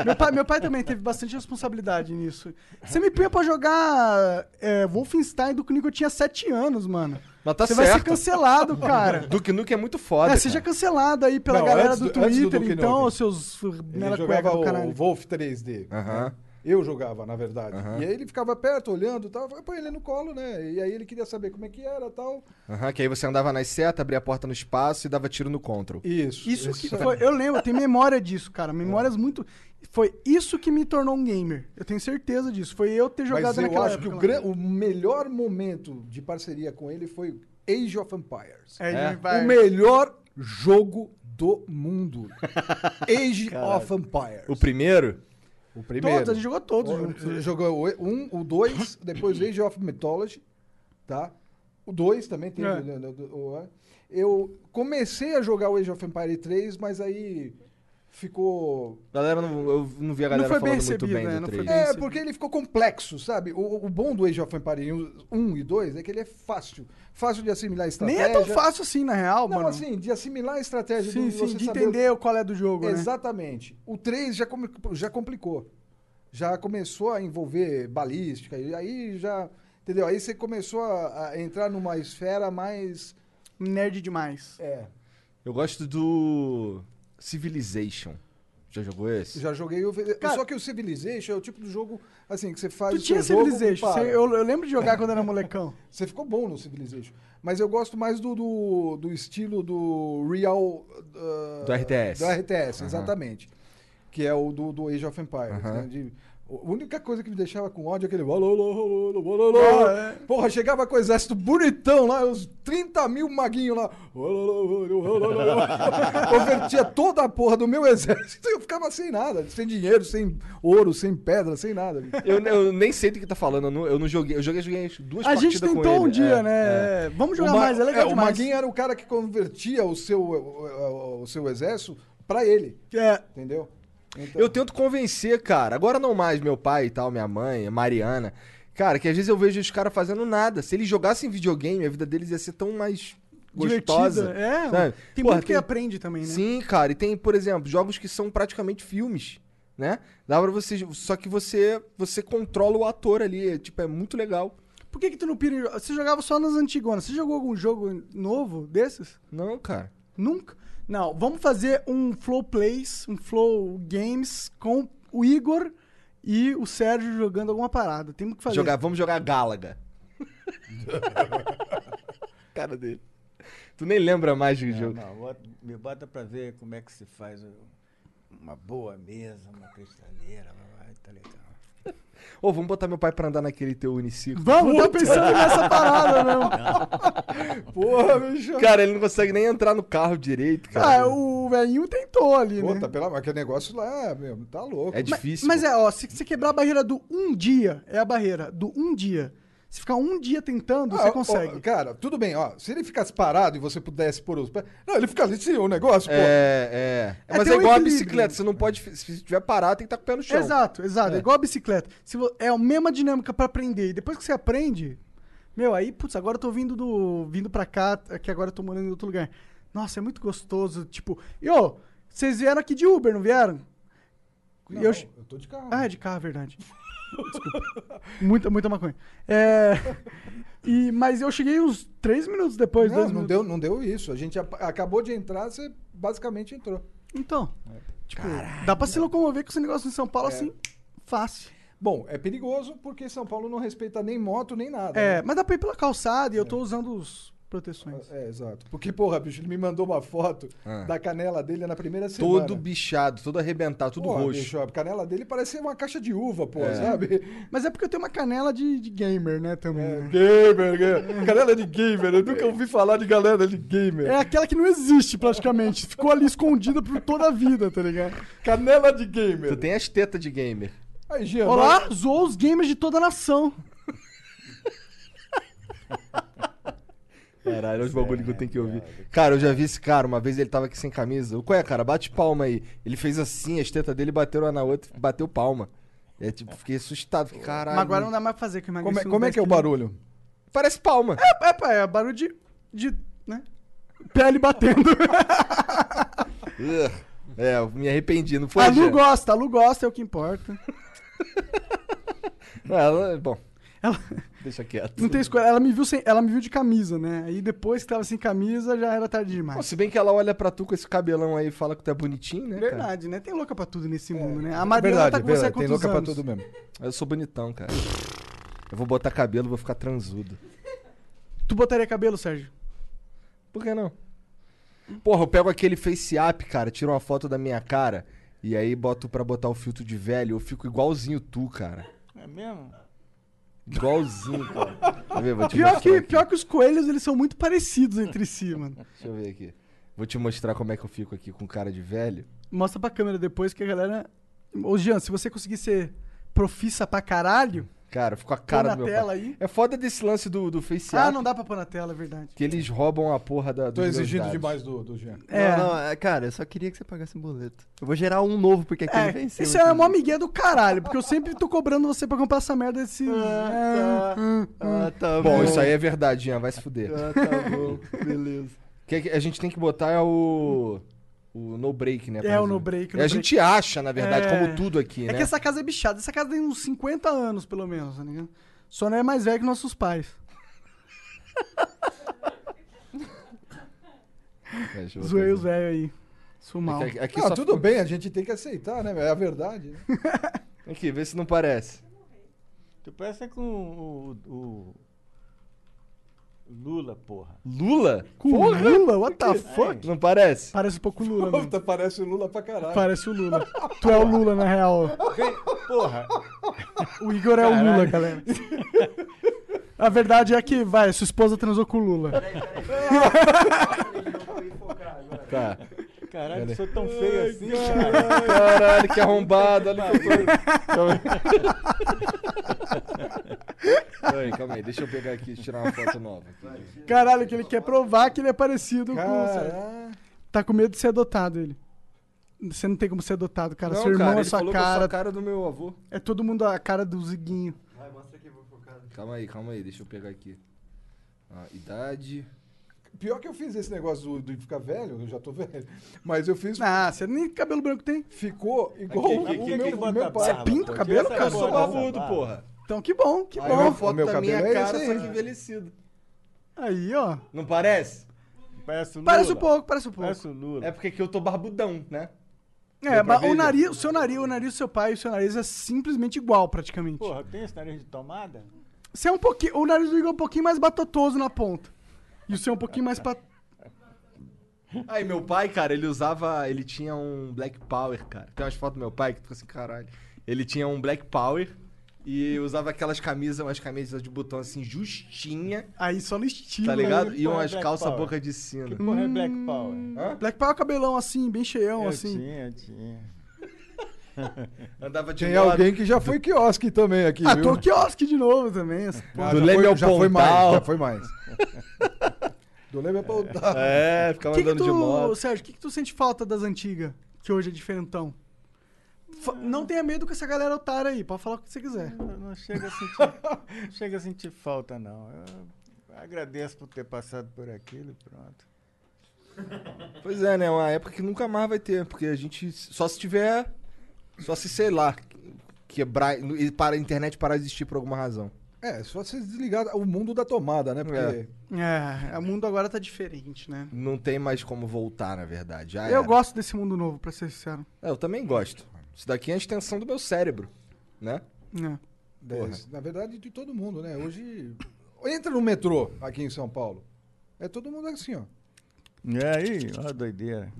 Speaker 2: Meu pai, meu pai também teve bastante responsabilidade nisso. Você me punha pra jogar é, Wolfenstein do que eu tinha 7 anos, mano.
Speaker 1: Mas tá
Speaker 2: você vai ser
Speaker 1: certo.
Speaker 2: cancelado, cara.
Speaker 1: Duke Nukem é muito foda.
Speaker 2: é, seja
Speaker 1: cara.
Speaker 2: cancelado aí pela
Speaker 3: Não,
Speaker 2: galera
Speaker 3: antes
Speaker 2: do,
Speaker 3: do- antes do
Speaker 2: Twitter,
Speaker 3: Duke
Speaker 2: então,
Speaker 3: Nukem.
Speaker 2: os seus
Speaker 3: Ele
Speaker 2: mela cueca
Speaker 3: jogava
Speaker 2: do
Speaker 3: o
Speaker 2: caralho.
Speaker 3: Wolf 3D.
Speaker 1: Aham.
Speaker 3: Eu jogava, na verdade.
Speaker 1: Aham.
Speaker 3: E aí ele ficava perto, olhando e tal. Eu Põe ele no colo, né? E aí ele queria saber como é que era e tal.
Speaker 1: Aham, que aí você andava nas setas, abria a porta no espaço e dava tiro no control.
Speaker 3: Isso.
Speaker 2: Isso que foi, eu lembro, tem memória disso, cara.
Speaker 3: É.
Speaker 2: Memórias muito. Foi isso que me tornou um gamer. Eu tenho certeza disso. Foi eu ter jogado
Speaker 3: Mas eu
Speaker 2: naquela
Speaker 3: acho que
Speaker 2: época
Speaker 3: o,
Speaker 2: lá.
Speaker 3: gran- o melhor momento de parceria com ele foi Age of Empires.
Speaker 2: É,
Speaker 1: É.
Speaker 2: ele vai-
Speaker 3: O melhor jogo do mundo. Age of Empires.
Speaker 1: O primeiro?
Speaker 3: O
Speaker 2: Todos, né? a gente jogou todos
Speaker 3: O-
Speaker 2: juntos.
Speaker 3: Jogou o um, o dois, depois Age of Mythology. tá? O 2 também teve.
Speaker 2: É.
Speaker 3: né, do- do- o- Eu comecei a jogar o Age of Empire 3, mas aí ficou
Speaker 1: Galera, não, eu não vi a
Speaker 2: Não
Speaker 1: galera
Speaker 2: foi
Speaker 1: falando
Speaker 2: bem
Speaker 1: muito
Speaker 2: recebido,
Speaker 1: bem
Speaker 2: né?
Speaker 1: do
Speaker 2: Não foi
Speaker 1: 3.
Speaker 2: bem-
Speaker 3: É,
Speaker 2: Esse-
Speaker 3: porque ele ficou complexo, sabe? O, o bom do Age of Empires 1 e 2 é que ele é fácil. Fácil de assimilar a
Speaker 2: Nem
Speaker 3: estratégia.
Speaker 2: é tão fácil assim, na real,
Speaker 3: Não,
Speaker 2: mano.
Speaker 3: assim, de assimilar a estratégia.
Speaker 2: sim,
Speaker 3: do,
Speaker 2: sim,
Speaker 3: você
Speaker 2: de
Speaker 3: saber o-
Speaker 2: entender qual é do jogo, né?
Speaker 3: Exatamente. O 3 já, come- já complicou. Já começou a envolver balística. E aí já... Entendeu? Aí você começou a, a entrar numa esfera mais...
Speaker 2: Nerd demais.
Speaker 3: É,
Speaker 1: Eu gosto do Civilization. Já jogou esse?
Speaker 3: já joguei... o-
Speaker 2: Cara-
Speaker 3: só que o Civilization é o tipo do jogo, assim, que você faz
Speaker 2: Tu
Speaker 3: o
Speaker 2: tinha
Speaker 3: seu jogo,
Speaker 2: Civilization.
Speaker 3: para.
Speaker 2: você- eu, eu lembro de jogar quando era molecão.
Speaker 3: Você ficou bom no Civilization. Mas eu gosto mais do, do, do estilo do Real. uh,
Speaker 1: Do RTS.
Speaker 3: Do RTS,
Speaker 1: Aham.
Speaker 3: exatamente. Que é o do, do Age of Empires.
Speaker 1: Aham.
Speaker 3: né? De- a única coisa que me deixava com ódio é aquele. "Ololô, ololô, ololô".
Speaker 2: Ah,
Speaker 3: Porra, chegava com o exército bonitão lá, uns 30 mil maguinhos lá. "Ololô, ololô, ololô". Convertia toda a porra do meu exército e eu ficava sem nada, sem dinheiro, sem ouro, sem pedra, sem nada.
Speaker 1: Eu, eu nem sei do que tá falando, eu não, eu não joguei. Eu joguei, joguei duas
Speaker 2: A
Speaker 1: partidas
Speaker 2: gente
Speaker 1: com
Speaker 2: tentou
Speaker 1: ele.
Speaker 2: um
Speaker 1: é,
Speaker 2: dia,
Speaker 1: é.
Speaker 2: né? Vamos jogar
Speaker 3: O Ma-
Speaker 2: mais, é legal
Speaker 3: o
Speaker 2: demais.
Speaker 3: Maguinho era o cara que convertia o seu, o, o- o seu exército pra ele,
Speaker 2: É,
Speaker 3: entendeu? Então,
Speaker 1: Eu tento convencer, cara. Agora não mais meu pai e tal, minha mãe, a Mariana. Cara, que às vezes eu vejo os caras fazendo nada. Se eles jogassem videogame, a vida deles ia ser tão mais gostosa.
Speaker 2: divertida. É,
Speaker 1: sabe?
Speaker 2: tem
Speaker 1: Porra,
Speaker 2: muito que aprende também, né?
Speaker 1: Sim, cara. E tem, por exemplo, jogos que são praticamente filmes, né? Dá pra você... Só que você, você controla o ator ali. é, Tipo, é muito legal.
Speaker 2: Por que que tu não pira em jo- Você jogava só nas antigonas. Você jogou algum jogo novo desses?
Speaker 1: Não, cara.
Speaker 2: Nunca? Não, vamos fazer um Flow Plays, um Flow Games com o Igor e o Sérgio jogando alguma parada. Temos que fazer.
Speaker 1: Jogar, vamos jogar Galaga. cara dele. Tu nem lembra mais
Speaker 2: É,
Speaker 1: do
Speaker 4: Não,
Speaker 1: jogo.
Speaker 4: não, bota- me bota pra ver como é que se faz o- uma boa mesa, uma cristaleira, vai, tá legal.
Speaker 1: Ô, vamos botar meu pai pra andar naquele teu uniciclo.
Speaker 2: Vamos, tô pensando nessa parada mesmo.
Speaker 3: porra, bicho. é
Speaker 1: Cara, ele não consegue nem entrar no carro direito, cara.
Speaker 2: Ah, o velhinho tentou ali, né?
Speaker 3: Puta, pela aquele negócio lá, meu, tá louco.
Speaker 1: É
Speaker 2: Ma-
Speaker 1: difícil.
Speaker 2: Mas, é, ó, se você quebrar a barreira do um dia, é a barreira do um dia. Se ficar um dia tentando,
Speaker 3: Ah,
Speaker 2: você
Speaker 3: ó,
Speaker 2: consegue.
Speaker 3: ó, cara, tudo bem, ó. Se ele ficasse parado e você pudesse pôr os pés. Não, ele fica ali sim, o negócio, pô.
Speaker 1: É, é.
Speaker 2: É
Speaker 1: Mas
Speaker 2: ter
Speaker 1: é
Speaker 2: um
Speaker 1: igual a
Speaker 2: equilíbrio.
Speaker 1: bicicleta, você não pode. fi- Se tiver parado, tem que estar com o pé no chão.
Speaker 2: Exato, exato. É. igual a bicicleta. Se vo- é a mesma dinâmica pra aprender. E depois que você aprende, meu, aí, putz, agora eu tô vindo do. vindo pra cá, que agora eu tô morando em outro lugar. Nossa, é muito gostoso. Tipo, e ô, vocês vieram aqui de Uber, não vieram? E
Speaker 3: Não,
Speaker 2: eu-
Speaker 3: eu tô de carro.
Speaker 2: Ah, é de carro, é verdade. Desculpa. Muita, muita maconha. É. E, mas eu cheguei uns três minutos depois,
Speaker 3: não,
Speaker 2: dois
Speaker 3: não
Speaker 2: minutos.
Speaker 3: deu, não deu isso. A gente a- acabou de entrar, você basicamente entrou.
Speaker 2: Então, tipo, dá pra se locomover com esse negócio em São
Speaker 3: É.
Speaker 2: Paulo assim, fácil.
Speaker 3: Bom, é perigoso porque São Paulo não respeita nem moto nem nada.
Speaker 2: É,
Speaker 3: né?
Speaker 2: mas dá pra ir pela calçada e eu tô usando os proteções.
Speaker 3: É, exato. Porque, porra, bicho, ele me mandou uma foto
Speaker 1: Ah.
Speaker 3: da canela dele na primeira semana.
Speaker 1: Todo bichado, todo arrebentado, tudo
Speaker 3: Porra,
Speaker 1: roxo.
Speaker 3: bicho, a canela dele parece uma caixa de uva, pô, sabe?
Speaker 2: Mas é porque eu tenho uma canela de, de gamer, né, também.
Speaker 3: É.
Speaker 2: né?
Speaker 3: Gamer, gamer. Canela de gamer. Eu nunca ouvi falar de galera de gamer.
Speaker 2: É. aquela que não existe praticamente. Ficou ali escondida por toda a vida, tá ligado?
Speaker 3: Canela de
Speaker 1: Tu
Speaker 3: gamer.
Speaker 1: tem as tetas de gamer.
Speaker 3: Aí, Jean,
Speaker 2: Olá, zoou os gamers de toda a nação.
Speaker 1: Caralho, olha
Speaker 3: é
Speaker 1: os bagulho que eu tenho que ouvir. Cara, eu já vi esse cara, uma vez ele tava aqui sem camisa. Qual é, cara? Bate palma aí. Ele fez assim, as tetas dele bateram uma na outra e bateu palma. É tipo, fiquei assustado. Fiquei, caralho.
Speaker 2: Mas agora não dá mais pra fazer que eu emagreci
Speaker 3: como é,
Speaker 2: uns
Speaker 3: como é
Speaker 2: 10
Speaker 3: que é o
Speaker 2: quilos.
Speaker 3: barulho?
Speaker 1: Parece palma.
Speaker 2: É, pá, é barulho de. de. né? Pele batendo.
Speaker 1: Ugh. É, eu me arrependi, não foi?
Speaker 2: A Lu
Speaker 1: Jean?
Speaker 2: gosta, a Lu gosta, é o que importa.
Speaker 1: Ah, Ela- bom,
Speaker 2: Ela
Speaker 1: deixa quieto.
Speaker 2: não tem escolha. Ela me viu sem, ela me viu de camisa, né? Aí depois que tava sem camisa, já era tarde
Speaker 1: Pô,
Speaker 2: demais.
Speaker 1: se bem que ela olha pra tu com esse cabelão aí e fala que tu é bonitinho, né, cara?
Speaker 2: verdade, né? Tem louca pra tudo nesse mundo, né? A Mariana tá com você há
Speaker 3: tem
Speaker 2: quantos
Speaker 3: louca pra
Speaker 2: anos?
Speaker 3: tudo mesmo.
Speaker 1: Eu sou bonitão, cara. Eu vou botar cabelo, vou ficar transudo.
Speaker 2: Tu botaria cabelo, Sérgio?
Speaker 1: Por que não? Porra, eu pego aquele face app, cara, tiro uma foto da minha cara e aí boto pra botar o filtro de velho, eu fico igualzinho tu, cara.
Speaker 4: É mesmo?
Speaker 1: Igualzinho, cara. Deixa eu ver, vou te
Speaker 2: Pior
Speaker 1: mostrar
Speaker 2: que,
Speaker 1: aqui.
Speaker 2: pior que os coelhos, eles são muito parecidos entre si, mano.
Speaker 1: Deixa eu ver aqui. Vou te mostrar como é que eu fico aqui com cara de velho.
Speaker 2: Mostra pra câmera depois que a galera. Ô, Jean, se você conseguir ser profissa pra caralho,
Speaker 1: Cara, ficou a
Speaker 2: Põe
Speaker 1: cara
Speaker 2: na
Speaker 1: do meu
Speaker 2: tela
Speaker 1: pai.
Speaker 2: aí.
Speaker 1: É foda desse lance do, do Face
Speaker 2: Ah,
Speaker 1: App,
Speaker 2: não dá pra pôr na tela, é verdade.
Speaker 1: que eles roubam a porra da... dos
Speaker 3: Tô
Speaker 1: meus
Speaker 3: exigindo
Speaker 1: dados.
Speaker 3: demais do, do Jean.
Speaker 2: É.
Speaker 5: Não, não, é, cara, eu só queria que você pagasse um boleto. Eu vou gerar um novo, porque aquele
Speaker 2: É,
Speaker 5: venceu.
Speaker 2: isso é
Speaker 5: inclusive.
Speaker 2: uma amiguinha do caralho, porque eu sempre tô cobrando você pra comprar essa merda né, desse.
Speaker 1: É.
Speaker 5: Ah, tá. Ah, tá
Speaker 1: Bom, isso aí é verdade, Jean, vai se fuder.
Speaker 5: Ah, tá bom. Beleza.
Speaker 1: Que que a gente tem que botar é o. O no break, né? pra
Speaker 2: É, o
Speaker 1: resolver.
Speaker 2: no break,
Speaker 1: E
Speaker 2: no
Speaker 1: a
Speaker 2: break.
Speaker 1: gente acha, na verdade,
Speaker 2: É.
Speaker 1: como tudo aqui,
Speaker 2: É
Speaker 1: né?
Speaker 2: que essa casa é bichada, essa casa tem uns 50 anos, pelo menos, tá ligado? Só não é mais velho que nossos pais.
Speaker 1: É, deixa eu botar
Speaker 2: Zoei
Speaker 1: aqui.
Speaker 2: os velhos aí. Sou mal.
Speaker 1: É que- Aqui,
Speaker 3: Não,
Speaker 1: só
Speaker 3: tudo
Speaker 1: ficou-
Speaker 3: bem, a gente tem que aceitar, né? É a verdade. né?
Speaker 1: Aqui, vê se não parece.
Speaker 4: Tu parece com o, o- o Lula, porra.
Speaker 1: Lula?
Speaker 2: Com o
Speaker 1: Porra! é?
Speaker 2: Lula? What the fuck?
Speaker 1: Não parece?
Speaker 2: Parece um pouco o Lula, mano.
Speaker 3: Puta, parece o Lula pra caralho.
Speaker 2: Parece o Lula. Tu é o Lula, na real.
Speaker 4: Quem- Porra,
Speaker 2: O Igor é o Lula, galera. A verdade é que, vai, sua esposa transou com o Lula.
Speaker 1: Tá.
Speaker 4: caralho, eu sou tão feio assim, cara.
Speaker 1: Caralho, que arrombado. Olha que coisa. Calma aí. calma aí. Deixa eu pegar aqui e tirar uma foto nova. aqui.
Speaker 2: Caralho, que ele quer provar que ele é parecido com o Sérgio.
Speaker 3: Caralho.
Speaker 2: Tá com medo de ser adotado, ele. Você não tem como ser adotado, cara.
Speaker 1: Não,
Speaker 2: Seu irmão
Speaker 1: cara,
Speaker 2: é
Speaker 1: ele
Speaker 2: sua
Speaker 1: falou que eu sou
Speaker 2: cara.
Speaker 1: a cara do meu avô.
Speaker 2: É todo mundo a cara do Ziguinho.
Speaker 1: Calma aí, calma aí. Deixa eu pegar aqui. Ah, idade.
Speaker 3: Pior que eu fiz esse negócio do- de ficar velho, eu já tô velho. Mas eu fiz.
Speaker 2: Ah, você nem cabelo branco tem.
Speaker 3: Ficou igual
Speaker 4: Aqui, aqui,
Speaker 3: o
Speaker 4: aqui,
Speaker 3: meu,
Speaker 4: aqui,
Speaker 3: o
Speaker 4: bota
Speaker 3: meu pai.
Speaker 4: barba,
Speaker 2: pinta o
Speaker 4: pô.
Speaker 2: cabelo,
Speaker 4: Essa
Speaker 2: cara? Eu sou
Speaker 4: barba, essa
Speaker 1: Barbudo,
Speaker 4: barba.
Speaker 1: porra.
Speaker 2: Então que bom, que
Speaker 3: Aí
Speaker 1: É uma
Speaker 3: meu-
Speaker 2: bom.
Speaker 1: foto
Speaker 3: meu
Speaker 1: da minha
Speaker 3: cabelo é
Speaker 1: cara,
Speaker 3: esse
Speaker 1: só
Speaker 3: aí.
Speaker 1: que envelhecido.
Speaker 2: Aí, ó.
Speaker 1: Não parece?
Speaker 4: Parece o Lula.
Speaker 2: Parece um pouco, parece um pouco.
Speaker 4: Parece o Lula.
Speaker 1: É porque aqui eu tô barbudão, né?
Speaker 2: É,
Speaker 1: Deu pra
Speaker 2: mas
Speaker 1: ver,
Speaker 2: o nariz, o seu nariz, o nariz do seu pai e o seu nariz é simplesmente igual, praticamente.
Speaker 4: Porra, tem esse nariz de tomada?
Speaker 2: Você é um pouquinho. O nariz do Igor é um pouquinho mais batotoso na ponta. E o seu é um pouquinho mais pra.
Speaker 1: Aí meu pai, cara, ele usava. Ele tinha um Black Power, cara. Tem umas fotos do meu pai que tu fica assim, caralho. Ele tinha um Black Power e usava aquelas camisas, umas camisas de botão assim, justinha,
Speaker 2: Aí só no estilo.
Speaker 1: tá
Speaker 2: né?
Speaker 1: ligado? E
Speaker 4: porra é
Speaker 1: umas
Speaker 4: Black
Speaker 1: calça
Speaker 4: Power?
Speaker 1: boca de sino.
Speaker 4: Que
Speaker 2: Hum.
Speaker 4: porra é Black Power?
Speaker 2: Black Power é o cabelão assim, bem cheião,
Speaker 1: É,
Speaker 4: Eu
Speaker 2: assim.
Speaker 4: tinha, tinha.
Speaker 1: Andava de
Speaker 3: Tem
Speaker 1: moto.
Speaker 3: alguém que já foi quiosque também aqui,
Speaker 2: Ah,
Speaker 3: viu?
Speaker 2: tô quiosque de novo também. assim. essa porra.
Speaker 3: Ah,
Speaker 1: Do
Speaker 3: já
Speaker 1: Leme
Speaker 3: foi-
Speaker 1: ao
Speaker 3: já foi mais,
Speaker 1: Pontal.
Speaker 3: já foi mais. Do Leme ao Pontal.
Speaker 1: É, ficava
Speaker 2: que que
Speaker 1: andando de
Speaker 2: tu,
Speaker 1: moto.
Speaker 2: Sérgio, o que, que tu sente falta das antigas? Que hoje é diferentão? Fa- Não tenha medo com essa galera otária aí, pode falar o que você quiser.
Speaker 4: Não, não chega a sentir, não chega a sentir falta, não. Eu agradeço por ter passado por aquilo e pronto.
Speaker 1: Pois é, né? Uma época que nunca mais vai ter, porque a gente. Só se tiver. Só se, sei lá, quebrar. E para a internet parar de existir por alguma razão.
Speaker 3: É, só se desligar o mundo da tomada, né? Porque
Speaker 2: É, o mundo agora tá diferente, né?
Speaker 1: Não tem mais como voltar, na verdade. Já
Speaker 2: Eu
Speaker 1: era.
Speaker 2: gosto desse mundo novo, pra ser sincero.
Speaker 1: É, eu também gosto. Isso daqui é a extensão do meu cérebro, né?
Speaker 2: É.
Speaker 3: des- na verdade, de todo mundo, né? Hoje, entra no metrô aqui em São Paulo. É todo mundo assim, ó.
Speaker 4: E
Speaker 2: É,
Speaker 4: aí, ó, a doideira.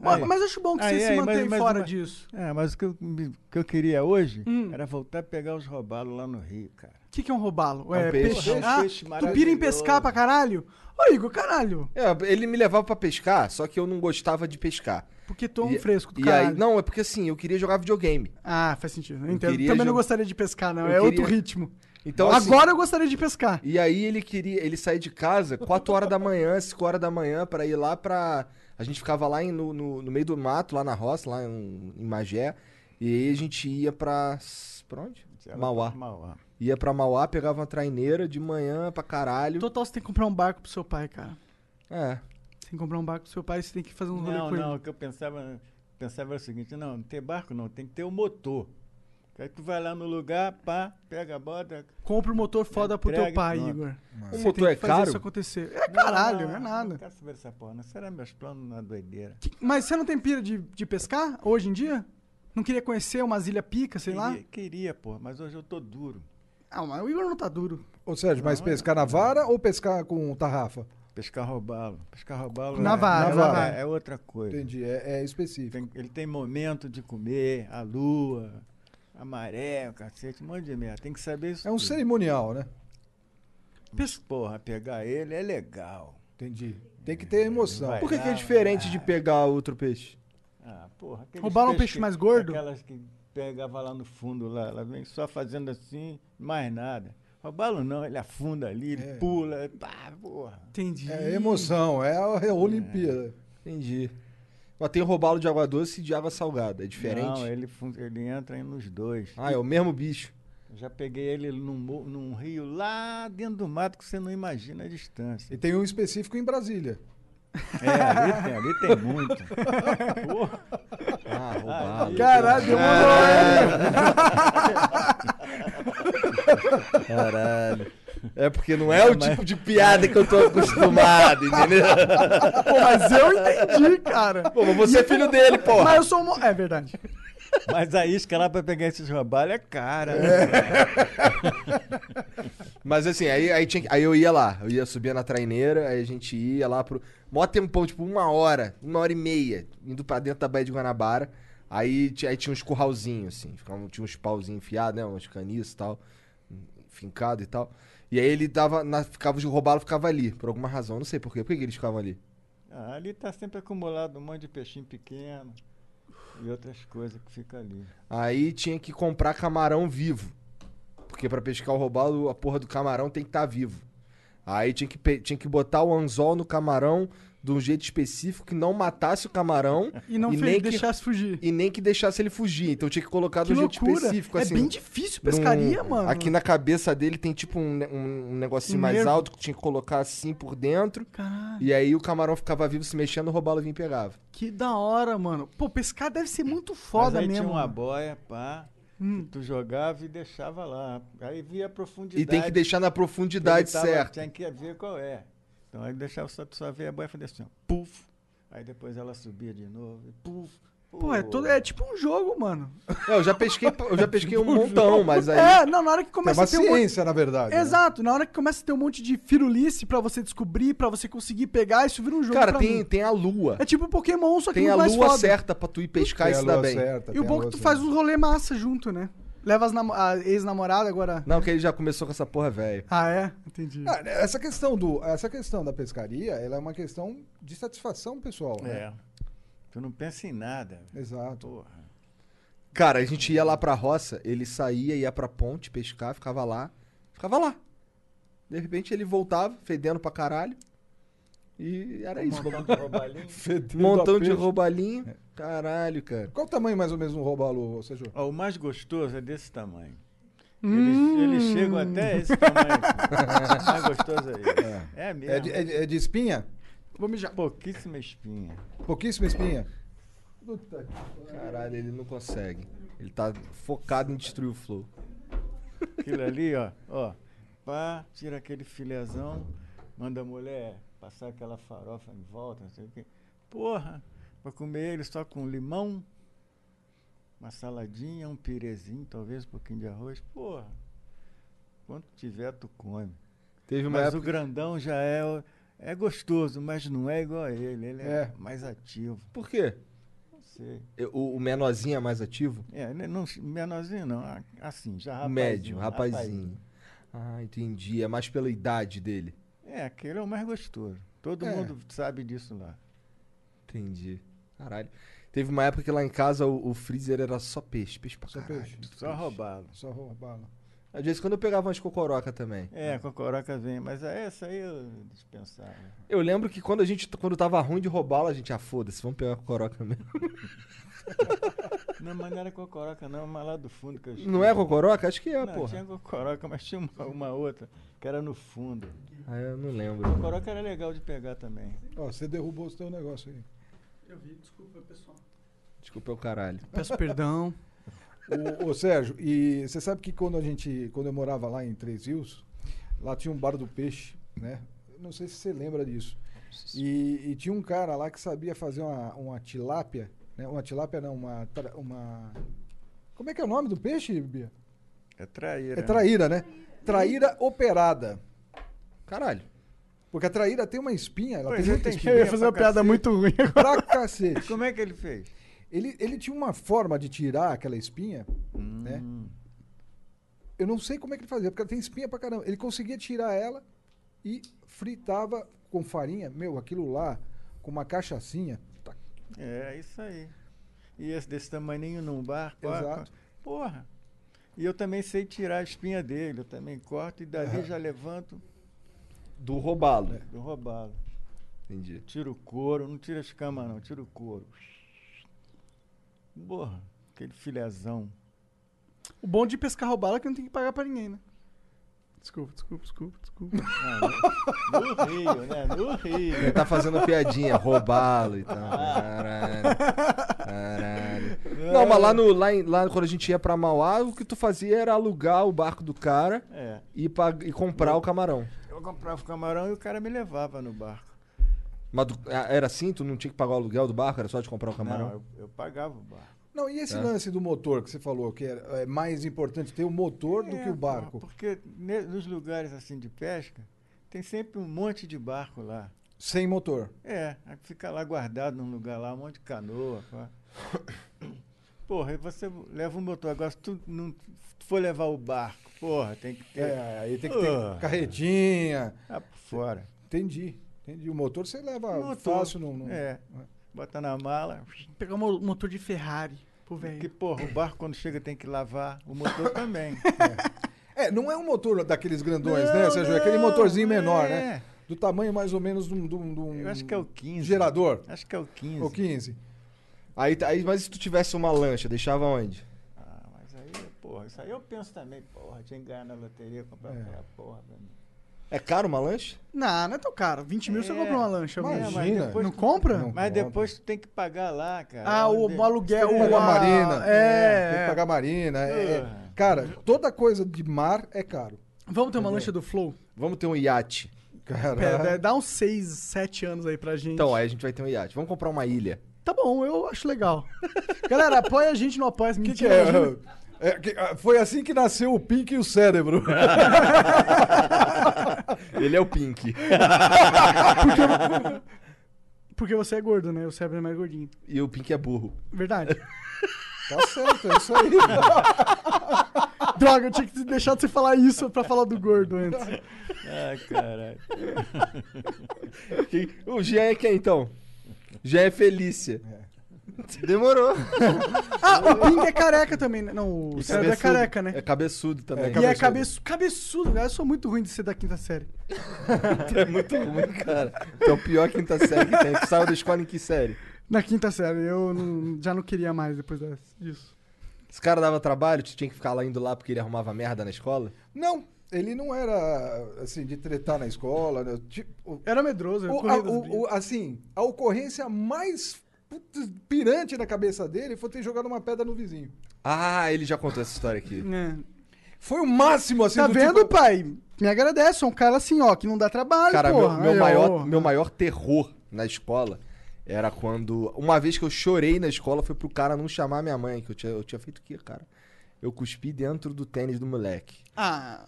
Speaker 2: Mas,
Speaker 4: Aí.
Speaker 2: mas acho bom que
Speaker 4: Aí,
Speaker 2: você se
Speaker 4: aí, mas-
Speaker 2: mantém
Speaker 4: mas-
Speaker 2: fora
Speaker 4: mas-
Speaker 2: disso.
Speaker 4: É, mas o que eu, me- que eu queria hoje
Speaker 2: Hum.
Speaker 4: era voltar a pegar os roubados lá no Rio, cara.
Speaker 2: O que, que é um robalo?
Speaker 1: É um peixe.
Speaker 4: É um
Speaker 2: Ah,
Speaker 4: peixe
Speaker 2: tu pira em
Speaker 4: maravilhoso.
Speaker 2: pescar pra caralho? Ô, Igor, caralho.
Speaker 1: É, ele me levava pra pescar, só que eu não gostava de pescar.
Speaker 2: Porque tu é um
Speaker 1: E-
Speaker 2: fresco do
Speaker 1: e
Speaker 2: caralho.
Speaker 1: aí, não, é porque assim, eu queria jogar videogame.
Speaker 2: Ah, faz sentido. Eu entendo.
Speaker 1: queria
Speaker 2: Também não
Speaker 1: jo-
Speaker 2: gostaria de pescar, não.
Speaker 1: Eu
Speaker 2: É
Speaker 1: queria-
Speaker 2: outro ritmo.
Speaker 1: Então, assim,
Speaker 2: Agora eu gostaria de pescar.
Speaker 1: E aí ele queria, ele saía de casa 4 horas da manhã, 5 horas da manhã pra ir lá pra... A gente ficava lá em- no, no- no meio do mato, lá na roça, lá em, em Magé. E aí a gente ia pra... Pra onde?
Speaker 4: Sei lá,
Speaker 1: Mauá.
Speaker 4: Mauá.
Speaker 1: Ia pra Mauá, pegava uma traineira de manhã pra caralho.
Speaker 2: Total, você tem que comprar um barco pro seu pai, cara.
Speaker 1: É.
Speaker 2: Você tem que comprar um barco pro seu pai, você tem que fazer um rolê
Speaker 4: Não,
Speaker 2: com
Speaker 4: não,
Speaker 2: ele.
Speaker 4: o que eu pensava, pensava era o seguinte, não, não tem barco não, tem que ter o motor. Que Aí tu vai lá no lugar, pá, pega a bota.
Speaker 2: Compra um motor foda pro teu
Speaker 4: Entrega,
Speaker 2: pai,
Speaker 4: pronto.
Speaker 2: Igor.
Speaker 1: O
Speaker 2: Você
Speaker 1: motor
Speaker 2: tem
Speaker 1: é
Speaker 2: que fazer
Speaker 1: caro?
Speaker 2: isso acontecer. É caralho, não, é
Speaker 4: Não
Speaker 2: nada.
Speaker 4: quero saber dessa porra, não. Será meus planos na doideira?
Speaker 2: Que- Mas você não tem pira de, de pescar hoje em dia? Não queria conhecer umas ilhas pica, sei lá?
Speaker 4: Queria, queria, porra, mas hoje eu tô duro.
Speaker 2: Ah, mas o Igor não tá duro.
Speaker 3: Ô, Sérgio, mas
Speaker 1: é.
Speaker 3: pescar na vara ou pescar com tarrafa?
Speaker 4: Pescar roubá-lo. Pescar roubá-lo
Speaker 2: Na
Speaker 4: é,
Speaker 2: vara,
Speaker 4: é-
Speaker 3: na vara.
Speaker 4: é outra coisa.
Speaker 3: Entendi, é, é específico.
Speaker 4: Tem- ele tem momento de comer, a lua, a maré, o cacete, um monte de merda. Tem que saber isso.
Speaker 3: É um
Speaker 4: tudo.
Speaker 3: cerimonial, né?
Speaker 2: Pes-
Speaker 4: Porra, pegar ele é legal.
Speaker 3: Entendi. Tem que ter emoção.
Speaker 4: Vai.
Speaker 1: Por que, que é diferente de pegar outro peixe?
Speaker 4: Ah, porra. aqueles
Speaker 2: Roubaram um
Speaker 4: peixes
Speaker 2: peixe
Speaker 4: que-
Speaker 2: mais gordo?
Speaker 4: Aquelas que pegava lá no fundo, lá, lá vem só fazendo assim, mais nada. O balo não, ele afunda ali, ele
Speaker 3: É.
Speaker 4: pula, pá, porra.
Speaker 2: Entendi.
Speaker 3: É emoção, é a, é a Olimpíada.
Speaker 1: Entendi. Mas tem robalo de água doce e de água salgada. É diferente?
Speaker 4: Não, ele, fun- ele entra nos dois.
Speaker 1: Ah, é o mesmo bicho.
Speaker 4: Já peguei ele num, mo- num rio lá dentro do mato que você não imagina a distância.
Speaker 3: E tem um específico em Brasília.
Speaker 4: É, ali tem, ali tem muito.
Speaker 1: Ah, robalo.
Speaker 2: Caralho, demorou.
Speaker 1: Caralho. É porque não é o tipo de piada que eu tô acostumado, entendeu?
Speaker 2: Pô, mas eu entendi, cara.
Speaker 1: Pô, mas você é filho dele, porra.
Speaker 2: Mas eu sou um... mo- É verdade.
Speaker 4: Mas a isca lá pra pegar esses robalhos é cara.
Speaker 1: Mas assim, aí, aí, tinha que- aí eu ia lá, eu ia subia na traineira, aí a gente ia lá pro. Mó tempão, tipo uma hora, uma hora e meia, indo pra dentro da Baía de Guanabara. Aí, ti- aí tinha uns curralzinhos, assim, ficava, tinha uns pauzinhos enfiados, né? Umas caniças e tal, fincado e tal. E aí ele dava, na, ficava, o robalo ficava ali, por alguma razão, não sei por quê. Por que, que eles ficavam ali?
Speaker 4: Ah, ali tá sempre acumulado um monte de peixinho pequeno e outras coisas que fica ali.
Speaker 1: Aí tinha que comprar camarão vivo. Porque pra pescar o robalo, a porra do camarão tem que estar vivo. Aí tinha que, pe- tinha que botar o anzol no camarão de um jeito específico que não matasse o camarão
Speaker 2: E não
Speaker 1: E
Speaker 2: fe-
Speaker 1: nem que-
Speaker 2: deixasse fugir.
Speaker 1: e nem que deixasse ele fugir. Então tinha que colocar de
Speaker 2: Que
Speaker 1: um jeito
Speaker 2: loucura.
Speaker 1: específico,
Speaker 2: é
Speaker 1: assim.
Speaker 2: bem difícil pescaria,
Speaker 1: num-
Speaker 2: mano.
Speaker 1: Aqui na cabeça dele tem tipo um, ne- um- um negocinho
Speaker 2: Um
Speaker 1: mais
Speaker 2: nervo.
Speaker 1: alto que tinha que colocar assim por dentro.
Speaker 2: Caralho,
Speaker 1: E aí o camarão ficava vivo se mexendo, o robalo vinha e pegava.
Speaker 2: que da hora, mano. Pô, pescar deve ser muito foda
Speaker 4: Mas aí
Speaker 2: mesmo.
Speaker 4: tinha uma
Speaker 1: né?
Speaker 2: mano.
Speaker 4: boia, pá,
Speaker 2: Hum.
Speaker 4: tu jogava e deixava lá. Aí via a profundidade.
Speaker 1: E tem que deixar na
Speaker 4: ele
Speaker 1: profundidade
Speaker 4: tava-
Speaker 1: certa.
Speaker 4: Tinha que ver qual é. Então aí deixava só, só ver a boia e fazia assim, ó, puf. Aí depois ela subia de novo e puf.
Speaker 2: Pô, é, todo, é tipo um jogo, mano.
Speaker 1: É, eu já pesquei, eu já pesquei um montão, mas aí.
Speaker 2: É, não, na hora que
Speaker 3: É
Speaker 2: começa
Speaker 3: uma
Speaker 2: a ter um monte...
Speaker 3: ciência, na verdade. né?
Speaker 2: Exato, na hora que começa a ter um monte de firulice pra você descobrir, pra você conseguir pegar, isso vira um jogo
Speaker 1: Cara,
Speaker 2: pra
Speaker 1: tem,
Speaker 2: mim.
Speaker 1: tem a lua.
Speaker 2: É tipo Pokémon, só que
Speaker 1: Tem
Speaker 2: muito
Speaker 1: a
Speaker 2: mais
Speaker 1: lua
Speaker 2: foda.
Speaker 1: certa pra tu ir pescar e
Speaker 3: Tem é a
Speaker 1: se dar
Speaker 3: lua
Speaker 1: bem.
Speaker 3: certa,
Speaker 2: E o
Speaker 3: tem a
Speaker 2: bom é
Speaker 3: lua
Speaker 2: que tu faz
Speaker 3: certa.
Speaker 2: uns rolê massa junto, né? Leva as namo- a ex-namorada agora.
Speaker 1: Não, que ele já começou com essa porra, velho.
Speaker 2: Ah, é? Entendi.
Speaker 3: Ah, essa questão do essa questão da pescaria ela é uma questão de satisfação pessoal né?
Speaker 4: É. Tu não pensa em nada.
Speaker 3: É. exato
Speaker 4: Porra.
Speaker 1: Cara, a gente ia lá pra roça, ele saía, ia pra ponte pescar, ficava lá. Ficava lá. De repente ele voltava, fedendo pra caralho. E era isso.
Speaker 4: Montão de robalinho.
Speaker 1: Montão de roubalinho. Caralho, cara.
Speaker 3: qual o tamanho mais ou menos de um robalo Sérgio
Speaker 4: Ó, o mais gostoso é desse tamanho. Eles, eles chegam até esse tamanho. o mais gostoso é esse. É, mesmo.
Speaker 3: é de, é de- é de espinha
Speaker 2: Vou mijar.
Speaker 4: Pouquíssima espinha.
Speaker 3: pouquíssima espinha
Speaker 1: Caralho, ele não consegue. Ele tá focado em destruir o flow.
Speaker 4: Aquilo ali, ó, ó. Pá, tira aquele filezão, manda a mulher passar aquela farofa em volta, não sei o quê. Porra, pra comer ele só com limão, uma saladinha, um pirezinho, talvez um pouquinho de arroz. Porra, quanto tiver, tu come.
Speaker 1: Teve uma
Speaker 4: Mas o
Speaker 1: época.
Speaker 4: grandão já é, o- é gostoso, mas não é igual a ele. Ele é,
Speaker 3: É.
Speaker 4: mais ativo.
Speaker 1: Por quê?
Speaker 4: Não sei.
Speaker 1: Eu- O, o menorzinho é mais ativo?
Speaker 4: É, né, não, menorzinho não. a- Assim, já
Speaker 1: O
Speaker 4: rapazinho.
Speaker 1: médio, rapazinho. Ah, entendi. É mais pela idade dele.
Speaker 4: É, aquele é o mais gostoso. Todo
Speaker 3: É.
Speaker 4: mundo sabe disso lá.
Speaker 1: Entendi. Caralho. Teve uma época que lá em casa o, o freezer era só peixe, peixe pra
Speaker 3: Só
Speaker 1: caralho.
Speaker 3: peixe.
Speaker 4: Só roubá-lo.
Speaker 3: só robalo
Speaker 1: Às vezes quando eu pegava umas cocoroca também.
Speaker 4: É, a cocoroca vem, mas a essa aí eu dispensava.
Speaker 1: Eu lembro que quando a gente, quando tava ruim de roubá-la, a gente, ah, foda-se, vamos pegar cocoroca mesmo.
Speaker 4: Não, mas não era cocoroca não, mas lá do fundo que eu
Speaker 1: Não é cocoroca? Acho que é,
Speaker 4: Não,
Speaker 1: porra.
Speaker 4: tinha cocoroca, mas tinha uma, uma outra, que era no fundo.
Speaker 1: Ah, eu não lembro.
Speaker 4: Cocoroca era legal de pegar também.
Speaker 3: ó você derrubou o seu negócio aí
Speaker 2: Eu vi, desculpa, pessoal.
Speaker 1: Desculpa é o caralho.
Speaker 2: Peço perdão.
Speaker 3: Ô, ô, Sérgio, e você sabe que quando a gente, quando eu morava lá em Três Rios, lá tinha um bar do peixe, né? Eu Não sei se você lembra disso. E, e tinha um cara lá que sabia fazer uma, uma tilápia, né? Uma tilápia não, uma, tra- uma... Como é que é o nome do peixe, Bia?
Speaker 4: É traíra.
Speaker 3: É traíra, né? Traíra operada.
Speaker 1: Caralho.
Speaker 3: Porque a traíra tem uma espinha, ela
Speaker 4: Pois
Speaker 3: tem
Speaker 4: é,
Speaker 3: muita
Speaker 4: tem
Speaker 3: espinha.
Speaker 2: Eu ia fazer uma piada muito ruim agora.
Speaker 3: Pra cacete.
Speaker 4: Como é que ele fez?
Speaker 3: Ele, ele tinha uma forma de tirar aquela espinha Né?
Speaker 4: Hum.
Speaker 3: Eu não sei como é que ele fazia, porque ela tem espinha pra caramba. Ele conseguia tirar ela e fritava com farinha, meu, aquilo lá, com uma cachaçinha. Tá,
Speaker 4: É, isso aí. E esse desse tamanhinho num bar, com a-
Speaker 3: Exato.
Speaker 4: com a- Porra. E eu também sei tirar a espinha dele, eu também corto e dali já levanto
Speaker 5: Do roubalo.
Speaker 4: do roubalo.
Speaker 1: Entendi.
Speaker 4: Tiro o couro, não tira as camas não, tira o couro. Porra, aquele filezão.
Speaker 2: O bom de pescar roubala é que não tem que pagar pra ninguém, né? Desculpa, desculpa, desculpa, desculpa.
Speaker 4: Ah, no, no Rio, né? No
Speaker 1: Ele
Speaker 4: Rio.
Speaker 1: tá fazendo piadinha, roubá-lo e tal. Caralho. Caralho. Não, mas lá, no, lá, em- lá quando a gente ia pra Mauá, o que tu fazia era alugar o barco do cara
Speaker 4: É.
Speaker 1: e, pag- e comprar o camarão.
Speaker 4: Eu comprava o camarão e o cara me levava no barco.
Speaker 1: Mas do- ah, era assim? Tu não tinha que pagar o aluguel do barco? Era só de comprar o
Speaker 4: Não,
Speaker 1: camarão?
Speaker 4: eu, eu pagava o barco.
Speaker 3: Não, e esse
Speaker 1: É.
Speaker 3: lance do motor que você falou, que é, é mais importante ter o motor do
Speaker 4: É,
Speaker 3: que o barco?
Speaker 4: porra, Porque ne- nos lugares assim de pesca, tem sempre um monte de barco lá.
Speaker 3: Sem motor.
Speaker 4: É, aí fica lá guardado num lugar lá, um monte de canoa. pá. Porra, aí você leva o motor. Agora, se tu não for levar o barco, porra, tem que ter.
Speaker 3: É, aí tem que ter
Speaker 4: Ah.
Speaker 3: carretinha.
Speaker 4: Ah, por fora.
Speaker 3: Entendi. Entendi. O motor você leva
Speaker 4: Motor.
Speaker 3: fácil no. no-
Speaker 4: É. Bota na mala.
Speaker 2: Pegar um mo- motor de Ferrari, pô, velho.
Speaker 4: Que, porra, o barco quando chega tem que lavar. O motor também.
Speaker 3: É, não é um motor daqueles grandões, né,
Speaker 4: Não,
Speaker 3: Sérgio? É aquele
Speaker 4: não,
Speaker 3: motorzinho menor, né?
Speaker 4: é.
Speaker 3: Do tamanho mais ou menos de um. de um- de um
Speaker 4: Eu acho que é o 15.
Speaker 3: Gerador.
Speaker 4: Acho que é o 15.
Speaker 3: Ou 15.
Speaker 1: Aí, aí, mas e se tu tivesse uma lancha, deixava onde?
Speaker 4: Ah, mas aí, porra, isso aí eu penso também, porra, tinha que ganhar na loteria, comprar
Speaker 3: É.
Speaker 4: aquela porra pra mim.
Speaker 1: É caro uma lancha?
Speaker 2: Não, não é tão caro. 20 mil você
Speaker 4: É,
Speaker 2: compra uma lancha.
Speaker 3: mas-
Speaker 2: velho.
Speaker 3: Imagina.
Speaker 4: depois
Speaker 2: Não
Speaker 4: tu-
Speaker 2: compra?
Speaker 3: Não.
Speaker 4: Mas
Speaker 3: compra.
Speaker 4: depois tu tem que pagar lá, cara.
Speaker 2: É. Ah, o,
Speaker 4: Onde- é?
Speaker 2: o aluguel.
Speaker 3: Tem que
Speaker 2: o,
Speaker 3: pagar
Speaker 2: a-
Speaker 3: marina.
Speaker 2: É,
Speaker 3: Tem
Speaker 2: é.
Speaker 3: que pagar marina. é- é.
Speaker 4: Ah.
Speaker 3: Cara, toda coisa de mar é caro.
Speaker 2: Vamos ter uma lancha do Flow?
Speaker 1: Vamos ter um iate.
Speaker 2: Pera,
Speaker 3: Cara,
Speaker 2: É, dá uns 6, 7 anos aí pra gente.
Speaker 3: é.
Speaker 1: Então, aí a gente vai ter um iate. Vamos comprar uma ilha.
Speaker 2: Tá bom, eu acho legal. Galera, apoia a gente no apoia
Speaker 3: que que
Speaker 2: Mentira,
Speaker 3: é?
Speaker 2: ajuda.
Speaker 3: É que, ah, foi assim que nasceu o Pink e o cérebro.
Speaker 1: Ele é o Pink.
Speaker 2: Porque você é gordo, né? O cérebro é mais gordinho.
Speaker 1: e o Pink é burro.
Speaker 2: Verdade.
Speaker 3: tá certo, é isso aí.
Speaker 2: Droga, eu tinha que deixar de você falar isso pra falar do gordo antes.
Speaker 4: Ah, caralho.
Speaker 1: Quem- O Jean é quem então? Jean é Felícia.
Speaker 5: Demorou.
Speaker 2: Ah, o Ping é careca também, né? Não, o
Speaker 1: E
Speaker 2: cérebro é
Speaker 1: cabeçudo.
Speaker 2: careca, né?
Speaker 1: É cabeçudo também.
Speaker 3: É
Speaker 2: E é cabeçudo. Cabeçudo, cara. Eu sou muito ruim de ser da quinta série.
Speaker 1: Tu é muito ruim, cara. Tu é o pior quinta série que tem. Tu saiu da escola em que série?
Speaker 2: Na quinta série, eu não- já não queria mais depois dessa- disso.
Speaker 1: Esse cara dava trabalho, tu tinha que ficar lá indo lá porque ele arrumava merda na escola?
Speaker 3: Não, ele não era assim de tretar na escola. Né? Tipo,
Speaker 2: Eu era medroso, eu
Speaker 3: o-
Speaker 2: corria
Speaker 3: a-
Speaker 2: das
Speaker 3: o-
Speaker 2: brigas.
Speaker 3: o- assim, a ocorrência mais putz, pirante na cabeça dele foi ter jogado uma pedra no vizinho.
Speaker 1: Ah, ele já contou essa história aqui.
Speaker 2: É.
Speaker 3: Foi o máximo assim.
Speaker 2: Tá
Speaker 3: do
Speaker 2: vendo,
Speaker 3: tipo-
Speaker 2: pai? Me agradece, é um cara assim, ó, que não dá trabalho,
Speaker 1: Cara, meu-
Speaker 2: porra.
Speaker 1: meu,
Speaker 2: Aí, ó,
Speaker 1: maior,
Speaker 2: ó.
Speaker 1: meu maior terror na escola era quando. Uma vez que eu chorei na escola foi pro cara não chamar minha mãe, que eu tinha, eu tinha feito o quê, cara? Eu cuspi dentro do tênis do moleque.
Speaker 2: Ah,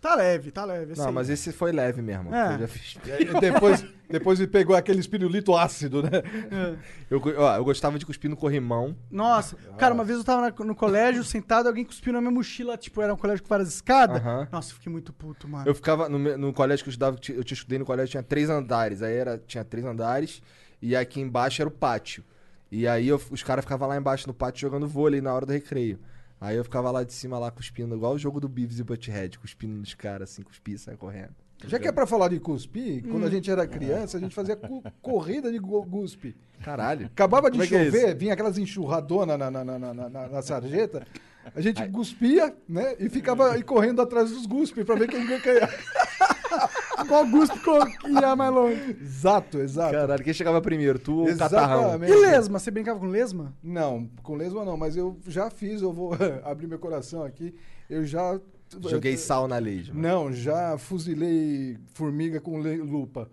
Speaker 2: tá leve, tá leve.
Speaker 1: não, mas esse foi leve mesmo.
Speaker 2: É.
Speaker 1: Eu já fiz.
Speaker 3: Depois, depois ele pegou aquele espirulito ácido, né?
Speaker 1: Eu, cu- ó, eu gostava de cuspir no corrimão.
Speaker 2: É. Nossa,
Speaker 1: Ah.
Speaker 2: cara, uma vez eu tava na- no colégio sentado, alguém cuspiu na minha mochila, tipo, era um colégio com várias escadas.
Speaker 1: Aham.
Speaker 2: Nossa, eu fiquei muito puto, mano.
Speaker 1: Eu ficava no, me- no colégio que eu estudava, que ti- eu te estudei no colégio, tinha três andares. Aí era, tinha três andares e aqui embaixo era o pátio. E aí eu f- os caras ficavam lá embaixo no pátio jogando vôlei na hora do recreio. Aí eu ficava lá de cima, lá cuspindo, igual o jogo do Beavis e Butthead, cuspindo nos caras, assim, cuspia e saia correndo.
Speaker 3: Já que é pra falar de cuspir,
Speaker 2: Hum.
Speaker 3: quando a gente era criança, a gente fazia cu- corrida de gu- cuspe.
Speaker 1: Caralho.
Speaker 3: Acabava de
Speaker 1: Como é que é
Speaker 3: chover, vinha aquelas enxurradonas na, na, na, na, na- na- na sarjeta. A gente cuspia, né? E ficava aí correndo atrás dos guspes pra ver quem ganhava.
Speaker 2: Qual Augusto que ia mais longe?
Speaker 3: Exato, exato.
Speaker 1: Caralho, quem chegava primeiro, tu ou o catarrão?
Speaker 2: E lesma? Você brincava com lesma?
Speaker 3: Não, com lesma não, mas eu já fiz, eu vou abrir meu coração aqui. Eu já. eh,
Speaker 1: Joguei sal na lesma.
Speaker 3: Não, já fuzilei formiga com le- lupa.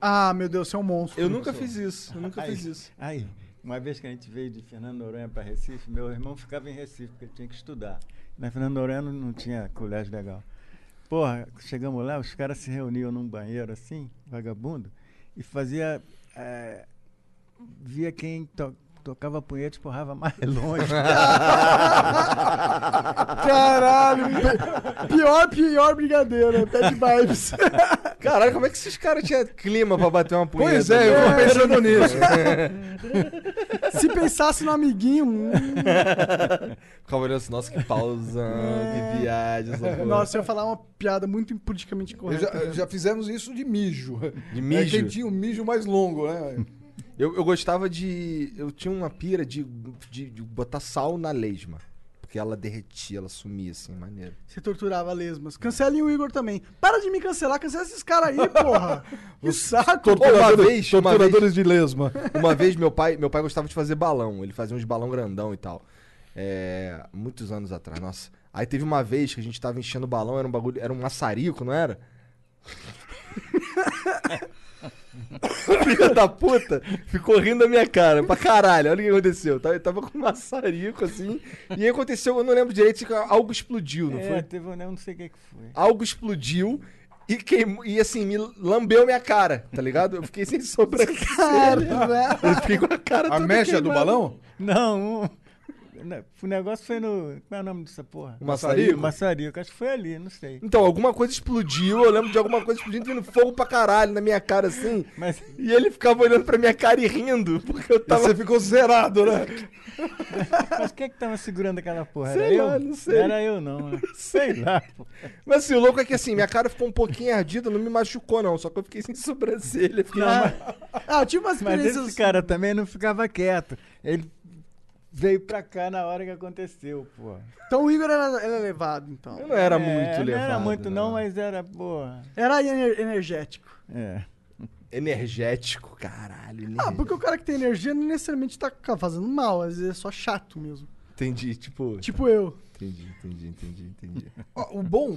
Speaker 2: Ah, meu Deus, você é um monstro.
Speaker 1: Eu nunca fiz isso, eu nunca fiz isso.
Speaker 4: Aí, uma vez que a gente veio de Fernando Noronha para Recife, meu irmão ficava em Recife, porque ele tinha que estudar. Na Fernando Noronha não- não tinha colégio legal. Porra, chegamos lá, os caras se reuniam num banheiro assim, vagabundo, e fazia. eh, via quem to- tocava punheta e porrava mais longe.
Speaker 2: Caralho, pi- pior, pior brigadeiro, bad vibes.
Speaker 1: Caralho, como é que esses caras tinham clima pra bater uma punheta?
Speaker 3: Pois é, eu
Speaker 1: né?
Speaker 3: tô pensando nisso.
Speaker 2: Se pensasse no amiguinho. hum,
Speaker 1: Ficava olhando assim, nossa, que pausa, que viagem, essa porra.
Speaker 2: nossa, eu ia falar uma piada muito politicamente
Speaker 3: Eu
Speaker 2: correta.
Speaker 3: já, já fizemos isso de mijo.
Speaker 1: De
Speaker 3: É quem
Speaker 1: mijo.
Speaker 3: tinha o mijo mais longo, né?
Speaker 1: Eu, eu gostava de. Eu tinha uma pira de, de, de botar sal na lesma. Porque ela derretia, ela sumia, assim, maneiro.
Speaker 2: Você torturava lesmas. Cancelem o Igor também. Para de me cancelar, cancela esses caras aí, porra. Que saco.
Speaker 1: Uma vez, uma vez-
Speaker 3: Torturadores de lesma.
Speaker 1: Uma vez meu pai, meu pai gostava de fazer balão, ele fazia uns balão grandão e tal. É, muitos anos atrás, nossa. Aí teve uma vez que a gente tava enchendo o balão, era um bagulho, era um maçarico, não era? Filha da puta, ficou rindo da minha cara, pra caralho, olha o que aconteceu. Tava, tava com um maçarico assim, e aí aconteceu, eu não lembro direito, se algo explodiu, não
Speaker 4: é,
Speaker 1: foi?
Speaker 4: teve um, eu não sei o que, que foi.
Speaker 1: Algo explodiu e queimou, e assim, me lambeu minha cara, tá ligado? Eu fiquei sem sobrancelha. Eu fiquei com a cara
Speaker 3: A
Speaker 1: toda
Speaker 3: mecha do
Speaker 1: queimada.
Speaker 3: balão?
Speaker 4: Não, um, na- o negócio foi no. Como é o nome dessa porra?
Speaker 1: O maçarico?
Speaker 4: Maçarico, acho que foi ali, não sei.
Speaker 1: Então, alguma coisa explodiu, eu lembro de alguma coisa explodindo, vindo fogo pra caralho na minha cara, assim.
Speaker 4: Mas
Speaker 1: E ele ficava olhando pra minha cara e rindo, porque eu
Speaker 3: E
Speaker 1: tava...
Speaker 3: Você ficou zerado, né?
Speaker 4: Mas quem é que tava segurando aquela porra?
Speaker 1: Sei
Speaker 4: Era
Speaker 1: lá,
Speaker 4: eu?
Speaker 1: não sei.
Speaker 4: Era eu não, né? Sei lá, pô.
Speaker 1: Mas assim, o louco é que assim, minha cara ficou um pouquinho ardida, não me machucou não, só que eu fiquei sem sobrancelha. Fiquei...
Speaker 4: Não, mas,
Speaker 2: Ah, eu tive umas
Speaker 4: mas
Speaker 2: experiências.
Speaker 4: esse cara também não ficava quieto. Ele veio pra cá na hora que aconteceu, pô.
Speaker 2: Então o Igor era, era levado, então.
Speaker 1: Eu não era
Speaker 4: É,
Speaker 1: muito
Speaker 4: Não
Speaker 1: levado.
Speaker 4: era muito não,
Speaker 1: né?
Speaker 4: mas era, porra.
Speaker 2: Era ener- energético.
Speaker 4: É.
Speaker 1: Energético, caralho.
Speaker 2: Ah,
Speaker 1: energético.
Speaker 2: porque o cara que tem energia não necessariamente tá fazendo mal, às vezes é só chato mesmo.
Speaker 1: Entendi, tipo...
Speaker 2: Tipo eu.
Speaker 1: Entendi, entendi, entendi, entendi.
Speaker 3: Ó, O bom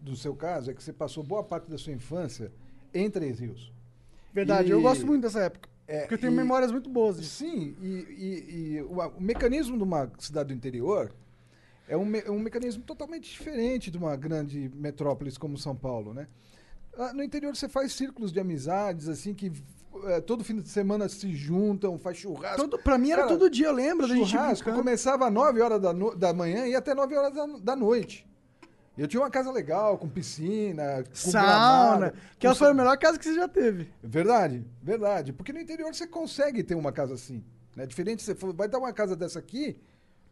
Speaker 3: do seu caso é que você passou boa parte da sua infância em Três Rios.
Speaker 2: Verdade, eu
Speaker 3: E-
Speaker 2: gosto muito dessa época.
Speaker 3: É,
Speaker 2: Porque eu tenho
Speaker 3: e-
Speaker 2: memórias muito boas disso.
Speaker 3: Sim, e, e- e o, a- o mecanismo de uma cidade do interior é um, me- é um mecanismo totalmente diferente de uma grande metrópole como São Paulo, né? Ah, No interior você faz círculos de amizades, assim, que eh, todo fim de semana se juntam, faz churrasco.
Speaker 2: Todo, pra mim era
Speaker 3: Cara,
Speaker 2: todo dia, eu lembro da gente
Speaker 3: churrasco é
Speaker 2: brincando.
Speaker 3: começava às 9 horas da, no- da manhã e ia até 9 horas da, da noite. Eu tinha uma casa legal, com piscina, é? com
Speaker 2: Sauna,
Speaker 3: gramado,
Speaker 2: que é
Speaker 3: com
Speaker 2: ela foi a melhor casa que você já teve.
Speaker 3: Verdade, verdade. Porque no interior você consegue ter uma casa assim. Né? Diferente, você for- vai dar uma casa dessa aqui,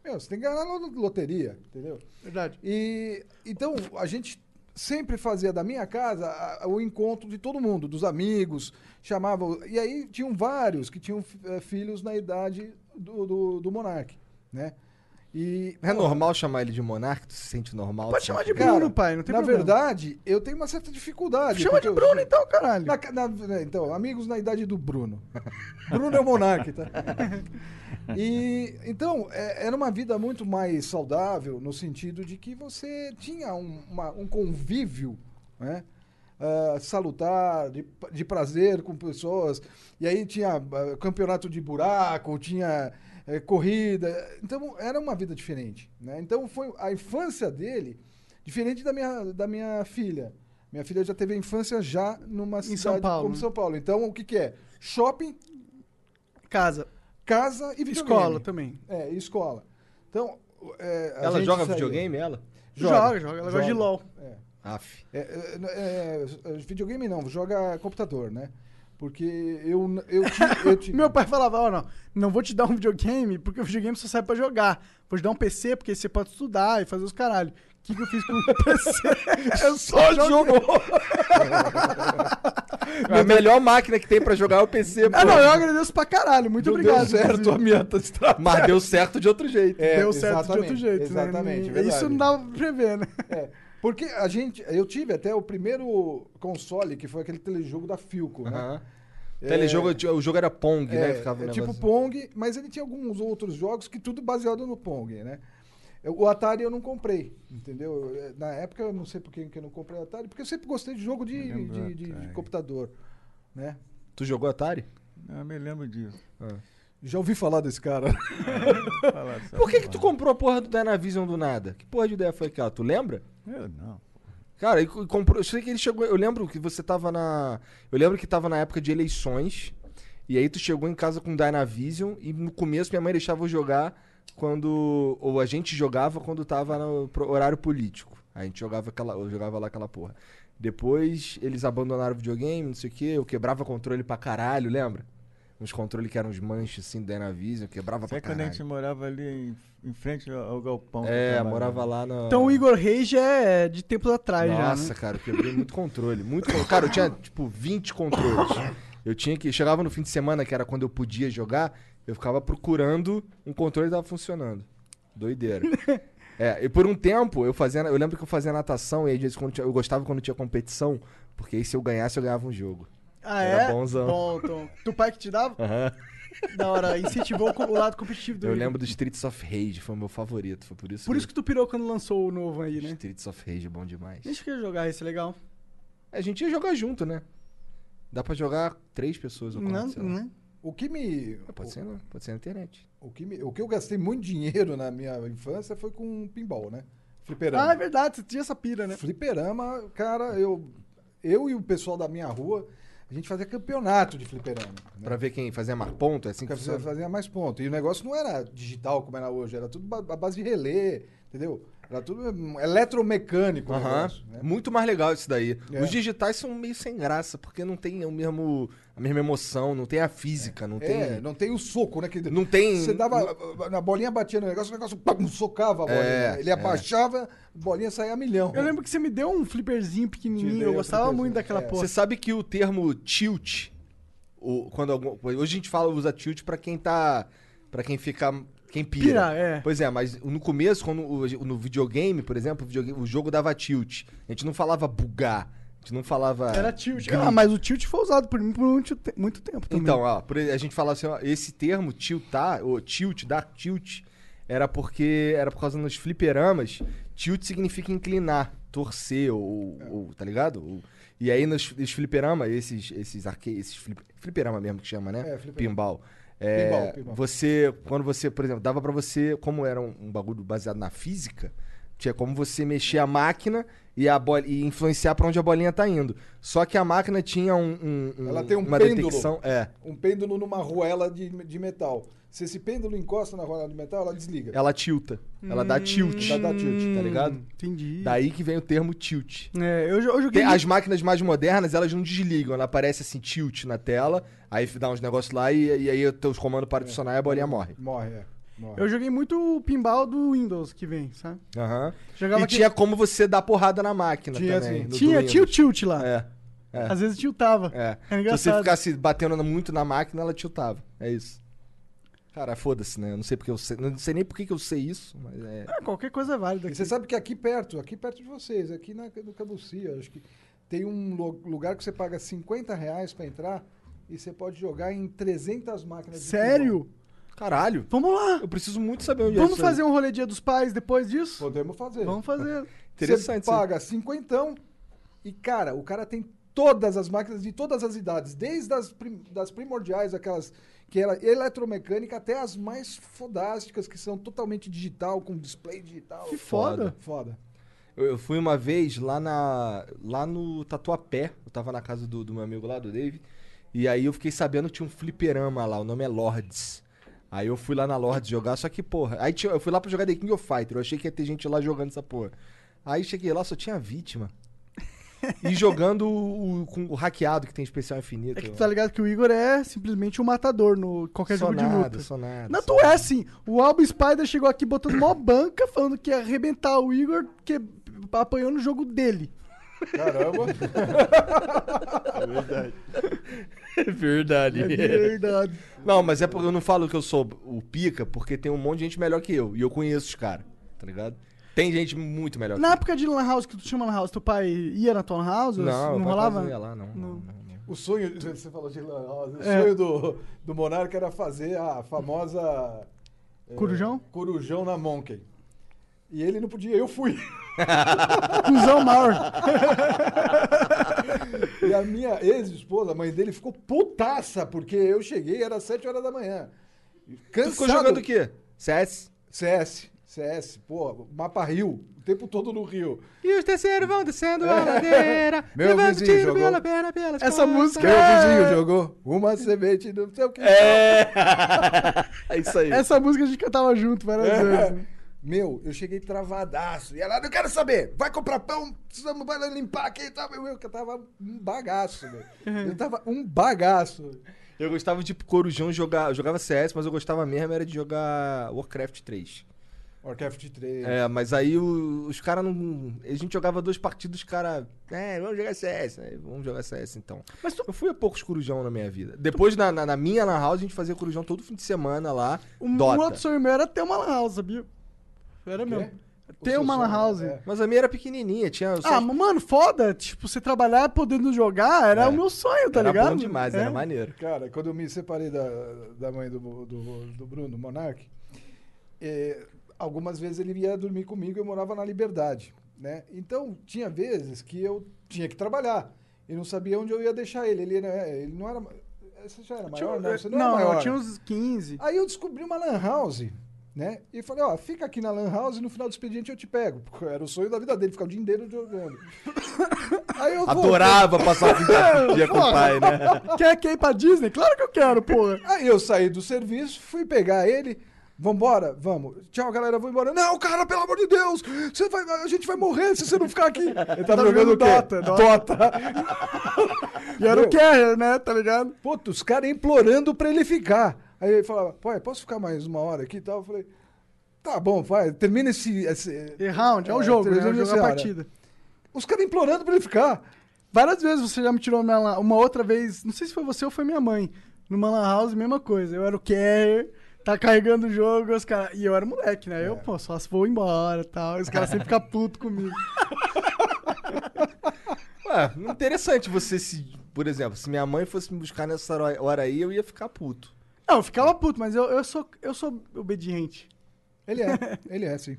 Speaker 3: meu, você tem que ganhar na lo- loteria, entendeu?
Speaker 2: Verdade.
Speaker 3: E então a gente sempre fazia da minha casa a- a- o encontro de todo mundo, dos amigos, chamava. o- E aí tinham vários que tinham fi- eh, filhos na idade do, do, do monarca, né? E,
Speaker 1: É normal chamar ele de monarca? Tu se sente normal?
Speaker 2: Pode
Speaker 1: Tu
Speaker 2: chamar de
Speaker 1: sente-
Speaker 3: Cara,
Speaker 2: Bruno, pai, não tem
Speaker 3: na
Speaker 2: problema.
Speaker 3: verdade, eu tenho uma certa dificuldade.
Speaker 2: Chama de
Speaker 3: porque eu-
Speaker 2: Bruno então, caralho.
Speaker 3: na ca- na- né, então, amigos na idade do Bruno. Bruno é o monarca, tá? E, então, é- era uma vida muito mais saudável, no sentido de que você tinha um, uma- um convívio né, ah, salutar, de, de prazer com pessoas. E aí tinha ah, campeonato de buraco, tinha eh, corrida. Então, era uma vida diferente. Né? Então, foi a infância dele, diferente da minha, da minha filha. Minha filha já teve a infância já numa
Speaker 2: São
Speaker 3: cidade
Speaker 2: Paulo,
Speaker 3: como
Speaker 2: né?
Speaker 3: São Paulo. Então, o que, que é? Shopping,
Speaker 2: Casa,
Speaker 3: casa e videogame.
Speaker 2: escola também.
Speaker 3: É, e escola. Então, o- é, a
Speaker 1: Ela
Speaker 3: gente
Speaker 1: joga
Speaker 3: saía-
Speaker 1: videogame, ela?
Speaker 2: Joga, joga. Ela gosta de
Speaker 3: joga.
Speaker 2: LOL.
Speaker 1: Aff.
Speaker 3: É, é, n- é, é, videogame não, joga computador, né? Porque eu, n- eu, ti- eu ti-
Speaker 2: Meu pai falava, ó, não, não vou te dar um videogame, porque o videogame só serve pra jogar. Vou te dar um PC, porque você pode estudar e fazer os caralho. O que, que eu fiz com o PC? Eu só jogou.
Speaker 1: A melhor máquina que tem pra jogar é o PC, pô.
Speaker 2: Ah, não, eu agradeço pra caralho. Muito
Speaker 3: Não
Speaker 2: obrigado.
Speaker 3: Deu certo a minha estratégia.
Speaker 1: Mas deu certo de outro jeito.
Speaker 3: É,
Speaker 2: Deu certo de outro
Speaker 3: exatamente,
Speaker 2: jeito,
Speaker 3: exatamente,
Speaker 2: né?
Speaker 3: verdade.
Speaker 2: Isso não dava pra prever, né?
Speaker 3: É, porque a gente, eu tive até o primeiro console que foi aquele telejogo da Philco, né?
Speaker 1: Aham. Telejogo, o jogo era Pong, né?
Speaker 3: É,
Speaker 1: Ficava um
Speaker 3: é tipo
Speaker 1: negócio-
Speaker 3: Pong, mas ele tinha alguns outros jogos que tudo baseado no Pong, né? Eu- O Atari eu não comprei, entendeu? Eu, eh, Na época eu não sei por que que eu não comprei Atari, porque eu sempre gostei de jogo de,
Speaker 4: Eu lembro do
Speaker 3: de- de- de
Speaker 4: Atari.
Speaker 3: computador, né?
Speaker 1: Tu jogou Atari?
Speaker 4: Não, eu me lembro disso.
Speaker 3: Já ouvi falar desse cara.
Speaker 4: Falar só
Speaker 1: Por que que
Speaker 4: porra.
Speaker 1: tu comprou a porra do Dynavision do nada? Que porra de ideia foi aquela? Tu lembra?
Speaker 4: Eu não.
Speaker 1: Cara, ele co- comprou. Eu sei que ele chegou. Eu lembro que você tava na. Eu lembro que tava na época de eleições. E aí tu chegou em casa com o Dynavision. E no começo minha mãe deixava eu jogar quando. Ou a gente jogava quando tava no pro- horário político. A gente jogava aquela. Eu jogava lá aquela porra. Depois eles abandonaram o videogame, não sei o quê. Eu quebrava controle pra caralho, lembra? Uns controles que eram uns manches assim da Dynavision, eu quebrava
Speaker 4: Será
Speaker 1: pra
Speaker 4: é quando a
Speaker 1: caralho.
Speaker 4: gente morava ali em, em frente ao, ao galpão? que eu
Speaker 1: É,
Speaker 4: trabalhava?
Speaker 1: morava lá na.
Speaker 2: Então o Igor Reis já é de tempos atrás
Speaker 1: Nossa,
Speaker 2: já, né?
Speaker 1: cara, eu quebrei muito controle. Muito controle. Cara, eu tinha, tipo, 20 controles. Eu tinha que. Chegava no fim de semana, que era quando eu podia jogar, eu ficava procurando um controle que tava funcionando. Doideira. É, e por um tempo eu fazia. Eu lembro que eu fazia natação e aí, às vezes, quando tinha- eu gostava quando tinha competição, porque aí se eu ganhasse, eu ganhava um jogo.
Speaker 2: Ah,
Speaker 1: Era
Speaker 2: é?
Speaker 1: bonzão.
Speaker 2: Bom, então. Do pai que te dava?
Speaker 1: Aham.
Speaker 2: Da hora, incentivou o lado competitivo do
Speaker 1: Eu
Speaker 2: Igor.
Speaker 1: lembro do Streets of Rage, foi o meu favorito. Foi por isso
Speaker 2: Por isso que tu pirou quando lançou o novo aí, né?
Speaker 1: Streets of Rage é bom demais.
Speaker 2: Deixa que eu jogar esse legal.
Speaker 1: A gente ia jogar junto, né? Dá pra jogar três pessoas ou
Speaker 2: Não,
Speaker 1: quatro, sei lá.
Speaker 2: né?
Speaker 3: O que me.
Speaker 1: Ah, Pode ser, não. Pode ser na internet.
Speaker 3: O que, me- o que eu gastei muito dinheiro na minha infância foi com pinball, né? Fliperama.
Speaker 2: Ah, é verdade, você tinha essa pira, né?
Speaker 3: Fliperama, cara, eu, eu e o pessoal da minha rua, a gente fazia campeonato de fliperama. Né?
Speaker 1: Pra ver quem fazia mais ponto, é assim que
Speaker 3: Porque você
Speaker 1: funciona.
Speaker 3: fazia mais ponto. E o negócio não era digital como era hoje, era tudo ba- a base de relé, entendeu? Era tudo hum, eletromecânico o
Speaker 1: Aham.
Speaker 3: negócio, né?
Speaker 1: Muito mais legal isso daí.
Speaker 3: É.
Speaker 1: Os digitais são meio sem graça, porque não tem o mesmo, a mesma emoção, não tem a física, não tem.
Speaker 3: É, não tem o soco, né? Que
Speaker 1: Não tem.
Speaker 3: Você
Speaker 1: não-
Speaker 3: dava. Na bolinha batia no negócio, o negócio pum, socava a bolinha. né?
Speaker 1: É,
Speaker 3: Ele
Speaker 1: é.
Speaker 3: abaixava, a bolinha saía a milhão.
Speaker 2: Eu lembro que você me deu um flipperzinho
Speaker 3: Te
Speaker 2: pequenininho,
Speaker 3: dei
Speaker 2: eu
Speaker 3: um
Speaker 2: gostava
Speaker 3: flipperzinho,
Speaker 2: muito daquela
Speaker 3: é.
Speaker 2: porra.
Speaker 1: Você sabe que o termo tilt, o, quando algum- hoje a gente fala usa tilt pra quem tá, Pra quem fica, quem pira.
Speaker 2: Pira,
Speaker 3: né?
Speaker 2: é.
Speaker 1: Pois é, mas no começo, quando o- no videogame, por exemplo, o, videogame- o jogo dava tilt. A gente não falava bugar, a gente não falava.
Speaker 2: Era tilt.
Speaker 1: grito.
Speaker 2: Ah, mas o tilt foi usado por mim por muito, te- muito tempo também.
Speaker 1: Então, ó, por- a gente falava assim, ó, esse termo, tiltar, ou tilt, dar tilt, era porque era por causa nos fliperamas, tilt significa inclinar, torcer, ou,
Speaker 3: É.
Speaker 1: ou- tá ligado? Ou- e aí nos, nos fliperamas, esses, esses arque, esses flip- fliperama mesmo que chama, né?
Speaker 3: É, fliperama.
Speaker 1: Pinball. É,
Speaker 3: Pinball, pinball.
Speaker 1: Você, quando você, por exemplo, dava pra você, como era um, um bagulho baseado na física, tinha como você mexer a máquina e, a bol- e influenciar pra onde a bolinha tá indo. Só que a máquina tinha um, um- um-
Speaker 3: Ela tem um
Speaker 1: uma
Speaker 3: pêndulo.
Speaker 1: detecção. É.
Speaker 3: Um pêndulo numa ruela de, de metal. Se esse pêndulo encosta na ruela de metal, ela desliga.
Speaker 1: ela tilta. Ela dá tilt.
Speaker 3: Ela dá tilt,
Speaker 1: tá ligado?
Speaker 2: Hum. Entendi.
Speaker 1: Daí que vem o termo tilt.
Speaker 2: É, eu, jo- eu joguei.
Speaker 1: Tem- as máquinas mais modernas, elas não desligam. Ela aparece assim, tilt na tela, aí dá uns negócios lá e, e aí os teus comandos param de funcionar e a bolinha morre.
Speaker 3: Morre, é. Morre.
Speaker 2: Eu joguei muito o pinball do Windows que vem, sabe?
Speaker 1: Aham.
Speaker 2: Jogava
Speaker 1: E
Speaker 2: aquele-
Speaker 1: tinha como você dar porrada na máquina
Speaker 3: Tinha,
Speaker 1: também.
Speaker 3: sim.
Speaker 1: no
Speaker 2: tinha,
Speaker 1: do
Speaker 2: tinha o
Speaker 1: Windows.
Speaker 2: tilt lá.
Speaker 1: É, é.
Speaker 2: Às vezes tiltava.
Speaker 1: é.
Speaker 2: Era
Speaker 1: Se você
Speaker 2: engraçado.
Speaker 1: ficasse batendo muito na máquina, ela tiltava. É isso. Cara, foda-se, né? Eu não sei porque eu sei. Não sei nem por que que eu sei isso, mas é.
Speaker 2: Ah, qualquer coisa é válida.
Speaker 3: E
Speaker 2: aqui.
Speaker 3: você sabe que aqui perto, aqui perto de vocês, aqui na, no Caducia, acho que tem um lo- lugar que você paga 50 reais pra entrar e você pode jogar em 300
Speaker 1: é
Speaker 3: máquinas. de pinball.
Speaker 2: Sério?
Speaker 1: Caralho.
Speaker 2: Vamos lá.
Speaker 1: Eu preciso muito saber onde é
Speaker 2: Vamos
Speaker 1: isso aí.
Speaker 2: fazer um rolê dia dos pais depois disso?
Speaker 3: Podemos fazer.
Speaker 2: Vamos fazer.
Speaker 1: Interessante.
Speaker 3: Você
Speaker 1: isso aí.
Speaker 3: paga cinquentão e, cara, o cara tem todas as máquinas de todas as idades, desde as, prim- das primordiais, aquelas que era eletromecânica, até as mais fodásticas, que são totalmente digital, com display digital.
Speaker 2: Que foda.
Speaker 3: Foda.
Speaker 1: Eu, eu fui uma vez lá na lá no Tatuapé, eu tava na casa do, do meu amigo lá, do Dave, e aí eu fiquei sabendo que tinha um fliperama lá, o nome é Lords. Aí eu fui lá na Lords jogar, só que porra, aí tinha- eu fui lá pra jogar The King of Fighter, eu achei que ia ter gente lá jogando essa porra. Aí cheguei lá, só tinha vítima. E jogando o, o- com o hackeado que tem especial infinito.
Speaker 2: É que tu tá ligado que o Igor é simplesmente um matador no qualquer
Speaker 1: sou
Speaker 2: jogo de
Speaker 1: nada,
Speaker 2: luta.
Speaker 1: sou nada.
Speaker 2: Não,
Speaker 1: sou
Speaker 2: tu é
Speaker 1: nada.
Speaker 2: assim. O Alba Spider chegou aqui botando mó banca, falando que ia arrebentar o Igor, que apanhou no jogo dele.
Speaker 3: Caramba.
Speaker 1: É
Speaker 5: Verdade.
Speaker 2: É Verdade.
Speaker 1: Não, mas é porque eu não falo que eu sou o pica, porque tem um monte de gente melhor que eu. E eu conheço os caras, tá ligado? Tem gente muito melhor
Speaker 2: Na
Speaker 1: que
Speaker 2: época de Lan House, que tu tinha uma Lan House, teu pai ia na tua Lan House?
Speaker 1: eu. Não,
Speaker 2: não
Speaker 1: meu pai
Speaker 2: rolava?
Speaker 1: quase não ia lá, não. não,
Speaker 2: Não.
Speaker 1: não, não.
Speaker 3: O sonho, você falou de Lan House, o
Speaker 2: É.
Speaker 3: sonho do, do Monarca era fazer a famosa. é,
Speaker 2: Corujão?
Speaker 3: Corujão na Monkey. E ele não podia, eu fui.
Speaker 2: Cusão Mauer.
Speaker 3: E a minha ex-esposa, a mãe dele, ficou putaça, porque eu cheguei, era 7 horas da manhã.
Speaker 1: Tu
Speaker 3: Cansado.
Speaker 1: ficou jogando o quê? CS?
Speaker 3: CS, CS, pô, mapa Rio, o tempo todo no Rio.
Speaker 1: E os terceiros vão descendo
Speaker 3: a ladeira, Meu levando vizinho tiro jogou. pela
Speaker 1: perna, pela
Speaker 2: Essa música
Speaker 3: Meu vizinho
Speaker 2: é...
Speaker 3: jogou uma semente do não sei o que.
Speaker 1: É! é isso aí.
Speaker 2: Essa música a gente cantava junto várias
Speaker 3: É.
Speaker 2: vezes. né?
Speaker 3: Meu, eu cheguei travadaço. E ela, não quero saber, vai comprar pão, precisamos vai lá limpar aqui e tal. Meu, eu tava um bagaço, meu.
Speaker 2: Uhum.
Speaker 3: Eu tava um bagaço.
Speaker 1: Eu gostava de corujão jogar. Eu jogava CS, mas eu gostava mesmo era de jogar Warcraft 3.
Speaker 3: Warcraft 3.
Speaker 1: É, mas aí o- os caras não. A gente jogava dois partidos, os caras. É, vamos jogar CS. né? vamos jogar CS então.
Speaker 2: Mas tu-
Speaker 1: Eu fui a poucos corujão na minha vida. Depois, na, na, na minha Lan House, a gente fazia corujão todo fim de semana lá.
Speaker 2: Um, um
Speaker 1: Dota.
Speaker 2: outro sonho meu era ter uma lan house, sabia? Era meu. Ter
Speaker 3: seu
Speaker 2: uma lan
Speaker 3: sonho
Speaker 2: house.
Speaker 3: é-
Speaker 1: Mas a minha era pequenininha, tinha. só-
Speaker 2: Ah, mas, mano, foda. Tipo, você trabalhar podendo jogar era
Speaker 1: É.
Speaker 2: o meu sonho, tá
Speaker 1: era
Speaker 2: ligado?
Speaker 1: bom demais,
Speaker 2: É.
Speaker 1: era maneiro.
Speaker 3: Cara, quando eu me separei da, da mãe do, do, do Bruno, Monark, eh, algumas vezes ele ia dormir comigo eu morava na Liberdade, né? Então, tinha vezes que eu tinha que trabalhar e não sabia onde eu ia deixar ele. Ele, era- ele não era... ma- Você já era
Speaker 2: Tinha- um-
Speaker 3: maior? Não, você não,
Speaker 2: não,
Speaker 3: era
Speaker 2: eu
Speaker 3: maior.
Speaker 2: tinha uns 15.
Speaker 3: Aí eu descobri uma lan house, né? E falei, ó, fica aqui na lan house e no final do expediente eu te pego. Porque era o sonho da vida dele, ficar o dia inteiro jogando. Aí eu voltei-
Speaker 1: Adorava passar
Speaker 2: É
Speaker 1: o dia com o pai, né?
Speaker 2: Quer, quer ir pra Disney? Claro que eu quero, porra.
Speaker 3: Aí eu saí do serviço, fui pegar ele. Vambora, vamos. Tchau, galera, vou embora. Não, cara, pelo amor de Deus! Você vai, a gente vai morrer se você não ficar aqui. Ele tava, jogando, né? o quê?
Speaker 2: Dota, Dota. E era o
Speaker 3: Meu.
Speaker 2: Kerr, né? Tá ligado?
Speaker 3: Puta, os caras implorando pra ele ficar. Aí ele falava, pai, posso ficar mais uma hora aqui e tal? Eu falei, tá bom, vai, termina esse. esse-
Speaker 2: E round, é o
Speaker 3: É,
Speaker 2: jogo, né?
Speaker 3: termina
Speaker 2: É o jogo,
Speaker 3: essa
Speaker 2: é a
Speaker 3: hora.
Speaker 2: partida.
Speaker 3: Os caras implorando pra ele ficar.
Speaker 2: Várias vezes você já me tirou minha lan- uma outra vez, não sei se foi você ou foi minha mãe, numa lan house, mesma coisa. Eu era o carrier, tá carregando o jogo, os caras... E eu era moleque, né? Eu, pô, só se vou embora e tal. e Os caras sempre ficam putos comigo.
Speaker 1: Ué, interessante você se. Por exemplo, se minha mãe fosse me buscar nessa hora hora aí, eu ia ficar puto.
Speaker 2: Não, eu ficava puto, mas eu, eu, sou, eu sou obediente.
Speaker 3: Ele é, ele é, sim.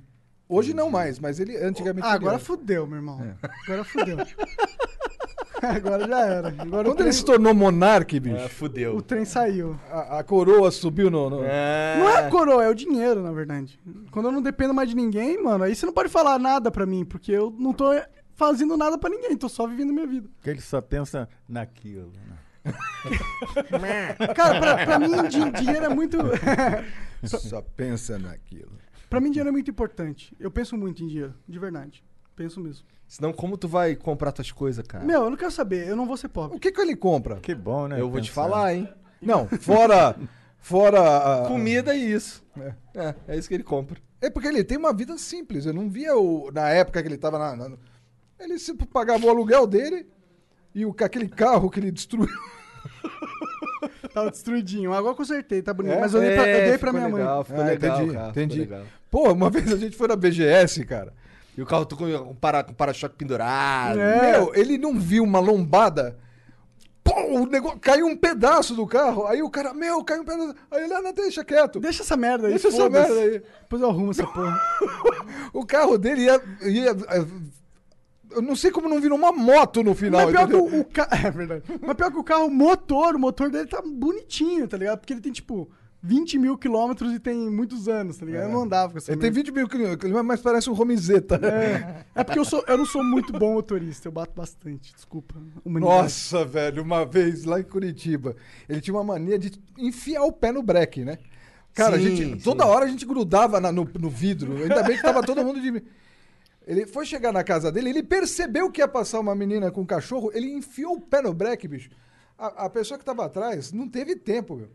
Speaker 3: Hoje não mais, mas ele antigamente.
Speaker 2: Ah,
Speaker 3: ele
Speaker 2: agora
Speaker 3: era.
Speaker 2: fudeu, meu irmão. Agora fudeu. agora já era. Agora o
Speaker 3: Quando ele
Speaker 2: trem,
Speaker 3: se tornou monarca, bicho,
Speaker 2: o
Speaker 1: fudeu.
Speaker 2: trem saiu.
Speaker 3: a, a coroa subiu no. no-
Speaker 2: Não é a coroa, é o dinheiro, na verdade. Quando eu não dependo mais de ninguém, mano, aí você não pode falar nada pra mim, porque eu não tô fazendo nada pra ninguém, tô só vivendo minha vida.
Speaker 4: Porque ele só pensa naquilo. né?
Speaker 2: Cara, pra, pra mim, din- dinheiro é muito.
Speaker 3: Só pensa naquilo.
Speaker 2: pra mim, dinheiro é muito importante. Eu penso muito em dinheiro, de verdade. Penso mesmo.
Speaker 1: Senão, como tu vai comprar tuas coisas, cara?
Speaker 2: Meu, eu não quero saber, eu não vou ser pobre.
Speaker 3: O que que ele compra?
Speaker 4: Que bom, né?
Speaker 1: eu vou te
Speaker 4: pensar.
Speaker 1: falar, hein?
Speaker 3: Não, fora. fora. a-
Speaker 1: Comida e isso.
Speaker 3: É.
Speaker 1: É, é isso que ele compra.
Speaker 3: É porque ele tem uma vida simples. Eu não via o, na época que ele tava na. na- ele se pagava o aluguel dele e o, ca- aquele carro que ele destruiu.
Speaker 2: Tava Tá destruidinho. Agora eu consertei, tá bonito.
Speaker 3: É?
Speaker 2: Mas eu dei pra, eu dei
Speaker 1: É, ficou
Speaker 2: pra minha mãe.
Speaker 1: legal, Ficou
Speaker 3: Ah,
Speaker 1: legal,
Speaker 3: entendi,
Speaker 1: cara,
Speaker 3: entendi.
Speaker 1: Ficou legal.
Speaker 3: Pô, uma vez a gente foi na BGS, cara.
Speaker 1: E o carro tu com com para- com um para-choque pendurado.
Speaker 2: É.
Speaker 3: Meu, ele não viu uma lombada. Pô, o negócio caiu um pedaço do carro. Aí o cara, meu, caiu um pedaço. Aí ele, ah, não, deixa quieto.
Speaker 2: Deixa essa merda aí.
Speaker 3: Deixa essa
Speaker 2: foda-se.
Speaker 3: merda aí.
Speaker 2: Depois eu arrumo essa porra.
Speaker 3: O carro dele ia. ia- é, eu não sei como não virou uma moto no final.
Speaker 2: Mas pior, que
Speaker 3: entendeu?
Speaker 2: o, o ca- é verdade. Mas pior que o carro, o motor, o motor dele tá bonitinho, tá ligado? Porque ele tem, tipo, 20 mil quilômetros e tem muitos anos, tá ligado? Eu não andava com essa
Speaker 3: É. Ele tem
Speaker 2: merda.
Speaker 3: 20 mil quilômetros, mas parece um Romizeta.
Speaker 2: É porque eu, sou, eu não sou muito bom motorista, eu bato bastante, desculpa. humanidade.
Speaker 3: Nossa, velho, uma vez lá em Curitiba, ele tinha uma mania de enfiar o pé no breque, né? Cara, a
Speaker 1: Sim,
Speaker 3: gente,
Speaker 1: sim.
Speaker 3: toda hora a gente grudava na- no, no vidro, ainda bem que tava todo mundo de. Ele foi chegar na casa dele, ele percebeu que ia passar uma menina com um cachorro, ele enfiou o pé no breque, bicho. A, a pessoa que tava atrás não teve tempo, meu.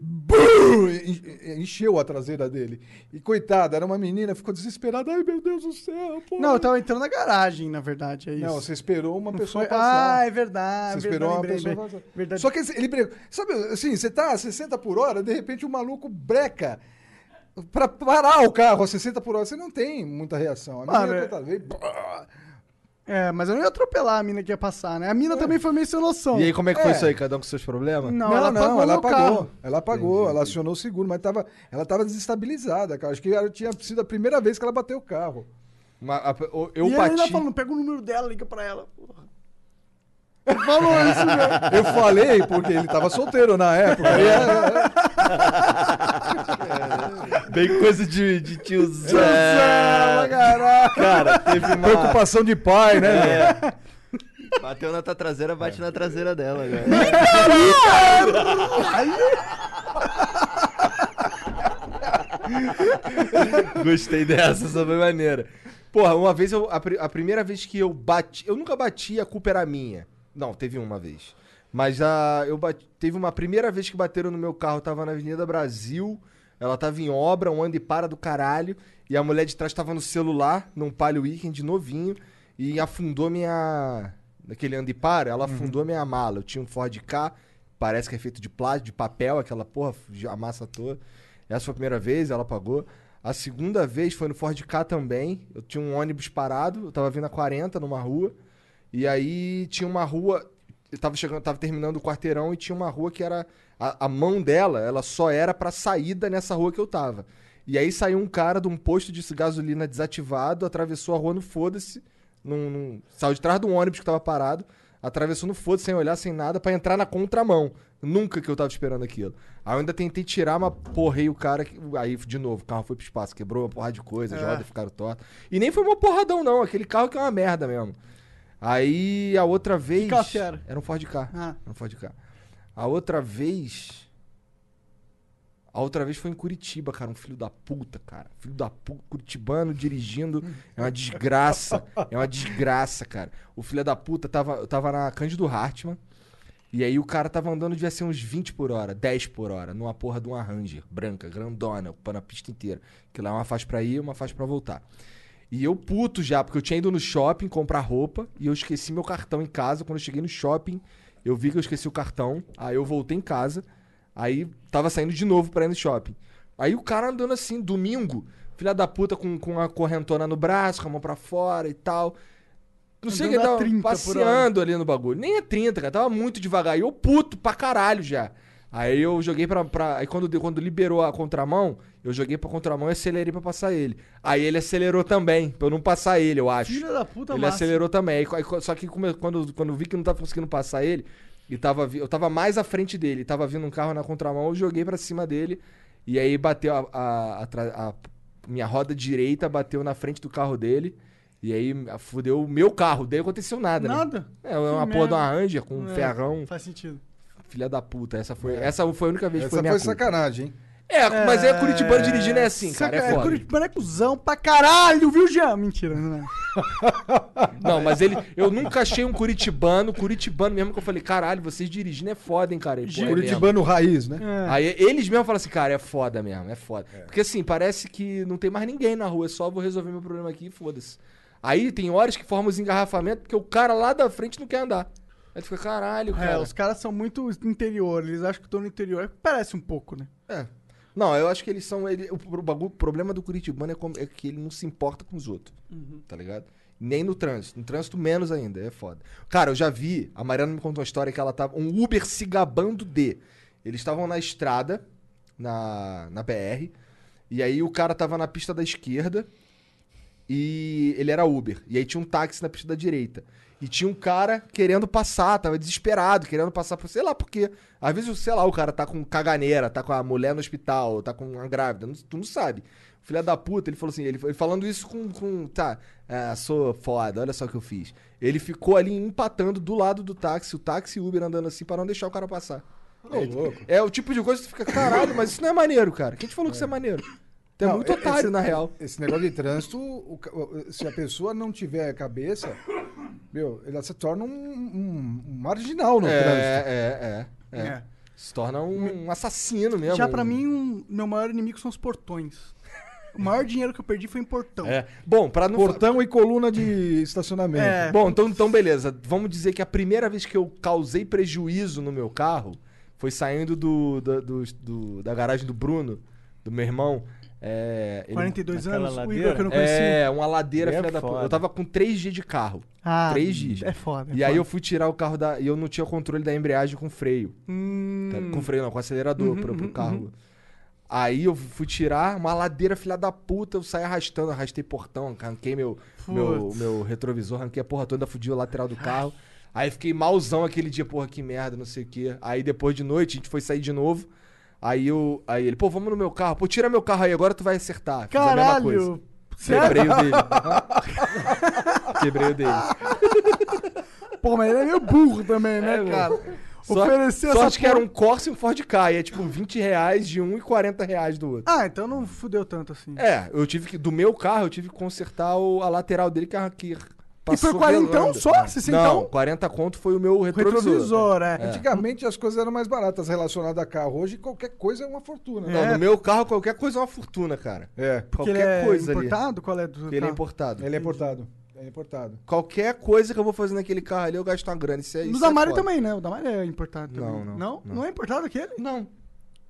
Speaker 3: Bum! En- Encheu a traseira dele. E coitada, era uma menina, ficou desesperada. Ai, meu Deus do céu, pô.
Speaker 2: Não, eu tava entrando na garagem, na verdade, é isso.
Speaker 3: Não, você esperou uma
Speaker 2: Não
Speaker 3: pessoa
Speaker 2: foi-
Speaker 3: passar.
Speaker 2: Ah, é verdade. verdade,
Speaker 3: Você esperou uma
Speaker 2: lembrei,
Speaker 3: pessoa
Speaker 2: lembrei.
Speaker 3: vazar.
Speaker 2: Verdade.
Speaker 3: Só que esse- ele brigou. Sabe assim, você tá a 60 por hora, de repente o maluco breca pra parar o carro a 60 por hora. Você não tem muita reação. A
Speaker 2: Mano,
Speaker 3: menina,
Speaker 2: é-
Speaker 3: coitada, veio, brrr.
Speaker 2: É, mas eu não ia atropelar a mina que ia passar, né? A mina também foi meio sem noção.
Speaker 1: E aí, como é que foi
Speaker 3: É.
Speaker 1: isso aí? Cada um com seus problemas?
Speaker 2: Não,
Speaker 3: Não, não,
Speaker 2: ela
Speaker 3: ela
Speaker 2: pagou
Speaker 3: pagou. Ela
Speaker 2: meu
Speaker 3: pagou,
Speaker 2: carro.
Speaker 3: ela, acionou o seguro, mas tava, ela tava desestabilizada, cara. Acho que ela tinha sido a primeira vez que ela bateu o carro.
Speaker 1: Mas a- eu- eu
Speaker 2: e ele ainda
Speaker 1: bati.
Speaker 2: falando, pega o número dela, liga pra ela. Porra. Falou isso, velho.
Speaker 3: Eu falei porque ele tava solteiro na época. E ela-
Speaker 5: Bem coisa de, de tiozão.
Speaker 1: É.
Speaker 2: Tiozão, caralho.
Speaker 5: Cara, teve uma...
Speaker 3: preocupação de pai, né? meu?
Speaker 5: Bateu na tua traseira, bate na traseira dela agora.
Speaker 1: Gostei dessa, essa foi maneira. Porra, uma vez eu. A, pri- a primeira vez que eu bati. Eu nunca bati, a culpa era minha. Não, teve uma vez. Mas a, eu bati, teve uma primeira vez que bateram no meu carro, eu tava na Avenida Brasil. Ela tava em obra, um anda e para do caralho. E a mulher de trás tava no celular, num palio weekend novinho. E afundou minha. Naquele anda e para, ela afundou minha mala. Eu tinha um Ford K, parece que é feito de plástico, de papel, aquela porra, a massa toda. Essa foi a primeira vez, ela pagou. A segunda vez foi no Ford K também. Eu tinha um ônibus parado, eu tava vindo a 40 numa rua. E aí tinha uma rua. Eu tava chegando, tava terminando o quarteirão e tinha uma rua que era. A, a mão dela, ela só era pra saída nessa rua que eu tava. E aí saiu um cara de um posto de gasolina desativado, atravessou a rua no foda-se. Num, num- saiu de trás de um ônibus que tava parado, atravessou no foda-se, sem olhar, sem nada, pra entrar na contramão. Nunca que eu tava esperando aquilo. Aí eu ainda tentei tirar, mas porrei o cara. que- Aí, de novo, o carro foi pro espaço, quebrou uma porrada de coisa, as
Speaker 2: É.
Speaker 1: rodas ficaram tortas. E nem foi uma porradão, não. Aquele carro que é uma merda mesmo. Aí a outra vez.
Speaker 2: carro que era?
Speaker 1: um Ford K.
Speaker 2: Ah,
Speaker 1: Era um Ford K. A outra vez. A outra vez foi em Curitiba, cara. Um filho da puta, cara. Filho da puta, curitibano dirigindo. É uma desgraça. É uma desgraça, cara. O filho da puta tava, eu tava na Cândido Hartmann. E aí o cara tava andando, devia ser uns 20 por hora, 10 por hora, numa porra de uma Ranger branca, grandona, ocupando a pista inteira. Que lá é uma faixa pra ir e uma faixa pra voltar. E eu puto já, porque eu tinha ido no shopping comprar roupa e eu esqueci meu cartão em casa. Quando eu cheguei no shopping, eu vi que eu esqueci o cartão. Aí eu voltei em casa. Aí tava saindo de novo pra ir no shopping. Aí o cara andando assim, domingo, filha da puta com, com a correntona no braço, com a mão pra fora e tal. Não sei o que
Speaker 2: Andando a
Speaker 1: tava
Speaker 2: 30 por hora.
Speaker 1: passeando ali no bagulho. Nem é 30, cara. Tava muito devagar. E eu puto pra caralho já. Aí eu joguei pra. pra aí quando, deu- quando liberou a contramão, eu joguei pra contramão e acelerei pra passar ele. Aí ele acelerou também, pra eu não passar ele, eu acho.
Speaker 2: filha da puta,
Speaker 1: Ele
Speaker 2: massa.
Speaker 1: acelerou também. Aí co- aí co- só que como eu- quando, quando eu vi que não tava conseguindo passar ele, e tava, vi- eu tava mais à frente dele, tava vindo um carro na contramão, eu joguei pra cima dele. E aí bateu a, a- a tra- a minha roda direita, bateu na frente do carro dele. E aí fudeu o meu carro, daí aconteceu nada, né?
Speaker 2: Nada?
Speaker 1: É, uma porra
Speaker 2: Que
Speaker 1: de
Speaker 2: merda.
Speaker 1: uma Ranger com um
Speaker 2: É.
Speaker 1: ferrão,
Speaker 2: Faz sentido.
Speaker 1: filha da puta. Essa foi, essa foi a única vez
Speaker 3: Essa
Speaker 1: que foi
Speaker 3: foi,
Speaker 1: minha culpa.
Speaker 3: sacanagem, hein?
Speaker 1: É, mas é Curitibano dirigindo é assim, cara, é
Speaker 2: Saca-
Speaker 1: foda.
Speaker 2: Curitibano é cuzão pra caralho, viu, Jean? Mentira, não é.
Speaker 1: Não, mas ele. Eu nunca achei um curitibano, curitibano mesmo, que eu falei, caralho, vocês dirigindo é foda, hein, cara. E, pô, é mesmo.
Speaker 3: Curitibano raiz, né?
Speaker 2: É.
Speaker 1: Aí eles mesmo falam assim, cara, é foda mesmo, é foda. Porque assim, parece que não tem mais ninguém na rua, é só vou resolver meu problema aqui e foda-se. Aí tem horas que formam os engarrafamentos porque o cara lá da frente não quer andar. Aí tu fica, caralho,
Speaker 2: É,
Speaker 1: cara.
Speaker 2: os caras são muito interior, eles acham que estão no interior. Parece um pouco, né?
Speaker 1: É. Não, eu acho que eles são. ele- o, pro- bagulho- o problema do Curitibano é, como- é que ele não se importa com os outros. Tá ligado? Nem no trânsito. No trânsito, menos ainda. É foda. Cara, eu já vi. A Mariana me contou uma história que ela tava. Um Uber se gabando de. Eles estavam na estrada, na, na BR. E aí o cara tava na pista da esquerda. E ele era Uber. E aí tinha um táxi na pista da direita. E tinha um cara querendo passar, tava desesperado, querendo passar por sei lá por quê. Às vezes, sei lá, o cara tá com caganeira, tá com a mulher no hospital, tá com uma grávida, não- tu não sabe. O Filha da puta, ele falou assim, ele, ele falando isso com, com tá, ah, sou foda, olha só o que eu fiz. Ele ficou ali empatando do lado do táxi, o táxi e o Uber andando assim pra não deixar o cara passar.
Speaker 3: Ô, louco.
Speaker 1: É o tipo de coisa que tu fica, caralho, mas isso não é maneiro, cara. Quem te falou que isso é maneiro? Tu é
Speaker 3: Não,
Speaker 1: muito
Speaker 3: esse-
Speaker 1: otário, na real.
Speaker 3: Esse negócio de trânsito, o ca- o- se a pessoa não tiver a cabeça, meu, ela se torna um, um- um marginal no trânsito.
Speaker 1: É, é, é, é. Se torna um, um assassino mesmo.
Speaker 2: Já pra
Speaker 1: um-
Speaker 2: mim, um- meu maior inimigo são os portões. O maior dinheiro que eu perdi foi em portão.
Speaker 1: É. Bom, pra não. fa-
Speaker 3: Portão e coluna de estacionamento.
Speaker 2: É.
Speaker 1: Bom, então, então beleza. Vamos dizer que a primeira vez que eu causei prejuízo no meu carro foi saindo do, da- do- do- da garagem do Bruno, do meu irmão. É, ele-
Speaker 2: 42
Speaker 4: Naquela
Speaker 2: anos, o
Speaker 4: ladeira?
Speaker 2: Igor que eu não conhecia.
Speaker 1: é uma ladeira,
Speaker 4: É
Speaker 1: filha da puta.
Speaker 4: foda.
Speaker 1: Eu tava com três dias de carro.
Speaker 2: Ah,
Speaker 1: Três dias.
Speaker 2: É foda. é
Speaker 1: e aí
Speaker 2: foda.
Speaker 1: eu fui tirar o carro da. E eu não tinha controle da embreagem com freio.
Speaker 2: Hum, Uhum,
Speaker 1: Tá- Com freio não, com acelerador pro, pro carro. Aí eu fui tirar uma ladeira, filha da puta, eu saí arrastando, arrastei portão, arranquei meu, meu,
Speaker 2: Putz.
Speaker 1: meu retrovisor, arranquei a porra toda, fudi o lateral do carro. Aí fiquei malzão aquele dia, porra, que merda, não sei o quê. Aí depois de noite, a gente foi sair de novo. Aí eu. Aí ele, pô, vamos no meu carro. Pô, tira meu carro aí, agora tu vai acertar. Fiz a mesma coisa.
Speaker 2: Caralho. Sério?
Speaker 1: Quebrei o dele. Quebrei o dele.
Speaker 2: Pô, mas ele é meio burro também, né,
Speaker 1: É, meu.
Speaker 2: cara? Oferecer
Speaker 1: só
Speaker 2: essa
Speaker 1: acho que era um Corsa e um Ford Ka. E é tipo 20 reais de um e 40 reais do outro.
Speaker 2: Ah, então não fudeu tanto assim.
Speaker 1: É, eu tive que. Do meu carro, eu tive que consertar o- a lateral dele que, que passou.
Speaker 2: foi 40
Speaker 1: relando.
Speaker 2: só? 60?
Speaker 1: Não, 40 conto foi o meu retrovisor.
Speaker 2: Retrovisor,
Speaker 1: né?
Speaker 2: é.
Speaker 3: Antigamente as coisas eram mais baratas relacionadas a carro. Hoje qualquer coisa é uma fortuna.
Speaker 1: Não, no meu carro qualquer coisa é uma fortuna, cara.
Speaker 3: É.
Speaker 2: Porque
Speaker 1: Qualquer
Speaker 2: ele é
Speaker 1: coisa ali.
Speaker 2: importado? Qual é do
Speaker 1: Porque ele é
Speaker 2: carro?
Speaker 1: importado.
Speaker 3: Ele é importado. Ele é importado.
Speaker 1: Qualquer coisa que eu vou fazer naquele carro ali, eu gasto uma grana. Isso é
Speaker 2: No
Speaker 1: isso.
Speaker 2: da
Speaker 1: é
Speaker 2: Mario
Speaker 1: foda.
Speaker 2: também, né? O da Mario é importado também.
Speaker 1: Não, não,
Speaker 2: Não,
Speaker 1: não.
Speaker 2: Não é importado aquele?
Speaker 1: Não.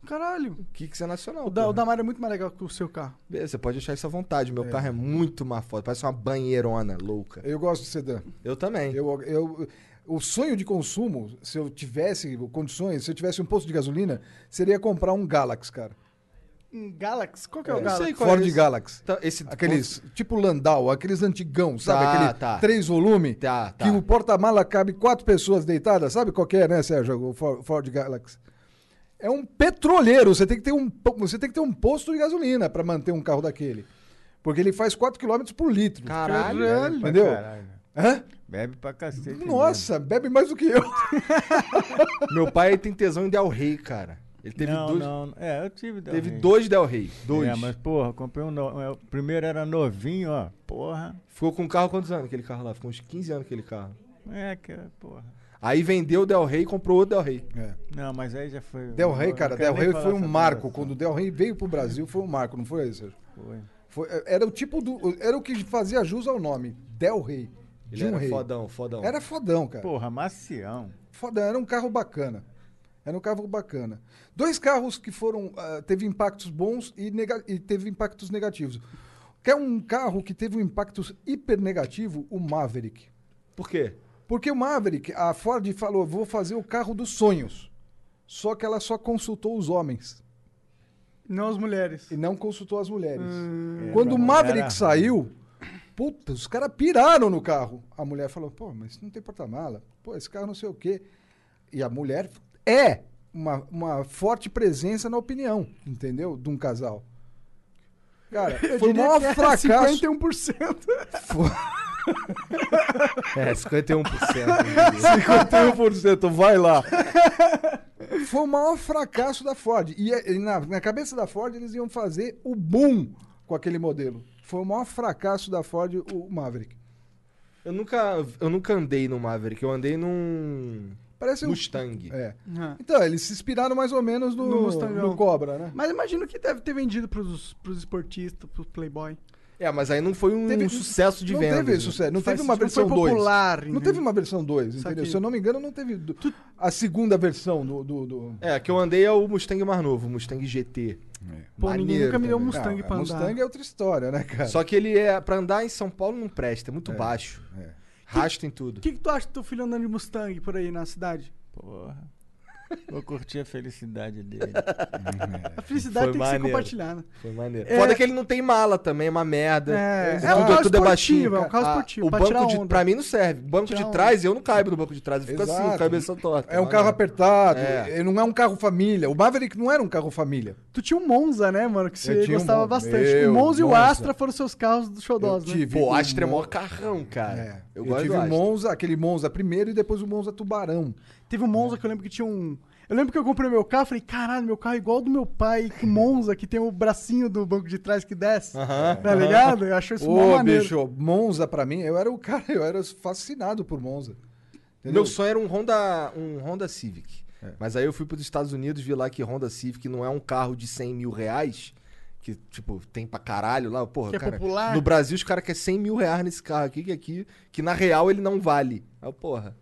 Speaker 2: Caralho.
Speaker 1: Kicks é nacional.
Speaker 2: O da, o
Speaker 1: porra.
Speaker 2: da Mario é muito mais legal que o seu carro.
Speaker 1: Beleza, Você pode achar isso à vontade. Meu carro é muito má foda. Parece uma banheirona louca.
Speaker 3: Eu gosto de sedã.
Speaker 1: Eu também.
Speaker 3: Eu, eu, o sonho de consumo, se eu tivesse condições, se eu tivesse um posto de gasolina, seria comprar um Galaxy, cara.
Speaker 2: Um Galaxy? Qual que é o
Speaker 1: Eu sei
Speaker 2: Galaxy?
Speaker 1: qual é
Speaker 3: Ford
Speaker 1: esse.
Speaker 3: Galaxy.
Speaker 1: Então, esse
Speaker 3: Aqueles, tipo Landau, aqueles antigão, sabe?
Speaker 1: Tá,
Speaker 3: Aquele
Speaker 1: tá.
Speaker 3: três volume,
Speaker 1: Tá, tá.
Speaker 3: que o porta-mala cabe quatro pessoas deitadas, sabe qual que é, né, Sérgio? O For- Ford Galaxy. É um petroleiro, você tem que ter um, po- você tem que ter um posto de gasolina para manter um carro daquele. Porque ele faz 4 km por litro.
Speaker 1: Caralho.
Speaker 4: Bebe pra
Speaker 3: Entendeu?
Speaker 4: caralho.
Speaker 3: Hã?
Speaker 4: Bebe pra cacete.
Speaker 3: Nossa, bebe mais do que eu.
Speaker 1: Meu pai tem tesão em Del Rey, cara. Ele teve
Speaker 4: Teve não,
Speaker 1: dois.
Speaker 4: não. É, eu tive. da
Speaker 1: Teve
Speaker 4: Rei.
Speaker 1: dois Del Rey. Dois.
Speaker 4: É, mas porra, comprei um. No... é, O primeiro era novinho, ó. Porra.
Speaker 1: Ficou com o carro quantos anos aquele carro lá? Ficou uns 15 anos aquele carro.
Speaker 4: É, que é, porra.
Speaker 1: Aí vendeu o Del Rey e comprou outro Del Rey.
Speaker 4: Não, mas aí já foi.
Speaker 3: Del
Speaker 4: não
Speaker 3: Rey,
Speaker 4: vou-
Speaker 3: cara,
Speaker 4: não quero nem
Speaker 3: Del Rey
Speaker 4: falar
Speaker 3: foi um
Speaker 4: essa
Speaker 3: marco.
Speaker 4: conversa.
Speaker 3: Quando o Del Rey veio pro Brasil, foi um marco, não foi, Sérgio?
Speaker 4: Foi.
Speaker 3: Foi- era o tipo do. Era o que fazia jus ao nome. Del Rey.
Speaker 1: Ele
Speaker 3: De um
Speaker 1: era
Speaker 3: rei.
Speaker 1: fodão, fodão.
Speaker 3: Era fodão, cara.
Speaker 4: Porra, macião.
Speaker 3: Fodão, era um carro bacana. Era um carro bacana. Dois carros que foram. ah, teve impactos bons e, nega- e teve impactos negativos. Quer um carro que teve um impacto hiper negativo? O Maverick.
Speaker 1: Por quê?
Speaker 3: Porque o Maverick, a Ford falou: vou fazer o carro dos sonhos. Só que ela só consultou os homens
Speaker 2: Não as mulheres.
Speaker 3: e não consultou as mulheres.
Speaker 4: É,
Speaker 3: Quando
Speaker 4: pra
Speaker 3: o
Speaker 4: mulher
Speaker 3: Maverick
Speaker 4: era-
Speaker 3: saiu, puta, os caras piraram no carro. A mulher falou, pô, mas não tem porta-mala. Pô, esse carro não sei o quê. E a mulher é uma, uma forte presença na opinião, entendeu? De um casal. Cara,
Speaker 2: Eu
Speaker 3: foi o
Speaker 2: diria
Speaker 3: maior
Speaker 2: que é
Speaker 3: fracasso.
Speaker 2: 51%.
Speaker 1: É, 51%.
Speaker 3: 51%, assim, vai lá. Foi o maior fracasso da Ford. E, eh, e na, na cabeça da Ford, eles iam fazer o boom com aquele modelo. Foi o maior fracasso da Ford, o Maverick.
Speaker 1: eu, nunca, eu nunca andei no Maverick. Eu andei num
Speaker 3: Parece um.
Speaker 1: Mustang.
Speaker 3: É.
Speaker 2: Ah.
Speaker 3: Então, eles se inspiraram mais ou menos no,
Speaker 2: No Mustangão.
Speaker 3: no Cobra, né?
Speaker 2: Mas imagino que deve ter vendido pros, pros esportistas, pros playboy.
Speaker 1: É, mas aí não foi um
Speaker 3: Teve-
Speaker 1: sucesso de
Speaker 3: não
Speaker 1: vendas.
Speaker 3: teve
Speaker 1: né?
Speaker 3: sucesso, não
Speaker 2: Faz-
Speaker 3: teve uma
Speaker 2: Não
Speaker 3: versão 2.
Speaker 2: foi popular.
Speaker 3: Não
Speaker 2: entendeu?
Speaker 3: teve uma versão 2,
Speaker 2: Saquei.
Speaker 3: entendeu? Se eu não me engano, não teve do- a segunda versão do. do, do...
Speaker 1: É, que eu andei é o Mustang mais novo, o Mustang GT.
Speaker 2: Pô, ninguém nunca me deu um
Speaker 1: também.
Speaker 2: Mustang
Speaker 3: Ah,
Speaker 2: pra andar.
Speaker 3: Mustang é outra história, né, cara?
Speaker 1: Só que ele é. Pra andar em São Paulo não presta, é muito baixo.
Speaker 3: é.
Speaker 1: Rasta em tudo.
Speaker 2: O que, que tu acha do teu filho andando de Mustang por aí na cidade?
Speaker 4: Porra. Vou curtir a felicidade dele.
Speaker 2: A felicidade
Speaker 1: Foi
Speaker 2: tem que ser
Speaker 1: maneiro.
Speaker 2: compartilhada.
Speaker 1: Foi maneiro.
Speaker 2: É.
Speaker 1: Foda que ele não tem mala também, é uma merda.
Speaker 2: É,
Speaker 1: Tudo
Speaker 2: é um carro
Speaker 1: tudo
Speaker 2: esportivo,
Speaker 1: baixinho.
Speaker 2: é um carro
Speaker 1: Ah,
Speaker 2: esportivo,
Speaker 1: o
Speaker 2: pra
Speaker 1: banco
Speaker 2: tirar
Speaker 1: de,
Speaker 2: onda.
Speaker 1: pra mim não serve. O banco
Speaker 2: Tirar
Speaker 1: de trás, eu não caibo no banco de trás. Eu fico assim,
Speaker 3: Exato.
Speaker 1: com a cabeça torta.
Speaker 3: É um
Speaker 1: Maneiro.
Speaker 3: carro apertado,
Speaker 1: É.
Speaker 3: ele não é um carro família. O Maverick não era um carro família.
Speaker 2: Tu tinha um Monza, né, mano? Que
Speaker 3: Eu
Speaker 2: você
Speaker 3: tinha um
Speaker 2: gostava
Speaker 3: Monza.
Speaker 2: bastante.
Speaker 3: Meu,
Speaker 2: o Monza e o
Speaker 3: Monza.
Speaker 2: Astra foram seus carros do Xodós,
Speaker 3: Eu
Speaker 2: né?
Speaker 3: tive
Speaker 1: Pô,
Speaker 3: um
Speaker 1: o Astra é mó
Speaker 3: Mon-
Speaker 1: carrão, cara.
Speaker 3: É,
Speaker 1: Eu,
Speaker 3: eu,
Speaker 1: gosto
Speaker 3: tive
Speaker 1: do
Speaker 3: o
Speaker 1: Astra.
Speaker 3: Monza, aquele Monza primeiro e depois o Monza Tubarão.
Speaker 2: Teve um Monza que eu lembro que tinha um. Eu lembro que eu comprei meu carro, falei, caralho, meu carro é igual ao do meu pai, que Monza, que tem o bracinho do banco de trás que desce.
Speaker 1: Aham.
Speaker 2: Tá ligado? Eu achei isso uma
Speaker 3: Ah. Ô,
Speaker 2: maneiro.
Speaker 3: bicho, é Monza pra mim, eu era o cara, eu era fascinado por Monza. Entendeu?
Speaker 1: Meu sonho era um Honda, um Honda Civic.
Speaker 2: É.
Speaker 1: Mas aí eu fui para os Estados Unidos, vi lá que Honda Civic não é um carro de 100 mil reais, que, tipo, tem pra caralho lá. Porra,
Speaker 2: Que é
Speaker 1: cara,
Speaker 2: popular.
Speaker 1: No Brasil, os caras querem 100 mil reais nesse carro aqui, que aqui, que na real ele não vale. Aí, eu, porra.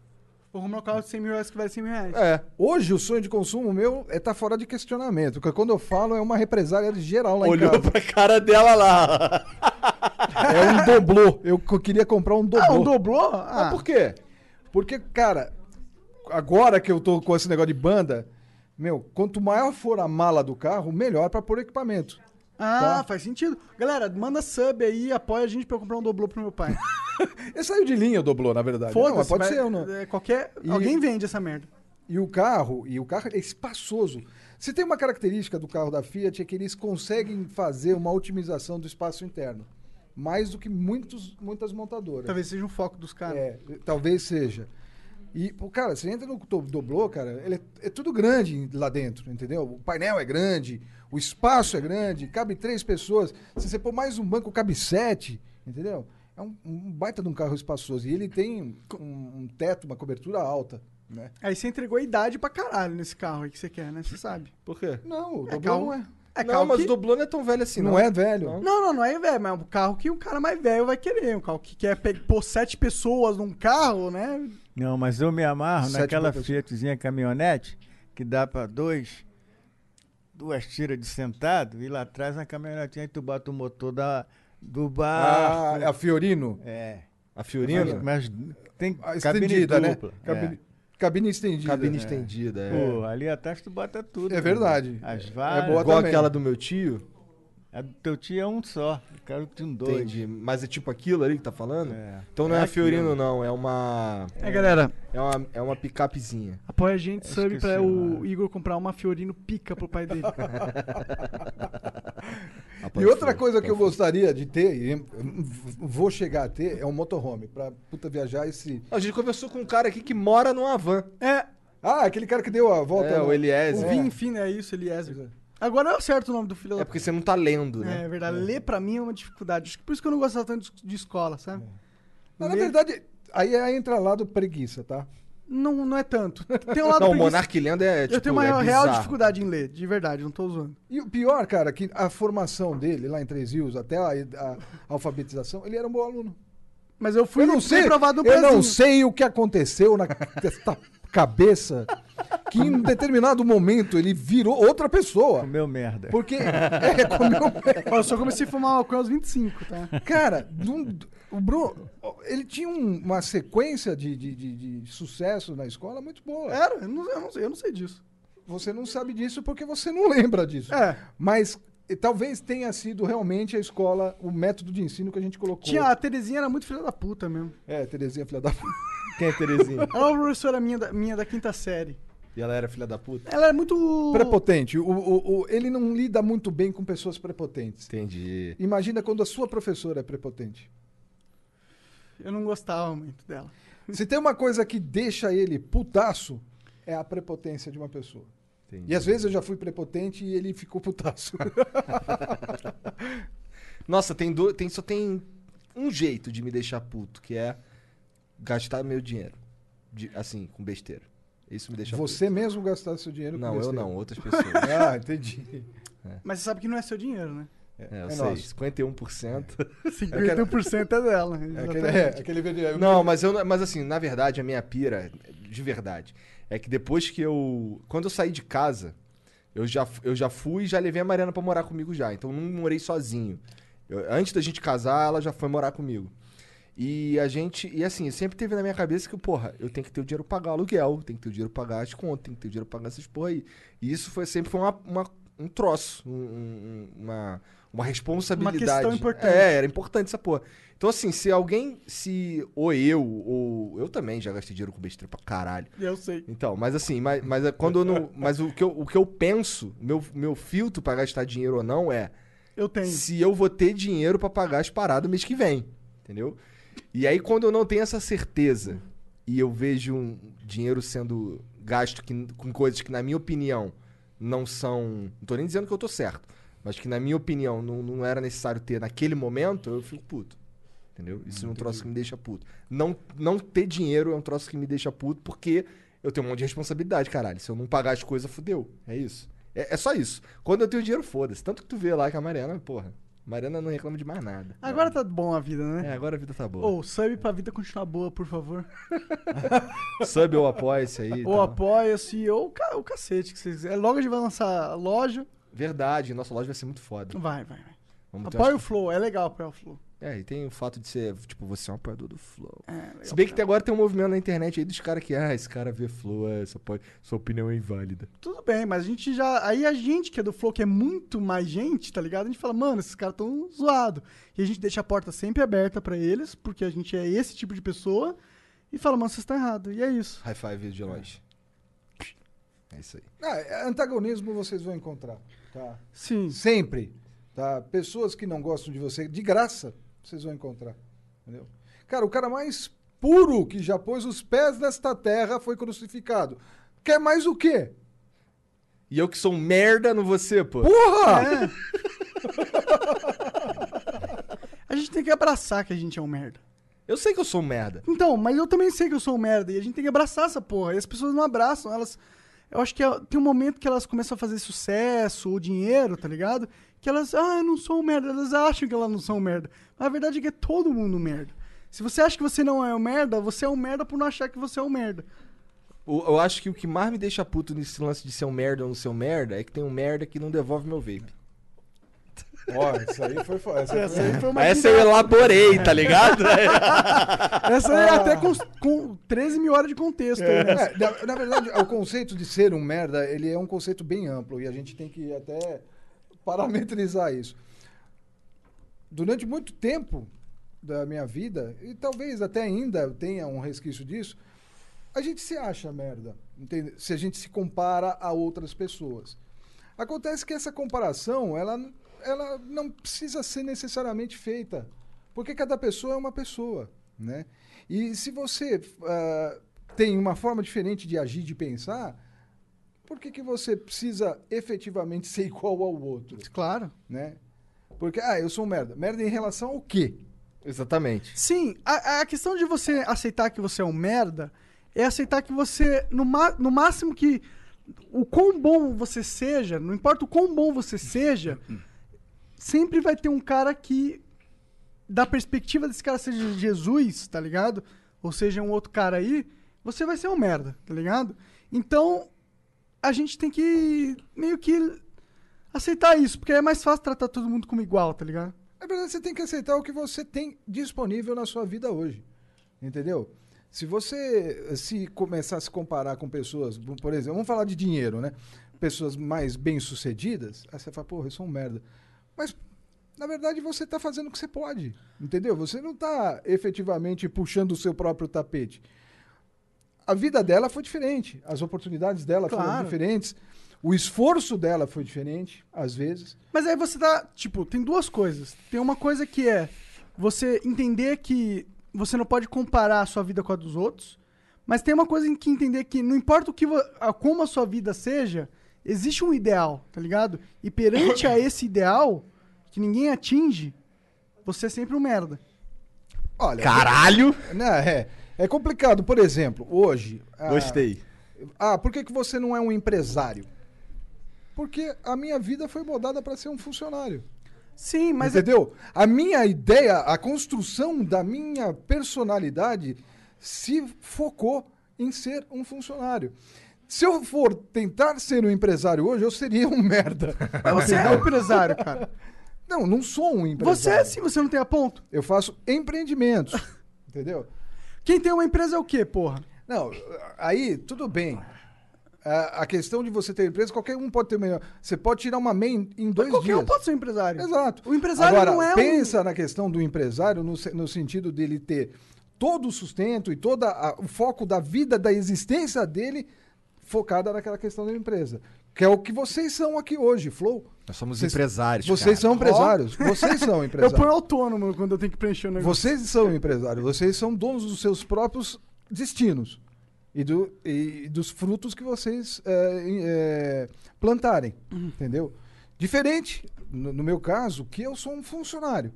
Speaker 2: Vou arrumar um carro de 100 mil reais que vale 100 mil reais.
Speaker 1: É.
Speaker 3: Hoje o sonho de consumo meu é tá fora de questionamento, porque quando eu falo é uma represália geral lá em
Speaker 1: Olhou
Speaker 3: casa.
Speaker 1: pra cara dela lá.
Speaker 3: É um doblô. Eu co- queria comprar um doblô.
Speaker 2: Ah, um doblô? Ah,
Speaker 1: Mas por quê?
Speaker 3: Porque, cara, agora que eu tô com esse negócio de banda, meu, quanto maior for a mala do carro, melhor pra pôr equipamento.
Speaker 2: Ah,
Speaker 3: Tá.
Speaker 2: faz sentido. Galera, manda sub aí, apoia a gente pra eu comprar um doblô pro meu pai.
Speaker 3: Ele saiu de linha o doblô, na verdade. Não, mas
Speaker 2: Foda-se.
Speaker 3: pode
Speaker 2: mas
Speaker 3: ser, eu não.
Speaker 2: é, qualquer...
Speaker 3: E-
Speaker 2: Alguém vende essa merda.
Speaker 3: E o carro, e o carro é espaçoso. Se tem uma característica do carro da Fiat é que eles conseguem fazer uma otimização do espaço interno, mais do que muitos, muitas montadoras.
Speaker 2: Tá Talvez seja um foco dos caras.
Speaker 3: É, talvez seja. E, pô, cara, você entra no do- doblô, cara, ele é, é tudo grande lá dentro, entendeu? O painel é grande, o espaço é grande, cabe três pessoas. Se você pôr mais um banco, cabe sete, entendeu? É um, um baita de um carro espaçoso. E ele tem um, um teto, uma cobertura alta, né?
Speaker 2: Aí você entregou a idade pra caralho nesse carro aí que você quer, né? Você sabe.
Speaker 1: Por quê?
Speaker 3: Não, o
Speaker 2: É
Speaker 3: doblô
Speaker 2: carro-
Speaker 3: não é.
Speaker 2: É
Speaker 1: não,
Speaker 2: carro
Speaker 1: mas
Speaker 2: que-
Speaker 1: o Doblô não é tão velho assim, não.
Speaker 3: não é velho.
Speaker 1: Não.
Speaker 2: Não, não, não é velho, mas é um carro que um cara mais velho vai querer. Um carro que quer pe- pôr sete pessoas num carro, né?
Speaker 4: Não, mas eu me amarro
Speaker 3: Sete
Speaker 4: naquela
Speaker 3: bocas.
Speaker 4: Fiatzinha caminhonete que dá para dois, duas tiras de sentado e lá atrás na caminhonetinha tu bota o motor da, do
Speaker 3: Ah,
Speaker 4: bar.
Speaker 3: é a Fiorino.
Speaker 4: é.
Speaker 1: A
Speaker 4: Mas,
Speaker 1: Fiorina?
Speaker 4: mas tem
Speaker 3: A
Speaker 1: é
Speaker 4: cabine
Speaker 3: estendida, né?
Speaker 4: dupla.
Speaker 3: Cabine,
Speaker 4: É.
Speaker 3: cabine estendida.
Speaker 1: Cabine
Speaker 3: É.
Speaker 1: estendida, é.
Speaker 4: Pô, ali atrás tu bota tudo. né?
Speaker 3: É verdade.
Speaker 4: As
Speaker 3: É
Speaker 4: varas.
Speaker 3: boa
Speaker 1: ah, Igual
Speaker 3: também.
Speaker 1: aquela do meu tio.
Speaker 4: A do teu tio é um só. Eu quero que um dois.
Speaker 1: Entendi. Mas é tipo aquilo ali que tá falando?
Speaker 4: É.
Speaker 1: Então não é,
Speaker 4: É
Speaker 1: a Fiorino,
Speaker 4: aquilo.
Speaker 1: não. É uma.
Speaker 2: É, galera,
Speaker 1: É uma, é uma picapezinha.
Speaker 2: apoia a gente,
Speaker 4: Eu
Speaker 2: sub pra
Speaker 4: esqueci o
Speaker 2: o
Speaker 4: nome.
Speaker 2: Igor comprar uma Fiorino pica pro pai dele.
Speaker 3: E outra coisa que eu gostaria de ter, e eu vou chegar a ter, é um motorhome. Pra puta viajar esse.
Speaker 1: A gente conversou com um cara aqui que mora numa van.
Speaker 2: é,
Speaker 3: Ah, aquele cara que deu a volta.
Speaker 1: é,
Speaker 3: no-
Speaker 1: o Eliezer.
Speaker 2: o Vim, enfim, é isso, Eliezer. Agora é certo o nome do filho
Speaker 1: É
Speaker 2: da
Speaker 1: porque você não tá lendo, né?
Speaker 2: É verdade. Ler pra mim é uma dificuldade. Acho que por isso que eu não gostava tanto de- de escola,
Speaker 1: É.
Speaker 2: sabe?
Speaker 3: Mas, na
Speaker 2: Ler-
Speaker 3: verdade, aí é entra lá do preguiça, tá?
Speaker 2: Não, não é tanto. Tem um lado
Speaker 1: não, o
Speaker 2: preguiça-
Speaker 1: Monark lendo é, tipo,
Speaker 2: Eu tenho uma
Speaker 1: é
Speaker 2: real- real
Speaker 1: bizarro.
Speaker 2: dificuldade em ler, de verdade, não tô zoando.
Speaker 3: E o pior, cara, que a formação dele lá em Três Rios, até a, a alfabetização, ele era um bom aluno.
Speaker 2: Mas eu fui,
Speaker 3: eu não
Speaker 2: fui
Speaker 3: sei,
Speaker 2: aprovado no
Speaker 3: eu
Speaker 2: Brasil.
Speaker 3: não sei o que aconteceu na desta cabeça que em determinado momento ele virou outra pessoa.
Speaker 4: Comeu merda.
Speaker 3: Porque é, comeu-
Speaker 2: Ó, Eu só comecei a fumar maconha aos 25, tá?
Speaker 3: Cara, num- o Bruno, ele tinha um- uma sequência de, de- de- de sucesso na escola muito boa.
Speaker 2: Era, eu não, eu não sei, eu não sei disso.
Speaker 3: Você não sabe disso porque você não lembra disso.
Speaker 2: É,
Speaker 3: Mas eh, talvez tenha sido realmente a escola, o método de ensino que a gente colocou.
Speaker 2: tinha, a Terezinha era muito filha da puta mesmo.
Speaker 3: É, Terezinha, filha da
Speaker 1: Quem é Terezinha?
Speaker 2: Ela era uma professora minha da, minha da quinta série.
Speaker 1: e ela era filha da puta?
Speaker 2: Ela era muito...
Speaker 3: Prepotente. O- o- o- ele não lida muito bem com pessoas prepotentes.
Speaker 1: Entendi.
Speaker 3: Imagina quando a sua professora é prepotente.
Speaker 2: Eu não gostava muito dela.
Speaker 3: Se tem uma coisa que deixa ele putaço, é a prepotência de uma pessoa.
Speaker 1: entendi.
Speaker 3: E às vezes eu já fui prepotente e ele ficou putaço.
Speaker 1: Nossa, tem, do... tem só tem um jeito de me deixar puto, que é gastar meu dinheiro. De- Assim, com besteira. Isso me deixa
Speaker 3: Você mesmo gastar seu dinheiro
Speaker 1: puto.
Speaker 3: com
Speaker 1: Não, eu
Speaker 3: besteira.
Speaker 1: não, outras pessoas.
Speaker 3: Ah, entendi.
Speaker 2: Mas você sabe que não é seu dinheiro, né?
Speaker 1: É, eu
Speaker 3: É
Speaker 1: sei,
Speaker 3: nosso.
Speaker 1: 51%.
Speaker 2: 51% é dela.
Speaker 3: É
Speaker 2: exatamente.
Speaker 3: aquele, é, aquele vídeo. eu-
Speaker 1: Não, mas eu não- mas assim, na verdade, a minha pira, de verdade, é que depois que eu. Quando eu saí de casa, eu já, fu- eu já fui e já levei a Mariana pra morar comigo já. Então eu não morei sozinho. Eu- antes da gente casar, ela já foi morar comigo. E a gente. E assim, sempre teve na minha cabeça que, porra, eu tenho que ter o dinheiro pra pagar o aluguel, tenho que ter o dinheiro pra pagar as contas, tenho que ter o dinheiro pra pagar essas porra aí. E isso foi sempre foi uma, uma- um troço, um- um- uma, uma responsabilidade.
Speaker 2: importante.
Speaker 1: É, era importante essa porra. Então, assim, se alguém. Se. Ou eu, ou. Eu também já gastei dinheiro com besteira pra caralho.
Speaker 2: Eu sei.
Speaker 1: Então, mas assim, mas, mas é quando eu não. Mas o que eu, o que eu penso, o meu, meu filtro pra gastar dinheiro ou não é
Speaker 2: Eu tenho.
Speaker 1: se eu vou ter dinheiro pra pagar as paradas mês que vem. Entendeu? E aí, quando eu não tenho essa certeza e eu vejo um dinheiro sendo gasto que- com coisas que, na minha opinião, não são. Não tô nem dizendo que eu tô certo, mas que, na minha opinião, não, não era necessário ter naquele momento, eu fico puto. Entendeu? Isso é um troço que me deixa puto. Não, não ter dinheiro é um troço que me deixa puto porque eu tenho um monte de responsabilidade, caralho. Se eu não pagar as coisas, fudeu. É isso. É, é só isso. Quando eu tenho dinheiro, foda-se. Tanto que tu vê lá que a Mariana, porra, a Mariana não reclama de mais nada.
Speaker 2: Agora tá bom a vida, né?
Speaker 1: É, agora a vida tá boa.
Speaker 2: Ou sub pra vida continuar boa, por favor.
Speaker 1: Sub ou apoia-se aí. e
Speaker 2: Ou
Speaker 1: tal.
Speaker 2: apoia-se, ou ca- o cacete que vocês quiserem. É Logo a gente vai lançar a loja.
Speaker 1: Verdade, nossa loja vai ser muito foda.
Speaker 2: Vai, vai, vai.
Speaker 1: Vamos ter
Speaker 2: Apoia o
Speaker 1: umas-
Speaker 2: Flow, é legal apoiar o Flow.
Speaker 1: É, e tem o fato de ser, tipo, você é um apoiador do Flow.
Speaker 2: É, legal.
Speaker 1: Se bem que até agora tem um movimento na internet aí dos caras que, ah, esse cara vê Flow, é, só pode- sua opinião é inválida.
Speaker 2: Tudo bem, mas a gente já. Aí a gente que é do Flow, que é muito mais gente, tá ligado? A gente fala, mano, esses caras tão zoado. E a gente deixa a porta sempre aberta pra eles, porque a gente é esse tipo de pessoa. E fala, mano, vocês estão errados. E é isso.
Speaker 1: High five de longe. É isso aí.
Speaker 3: Ah, antagonismo vocês vão encontrar. Tá?
Speaker 2: Sim.
Speaker 3: Sempre. Tá? Pessoas que não gostam de você, de graça, vocês vão encontrar. Entendeu? Cara, o cara mais puro que já pôs os pés nesta terra foi crucificado. Quer mais o quê?
Speaker 1: E eu que sou um merda no você, pô.
Speaker 2: É.
Speaker 3: Porra!
Speaker 2: A gente tem que abraçar que a gente é um merda.
Speaker 1: Eu sei que eu sou um merda.
Speaker 2: Então, mas eu também sei que eu sou um merda e a gente tem que abraçar essa porra. E as pessoas não abraçam, elas. Eu acho que é- tem um momento que elas começam a fazer sucesso ou dinheiro, tá ligado? Que elas, ah, eu não sou um merda. Elas acham que elas não são um merda. Mas a verdade é que é todo mundo um merda. Se você acha que você não é um merda, você é um merda por não achar que você é um merda.
Speaker 1: O- Eu acho que o que mais me deixa puto nesse lance de ser um merda ou não ser um merda é que tem um merda que não devolve meu vape.
Speaker 3: Ó, isso aí foi foda. Essa
Speaker 2: Essa aí foi uma
Speaker 1: Essa eu elaborei, tá ligado?
Speaker 2: Essa é até com, com 13 mil horas de contexto. aí, né?
Speaker 3: É, na, na verdade, o conceito de ser um merda, ele é um conceito bem amplo e a gente tem que até parametrizar isso. Durante muito tempo da minha vida, e talvez até ainda tenha um resquício disso, a gente se acha merda, entende? Se a gente se compara a outras pessoas. Acontece que essa comparação, ela, ela não precisa ser necessariamente feita, porque cada pessoa é uma pessoa, né? E se você ah, tem uma forma diferente de agir, de pensar, por que, que você precisa efetivamente ser igual ao outro,
Speaker 2: Claro.
Speaker 3: né? Porque, ah, eu sou um merda. Merda em relação ao quê?
Speaker 1: Exatamente.
Speaker 2: Sim, a, a questão de você aceitar que você é um merda é aceitar que você, no, ma- no máximo que. O quão bom você seja, não importa o quão bom você seja, sempre vai ter um cara que, da perspectiva desse cara, seja Jesus, tá ligado? Ou seja, um outro cara aí, você vai ser um merda, tá ligado? Então, a gente tem que meio que aceitar isso, porque é mais fácil tratar todo mundo como igual, tá ligado?
Speaker 3: Na É verdade, você tem que aceitar o que você tem disponível na sua vida hoje. Entendeu? Se você se começar a se comparar com pessoas, por exemplo, vamos falar de dinheiro, né? Pessoas mais bem-sucedidas, aí você fala, porra, eu sou um merda. Mas, na verdade, você está fazendo o que você pode, entendeu? Você não está efetivamente puxando o seu próprio tapete. A vida dela foi diferente, as oportunidades dela foram
Speaker 2: Claro.
Speaker 3: diferentes, o esforço dela foi diferente, às vezes.
Speaker 2: Mas aí você tá, tipo, tem duas coisas. Tem uma coisa que é você entender que você não pode comparar a sua vida com a dos outros, mas tem uma coisa em que entender que não importa o que vo- a- como a sua vida seja, existe um ideal, tá ligado? E perante a esse ideal que ninguém atinge, você é sempre um merda.
Speaker 3: Olha,
Speaker 1: Caralho!
Speaker 3: Não, é. É complicado. Por exemplo, hoje. ah,
Speaker 1: Gostei.
Speaker 3: Ah, por que, que você não é um empresário? Porque a minha vida foi moldada para ser um funcionário.
Speaker 2: Sim, mas é,
Speaker 3: entendeu? A minha ideia, a construção da minha personalidade se focou em ser um funcionário. Se eu for tentar ser um empresário hoje, eu seria um merda.
Speaker 2: mas você é um empresário, cara.
Speaker 3: Não, não sou um
Speaker 2: Você é
Speaker 3: empresário.
Speaker 2: sim, você não tem a ponto.
Speaker 3: Eu faço empreendimentos. entendeu?
Speaker 2: Quem tem uma empresa é o quê, porra?
Speaker 3: Não, aí tudo bem. A, a questão de você ter empresa, qualquer um pode ter melhor. Você pode tirar uma MEI em dois
Speaker 2: Qualquer
Speaker 3: dias.
Speaker 2: um pode ser um empresário.
Speaker 3: Exato.
Speaker 2: O empresário
Speaker 3: Agora,
Speaker 2: não é um-
Speaker 3: pensa na questão do empresário no, se- no sentido dele ter todo o sustento e todo o foco da vida, da existência dele focada naquela questão da empresa. Que é o que vocês são aqui hoje, Flow.
Speaker 1: Nós somos
Speaker 3: Vocês-
Speaker 1: empresários. cara.
Speaker 3: Vocês são empresários. Vocês são
Speaker 2: Eu ponho
Speaker 3: empresários.
Speaker 2: autônomo quando eu tenho que preencher um o negócio.
Speaker 3: Vocês são empresários. Vocês são donos dos seus próprios destinos e, do- e dos frutos que vocês eh, em- eh, plantarem.
Speaker 2: Uhum.
Speaker 3: Entendeu? Diferente, no, no meu caso, que eu sou um funcionário.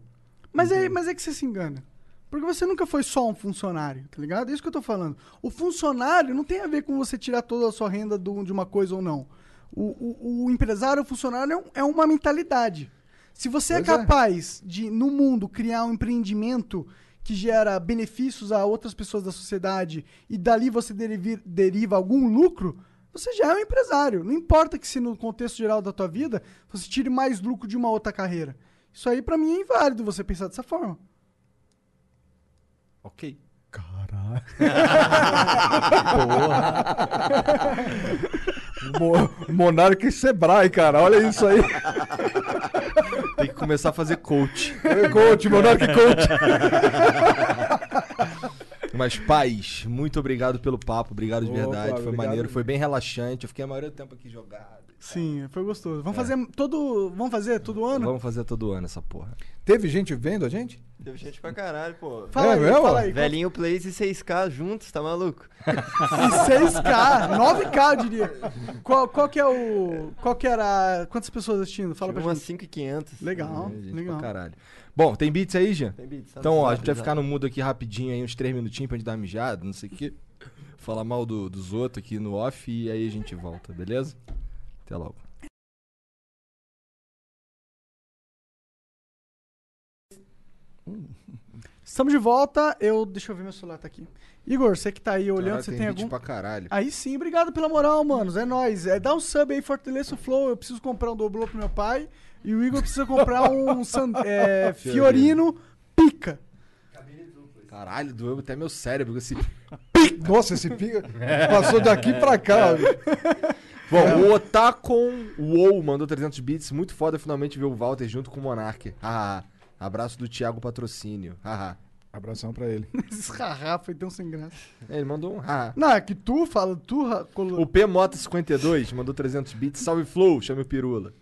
Speaker 2: Mas é, mas é que você se engana. Porque você nunca foi só um funcionário, tá ligado? É isso que eu tô falando. O funcionário não tem a ver com você tirar toda a sua renda do- de uma coisa ou não. O, o- o empresário, o funcionário é, um- é uma mentalidade. Se você
Speaker 3: Pois
Speaker 2: é
Speaker 3: é.
Speaker 2: capaz de, no mundo, criar um empreendimento que gera benefícios a outras pessoas da sociedade e dali você derivi- deriva algum lucro, você já é um empresário. Não importa que se no contexto geral da tua vida você tire mais lucro de uma outra carreira. Isso aí pra mim é inválido você pensar dessa forma.
Speaker 1: Ok.
Speaker 3: Mo Monarca e Sebrae, cara. Olha isso aí.
Speaker 1: Tem que começar a fazer coach.
Speaker 3: coach, Monarca e coach.
Speaker 1: Mas, paz, muito obrigado pelo papo. Obrigado de
Speaker 3: Opa,
Speaker 1: verdade. Foi
Speaker 3: obrigado.
Speaker 1: maneiro, foi bem relaxante. Eu fiquei a maioria do tempo aqui jogado.
Speaker 2: Sim, foi gostoso. Vamos fazer todo. Vamos fazer todo ano?
Speaker 1: Vamos fazer todo ano essa porra.
Speaker 3: Teve gente vendo a gente?
Speaker 5: Teve gente pra caralho, pô.
Speaker 2: Fala
Speaker 3: É
Speaker 2: aí,
Speaker 3: mesmo?
Speaker 2: fala aí.
Speaker 5: Velhinho Plays e 6K juntos, tá maluco?
Speaker 2: E 6K, 9K, eu diria. Qual, qual que é o. Qual que era. Quantas pessoas assistindo? Fala
Speaker 5: Tive
Speaker 2: pra
Speaker 5: umas
Speaker 2: gente.
Speaker 5: 5,500.
Speaker 2: Legal,
Speaker 1: É, gente, pra
Speaker 2: legal.
Speaker 1: caralho. Bom, tem beats aí, Jean?
Speaker 5: Tem beats, tá
Speaker 1: Então,
Speaker 5: no
Speaker 1: ó, a
Speaker 5: zap,
Speaker 1: gente vai
Speaker 5: zap.
Speaker 1: ficar no mudo aqui rapidinho, aí, uns três minutinhos pra gente dar uma mijada, não sei o quê. Falar mal do- dos outros aqui no off e aí a gente volta, beleza? Até logo.
Speaker 2: Estamos de volta. Eu. Deixa eu ver meu celular, tá aqui. Igor, você que tá aí olhando,
Speaker 1: Caralho,
Speaker 2: você tem
Speaker 1: beat
Speaker 2: algum. Ah.
Speaker 1: pra caralho.
Speaker 2: Aí sim, obrigado pela moral, manos. É nóis. É, dá um sub aí, fortaleça o Flow. Eu preciso comprar um doblô pro meu pai. E o Igor precisa comprar um san- é, Fiorino pica.
Speaker 1: Caralho, doeu até meu cérebro assim, com esse...
Speaker 3: Nossa, esse pica passou daqui pra cá.
Speaker 1: Bom, o Otacon Wow mandou 300 bits. Muito foda finalmente ver o Walter junto com o Monark. Ah, abraço do Thiago Patrocínio. Haha.
Speaker 3: Abração pra ele.
Speaker 2: Esse rarrá foi tão sem graça.
Speaker 1: É, Ele mandou um haha.
Speaker 2: Não, é que tu fala, tu ra- colo...
Speaker 1: O P Mota 52 mandou 300 bits. Salve Flow, chame o Pirula.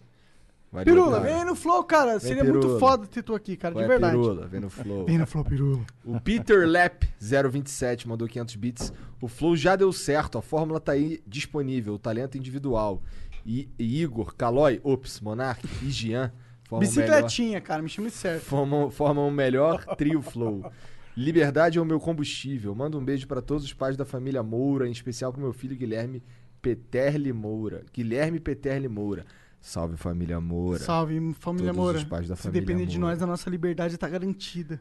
Speaker 1: Valeu,
Speaker 2: Pirula,
Speaker 1: cara.
Speaker 2: vem no Flow, cara. Seria muito
Speaker 1: Pirula.
Speaker 2: foda ter tu aqui, cara,
Speaker 1: Vai,
Speaker 2: de verdade.
Speaker 1: Pirula, vem no Flow.
Speaker 2: no Flow, Pirula.
Speaker 1: O Peter Lap 027 mandou 500 bits. O Flow já deu certo, a fórmula tá aí disponível, o talento individual. E, e Igor, Calói, Ops, Monark e Jean formam o é melhor,
Speaker 2: Bicicletinha, cara, me chama de certo.
Speaker 1: formam, formam o melhor trio Flow. Liberdade é o meu combustível. Manda um beijo pra todos os pais da família Moura, em especial pro meu filho Guilherme Peterli Moura. Guilherme Peterli Moura. Salve família Moura.
Speaker 2: Salve, família
Speaker 1: Todos
Speaker 2: Moura.
Speaker 1: os pais da
Speaker 2: Se
Speaker 1: família
Speaker 2: depender de
Speaker 1: Moura.
Speaker 2: nós, a nossa liberdade tá garantida.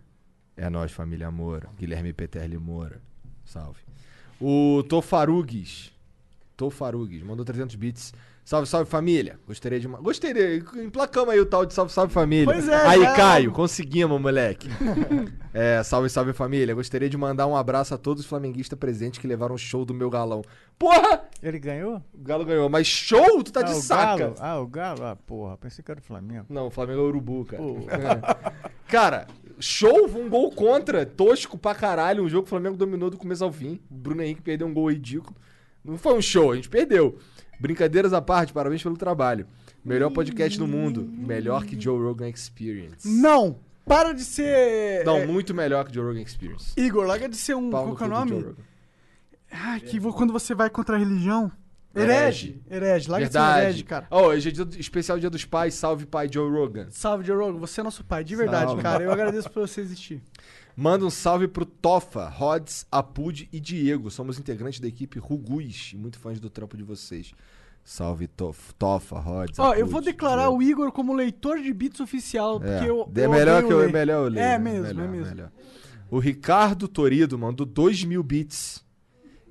Speaker 1: É nós, família Moura. Guilherme Peterli Moura. Salve. O Tofarugues. Tofarugues. Mandou 300 bits. Salve, salve família. Gostaria de. ma- Gostaria. Emplacamos aí o tal de salve, salve família.
Speaker 2: Pois é,
Speaker 1: Aí,
Speaker 2: já-
Speaker 1: Caio, conseguimos, moleque. é, salve, salve família. Gostaria de mandar um abraço a todos os flamenguistas presentes que levaram o show do meu galão. Porra!
Speaker 4: Ele ganhou?
Speaker 1: O Galo ganhou, mas show? Tu tá
Speaker 4: ah,
Speaker 1: de
Speaker 4: o
Speaker 1: saca.
Speaker 4: Galo? Ah, o Galo? Ah, porra, pensei que era o Flamengo.
Speaker 1: Não, o Flamengo é urubu, cara. É.
Speaker 4: Pô.
Speaker 1: Cara, show, um gol contra, tosco pra caralho, um jogo que o Flamengo dominou do começo ao fim. O Bruno Henrique perdeu um gol ridículo. Não foi um show, a gente perdeu. Brincadeiras à parte, parabéns pelo trabalho. Melhor podcast do mundo, melhor que Joe Rogan Experience.
Speaker 2: Não! Para de ser.
Speaker 1: Não,
Speaker 2: é,
Speaker 1: muito melhor que Joe Rogan Experience.
Speaker 2: Igor, larga de ser um.
Speaker 1: um Pau
Speaker 2: Qual
Speaker 1: no
Speaker 2: que é
Speaker 1: cu
Speaker 2: o
Speaker 1: do Joe
Speaker 2: nome?
Speaker 1: Rogan.
Speaker 2: Ah, que vo- quando você vai contra a religião.
Speaker 1: Herege.
Speaker 2: Herege. Herege, larga de ser um
Speaker 1: Verdade.
Speaker 2: herege, cara.
Speaker 1: Ó, hoje é dia do- especial Dia dos Pais, salve pai Joe Rogan.
Speaker 2: Salve, Joe Rogan, você é nosso pai, de verdade,
Speaker 1: Salve.
Speaker 2: cara. Eu agradeço por você existir.
Speaker 1: Manda um salve pro Tofa, Rods, Apud e Diego. Somos integrantes da equipe Rugus e muito fãs do trampo de vocês. Salve, Tof- Tofa, Rods.
Speaker 2: Ó, eu
Speaker 1: Apud,
Speaker 2: vou declarar
Speaker 1: Diego.
Speaker 2: o Igor como leitor de beats oficial, porque
Speaker 1: É,
Speaker 2: eu.
Speaker 1: é melhor
Speaker 2: odeio
Speaker 1: que eu,
Speaker 2: ler.
Speaker 1: é melhor eu ler.
Speaker 2: É
Speaker 1: né?
Speaker 2: mesmo, é
Speaker 1: Melhor,
Speaker 2: mesmo.
Speaker 1: melhor. O Ricardo Torido mandou 2 mil bits.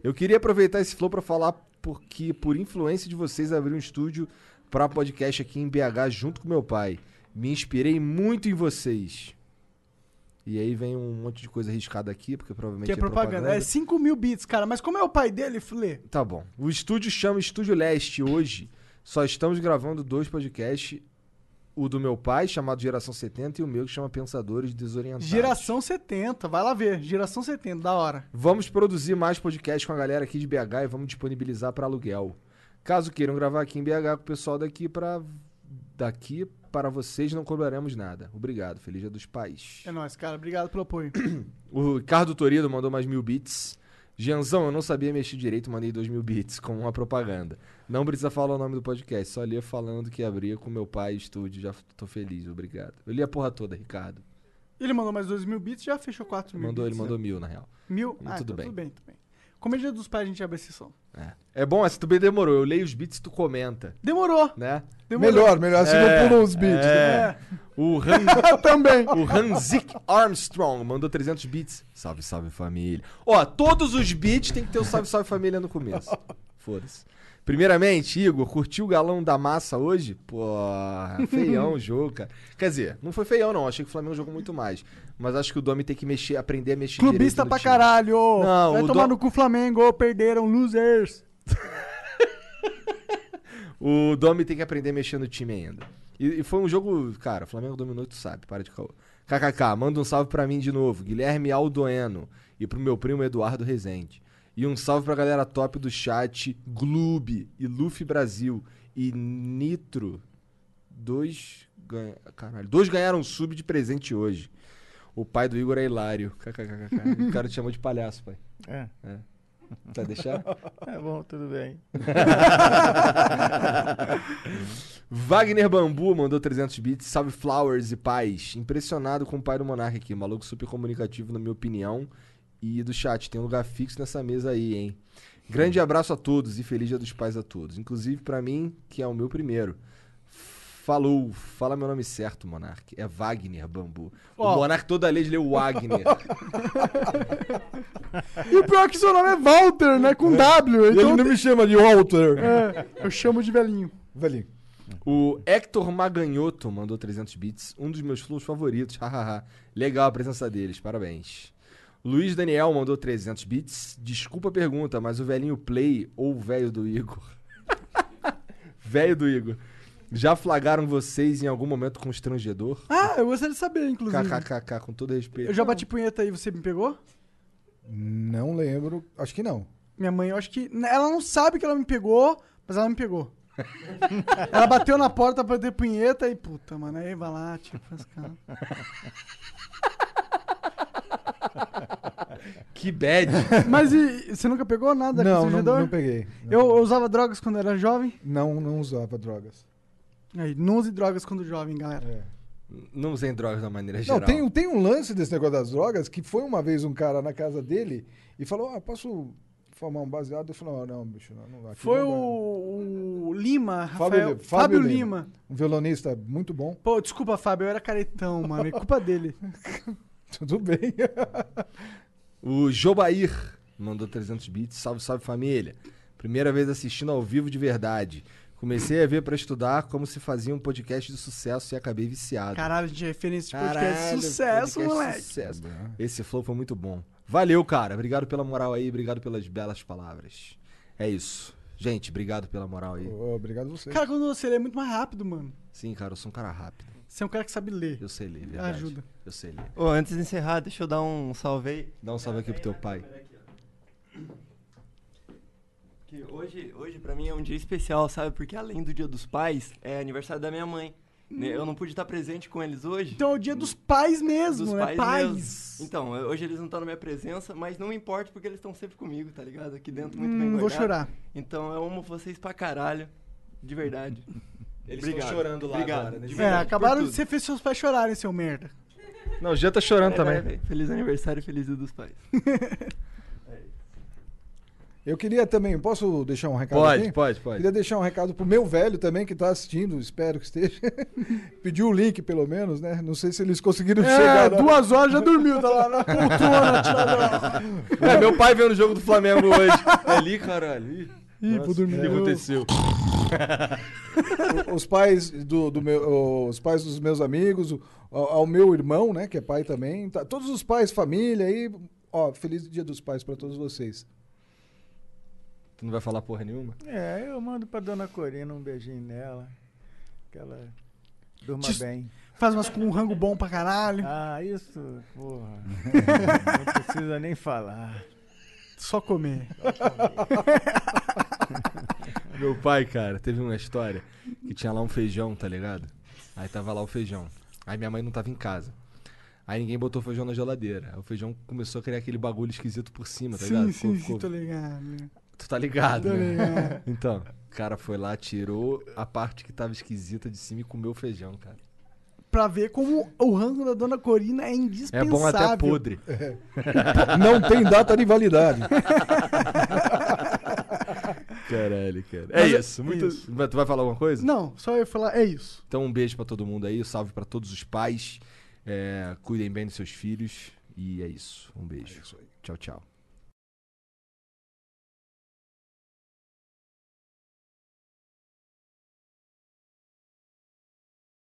Speaker 1: Eu queria aproveitar esse flow pra falar porque, por influência de vocês, abri um estúdio pra podcast aqui em BH junto com meu pai. Me inspirei muito em vocês. E aí vem um monte de coisa arriscada aqui, porque provavelmente
Speaker 2: Que é propaganda. É 5 mil bits, cara. Mas como é o pai dele, Lê?
Speaker 1: Tá bom. O estúdio chama Estúdio Leste hoje. Só estamos gravando dois podcasts. O do meu pai, chamado Geração 70, e o meu, que chama Pensadores Desorientados.
Speaker 2: Geração 70, vai lá ver. Geração 70, da hora.
Speaker 1: Vamos produzir mais podcasts com a galera aqui de BH e vamos disponibilizar para aluguel. Caso queiram gravar aqui em BH com o pessoal daqui para daqui para vocês não cobraremos nada. Obrigado. Feliz Dia dos Pais.
Speaker 2: É nóis, cara. Obrigado pelo apoio.
Speaker 1: O Ricardo Torido mandou mais mil bits. Gianzão, eu não sabia mexer direito, mandei dois mil bits com uma propaganda. Não precisa falar o nome do podcast, só lia falando que abria com meu pai estúdio. Já tô feliz, obrigado. Eu li a porra toda, Ricardo.
Speaker 2: Ele mandou mais 2 mil bits, já fechou 4 mil.
Speaker 1: Mandou, ele
Speaker 2: bits, né?
Speaker 1: mandou mil, na real.
Speaker 2: Mil?
Speaker 1: Hum,
Speaker 2: Ah,
Speaker 1: tudo
Speaker 2: tudo,
Speaker 1: bem.
Speaker 2: tudo bem. Tudo bem, Como é dia dos pais, a gente abre a sessão.
Speaker 1: É bom, essa tu bem demorou. Eu leio os bits e tu comenta,
Speaker 2: Demorou.
Speaker 1: né?
Speaker 2: demorou.
Speaker 3: Melhor, melhor. Assim não pulou os beats.
Speaker 1: É. O, Han,
Speaker 3: Também.
Speaker 1: o Hanzik Armstrong mandou 300 bits. Salve, salve família. Ó, todos os bits tem que ter o salve, salve família no começo. Foda-se. Primeiramente, Igor, curtiu o galão da massa hoje? Pô, feião o jogo, cara. Quer dizer, não foi feião, não. Achei que o Flamengo jogou muito mais. Mas acho que o Domi tem que mexer, aprender a mexer direito
Speaker 2: Clubista
Speaker 1: no
Speaker 2: pra
Speaker 1: time.
Speaker 2: caralho.
Speaker 1: Não,
Speaker 2: vai
Speaker 1: o
Speaker 2: tomar
Speaker 1: Dom-
Speaker 2: no cu Flamengo, perderam, losers.
Speaker 1: O Domi tem que aprender a mexer no time ainda. E, e foi um jogo, cara, o Flamengo dominou, tu sabe, para de caô. KKK, manda um salve pra mim de novo, Guilherme Aldoeno, e pro meu primo Eduardo Rezende. E um salve pra galera top do chat, Gloob e Luffy Brasil, e Nitro. Dois, ganha... Caralho, dois ganharam sub de presente hoje. O pai do Igor é hilário. KKKK. O cara te chamou de palhaço, pai. Tá,
Speaker 4: É,
Speaker 1: Vai deixar?
Speaker 4: é bom, tudo bem.
Speaker 1: Wagner Bambu mandou 300 bits. Salve Flowers e paz. Impressionado com o pai do Monark aqui. Maluco super comunicativo, na minha opinião. E do chat. Tem um lugar fixo nessa mesa aí, hein? Grande abraço a todos e feliz dia dos pais a todos. Inclusive pra mim, que é o meu primeiro. Falou. Fala meu nome certo, Monark. É Wagner Bambu.
Speaker 2: Ó.
Speaker 1: O Monark toda lei leu Wagner.
Speaker 2: E o pior é que seu nome é Walter, né? Com W.
Speaker 1: Ele
Speaker 2: Então,
Speaker 1: não me chama de Walter.
Speaker 2: é, eu chamo de velhinho.
Speaker 3: Velhinho.
Speaker 1: O Hector Maganhoto mandou 300 bits, um dos meus flows favoritos, hahaha. Legal a presença deles, parabéns. Luiz Daniel mandou 300 bits. Desculpa a pergunta, mas o velhinho Play ou o velho do Igor? velho do Igor. Já flagraram vocês em algum momento constrangedor?
Speaker 2: Ah, eu gostaria de saber, inclusive.
Speaker 1: KKKK, com todo respeito.
Speaker 2: Ah, Eu já bati punheta aí, você me pegou?
Speaker 3: Não lembro. Acho que não.
Speaker 2: Minha mãe, eu acho que. né, Ela não sabe que ela me pegou, mas ela me pegou. ela bateu na porta pra ter punheta e puta, mano, aí vai lá, tipo, faz calma.
Speaker 1: Que bad!
Speaker 2: Mas e, e você nunca pegou nada
Speaker 3: Não, não,
Speaker 2: constrangedor?
Speaker 3: não peguei. Não,
Speaker 2: Eu, eu usava drogas quando era jovem.
Speaker 3: não, não usava drogas.
Speaker 2: Aí, não use drogas quando jovem, galera.
Speaker 3: É.
Speaker 1: não usem drogas da maneira
Speaker 3: Não,
Speaker 1: É geral.
Speaker 3: tem, um- tem um lance desse negócio das drogas que foi uma vez um cara na casa dele e falou: Ah, posso formar um baseado? Eu falei: Não, não, bicho, não, não aqui
Speaker 2: Foi
Speaker 3: não dá."
Speaker 2: o, o Lima,
Speaker 3: Ah, Fábio
Speaker 2: Rafael.
Speaker 3: Lima.
Speaker 2: Fábio,
Speaker 3: Fábio
Speaker 2: Lima.
Speaker 3: Lima. Um violonista muito bom.
Speaker 2: Pô, desculpa, Fábio, eu era caretão, mano. É culpa dele.
Speaker 3: Tá. Tudo bem.
Speaker 1: O Jobair mandou 300 bits. Salve, salve família. Primeira vez assistindo ao vivo de verdade. Comecei a ver pra estudar como se fazia um podcast de sucesso e acabei viciado.
Speaker 2: Caralho, de referência de
Speaker 1: Caralho,
Speaker 2: podcast. é Sucesso,
Speaker 1: podcast é
Speaker 2: moleque.
Speaker 1: sucesso. Esse flow foi muito bom. Valeu, cara. Obrigado pela moral aí, obrigado pelas belas palavras. É isso. Gente, obrigado pela moral aí.
Speaker 3: Ô, Obrigado a você.
Speaker 2: Cara, quando você lê é muito mais rápido, mano.
Speaker 1: Sim, cara, eu sou um cara rápido.
Speaker 2: Você é um cara que sabe ler.
Speaker 1: Eu sei ler, verdade.
Speaker 2: Ajuda.
Speaker 1: Eu sei ler.
Speaker 5: Ô, antes de encerrar, deixa eu dar um salve aí.
Speaker 1: Dá um salve aqui pro teu pai.
Speaker 5: Que hoje, hoje para mim é um dia especial, sabe? Porque além do Dia dos Pais, é aniversário da minha mãe. né? Eu não pude estar presente com eles hoje.
Speaker 2: Então é o dia dos pais mesmo,
Speaker 5: dos
Speaker 2: né?
Speaker 5: pais
Speaker 2: pais.
Speaker 5: mesmo. Então, eu- hoje eles não estão na minha presença, mas não importa porque eles estão sempre comigo, tá ligado? Aqui dentro, muito bem
Speaker 2: Hum, vou
Speaker 5: guardado.
Speaker 2: chorar.
Speaker 5: Então eu amo vocês pra caralho. De verdade.
Speaker 1: Eles
Speaker 5: Obrigado.
Speaker 1: estão chorando lá
Speaker 5: Obrigado.
Speaker 1: agora. né?
Speaker 5: De
Speaker 2: É,
Speaker 5: verdade,
Speaker 2: acabaram
Speaker 5: por
Speaker 2: de
Speaker 5: tudo.
Speaker 2: você fez seus pais chorarem, seu merda.
Speaker 1: Não, o Jean tá chorando
Speaker 5: É,
Speaker 1: também.
Speaker 5: é, velho. feliz aniversário, e feliz dia dos pais.
Speaker 3: Eu queria também, posso deixar um recado
Speaker 1: Pode,
Speaker 3: aqui?
Speaker 1: pode, pode.
Speaker 3: Queria deixar um recado pro meu velho também que tá assistindo, espero que esteja. Pediu o link, pelo menos, né? Não sei se eles conseguiram
Speaker 2: É,
Speaker 3: chegar. lá.
Speaker 2: duas horas já dormiu, tá lá na poltrona tirando.
Speaker 1: É, meu pai vendo o jogo do Flamengo hoje. É ali, caralho. Ih,
Speaker 2: Ih,
Speaker 1: nossa,
Speaker 2: vou dormir.
Speaker 1: O que aconteceu?
Speaker 3: os pais do, do meu, os pais dos meus amigos, o- ao, ao meu irmão, né, que é pai também, tá- todos os pais, família aí, ó, feliz Dia dos Pais pra todos vocês.
Speaker 1: Tu não vai falar porra nenhuma?
Speaker 4: É, eu mando pra dona Corina um beijinho nela. Que ela durma
Speaker 2: Tis-
Speaker 4: bem.
Speaker 2: Faz umas com um rango bom pra caralho.
Speaker 4: Ah, isso, porra. Não precisa nem falar.
Speaker 2: Só comer.
Speaker 1: Meu pai, cara, teve uma história que tinha lá um feijão, tá ligado? Aí tava lá o feijão. Aí minha mãe não tava em casa. Aí ninguém botou feijão na geladeira. Aí o feijão começou a criar aquele bagulho esquisito por cima, tá ligado?
Speaker 2: sim, sim,
Speaker 1: Ficou-
Speaker 2: sim, tô
Speaker 1: ficou-
Speaker 2: ligado. É,
Speaker 1: Tu tá ligado,
Speaker 2: Tô
Speaker 1: né?
Speaker 2: ligado.
Speaker 1: Então, o cara foi lá, tirou a parte que tava esquisita de cima e comeu o feijão, cara.
Speaker 2: Pra ver como o rango da dona Corina é
Speaker 1: É
Speaker 2: indispensável.
Speaker 1: bom até podre.
Speaker 3: Não tem data de validade.
Speaker 1: Caralho, cara. É
Speaker 2: Mas é-
Speaker 1: isso, muito.
Speaker 2: isso.
Speaker 1: Mas Tu vai falar alguma coisa?
Speaker 2: Não, só eu ia falar, é isso.
Speaker 1: Então, um beijo pra todo mundo aí, um salve pra todos os pais. É, cuidem bem dos seus filhos. E é isso. Um beijo. Tchau, tchau.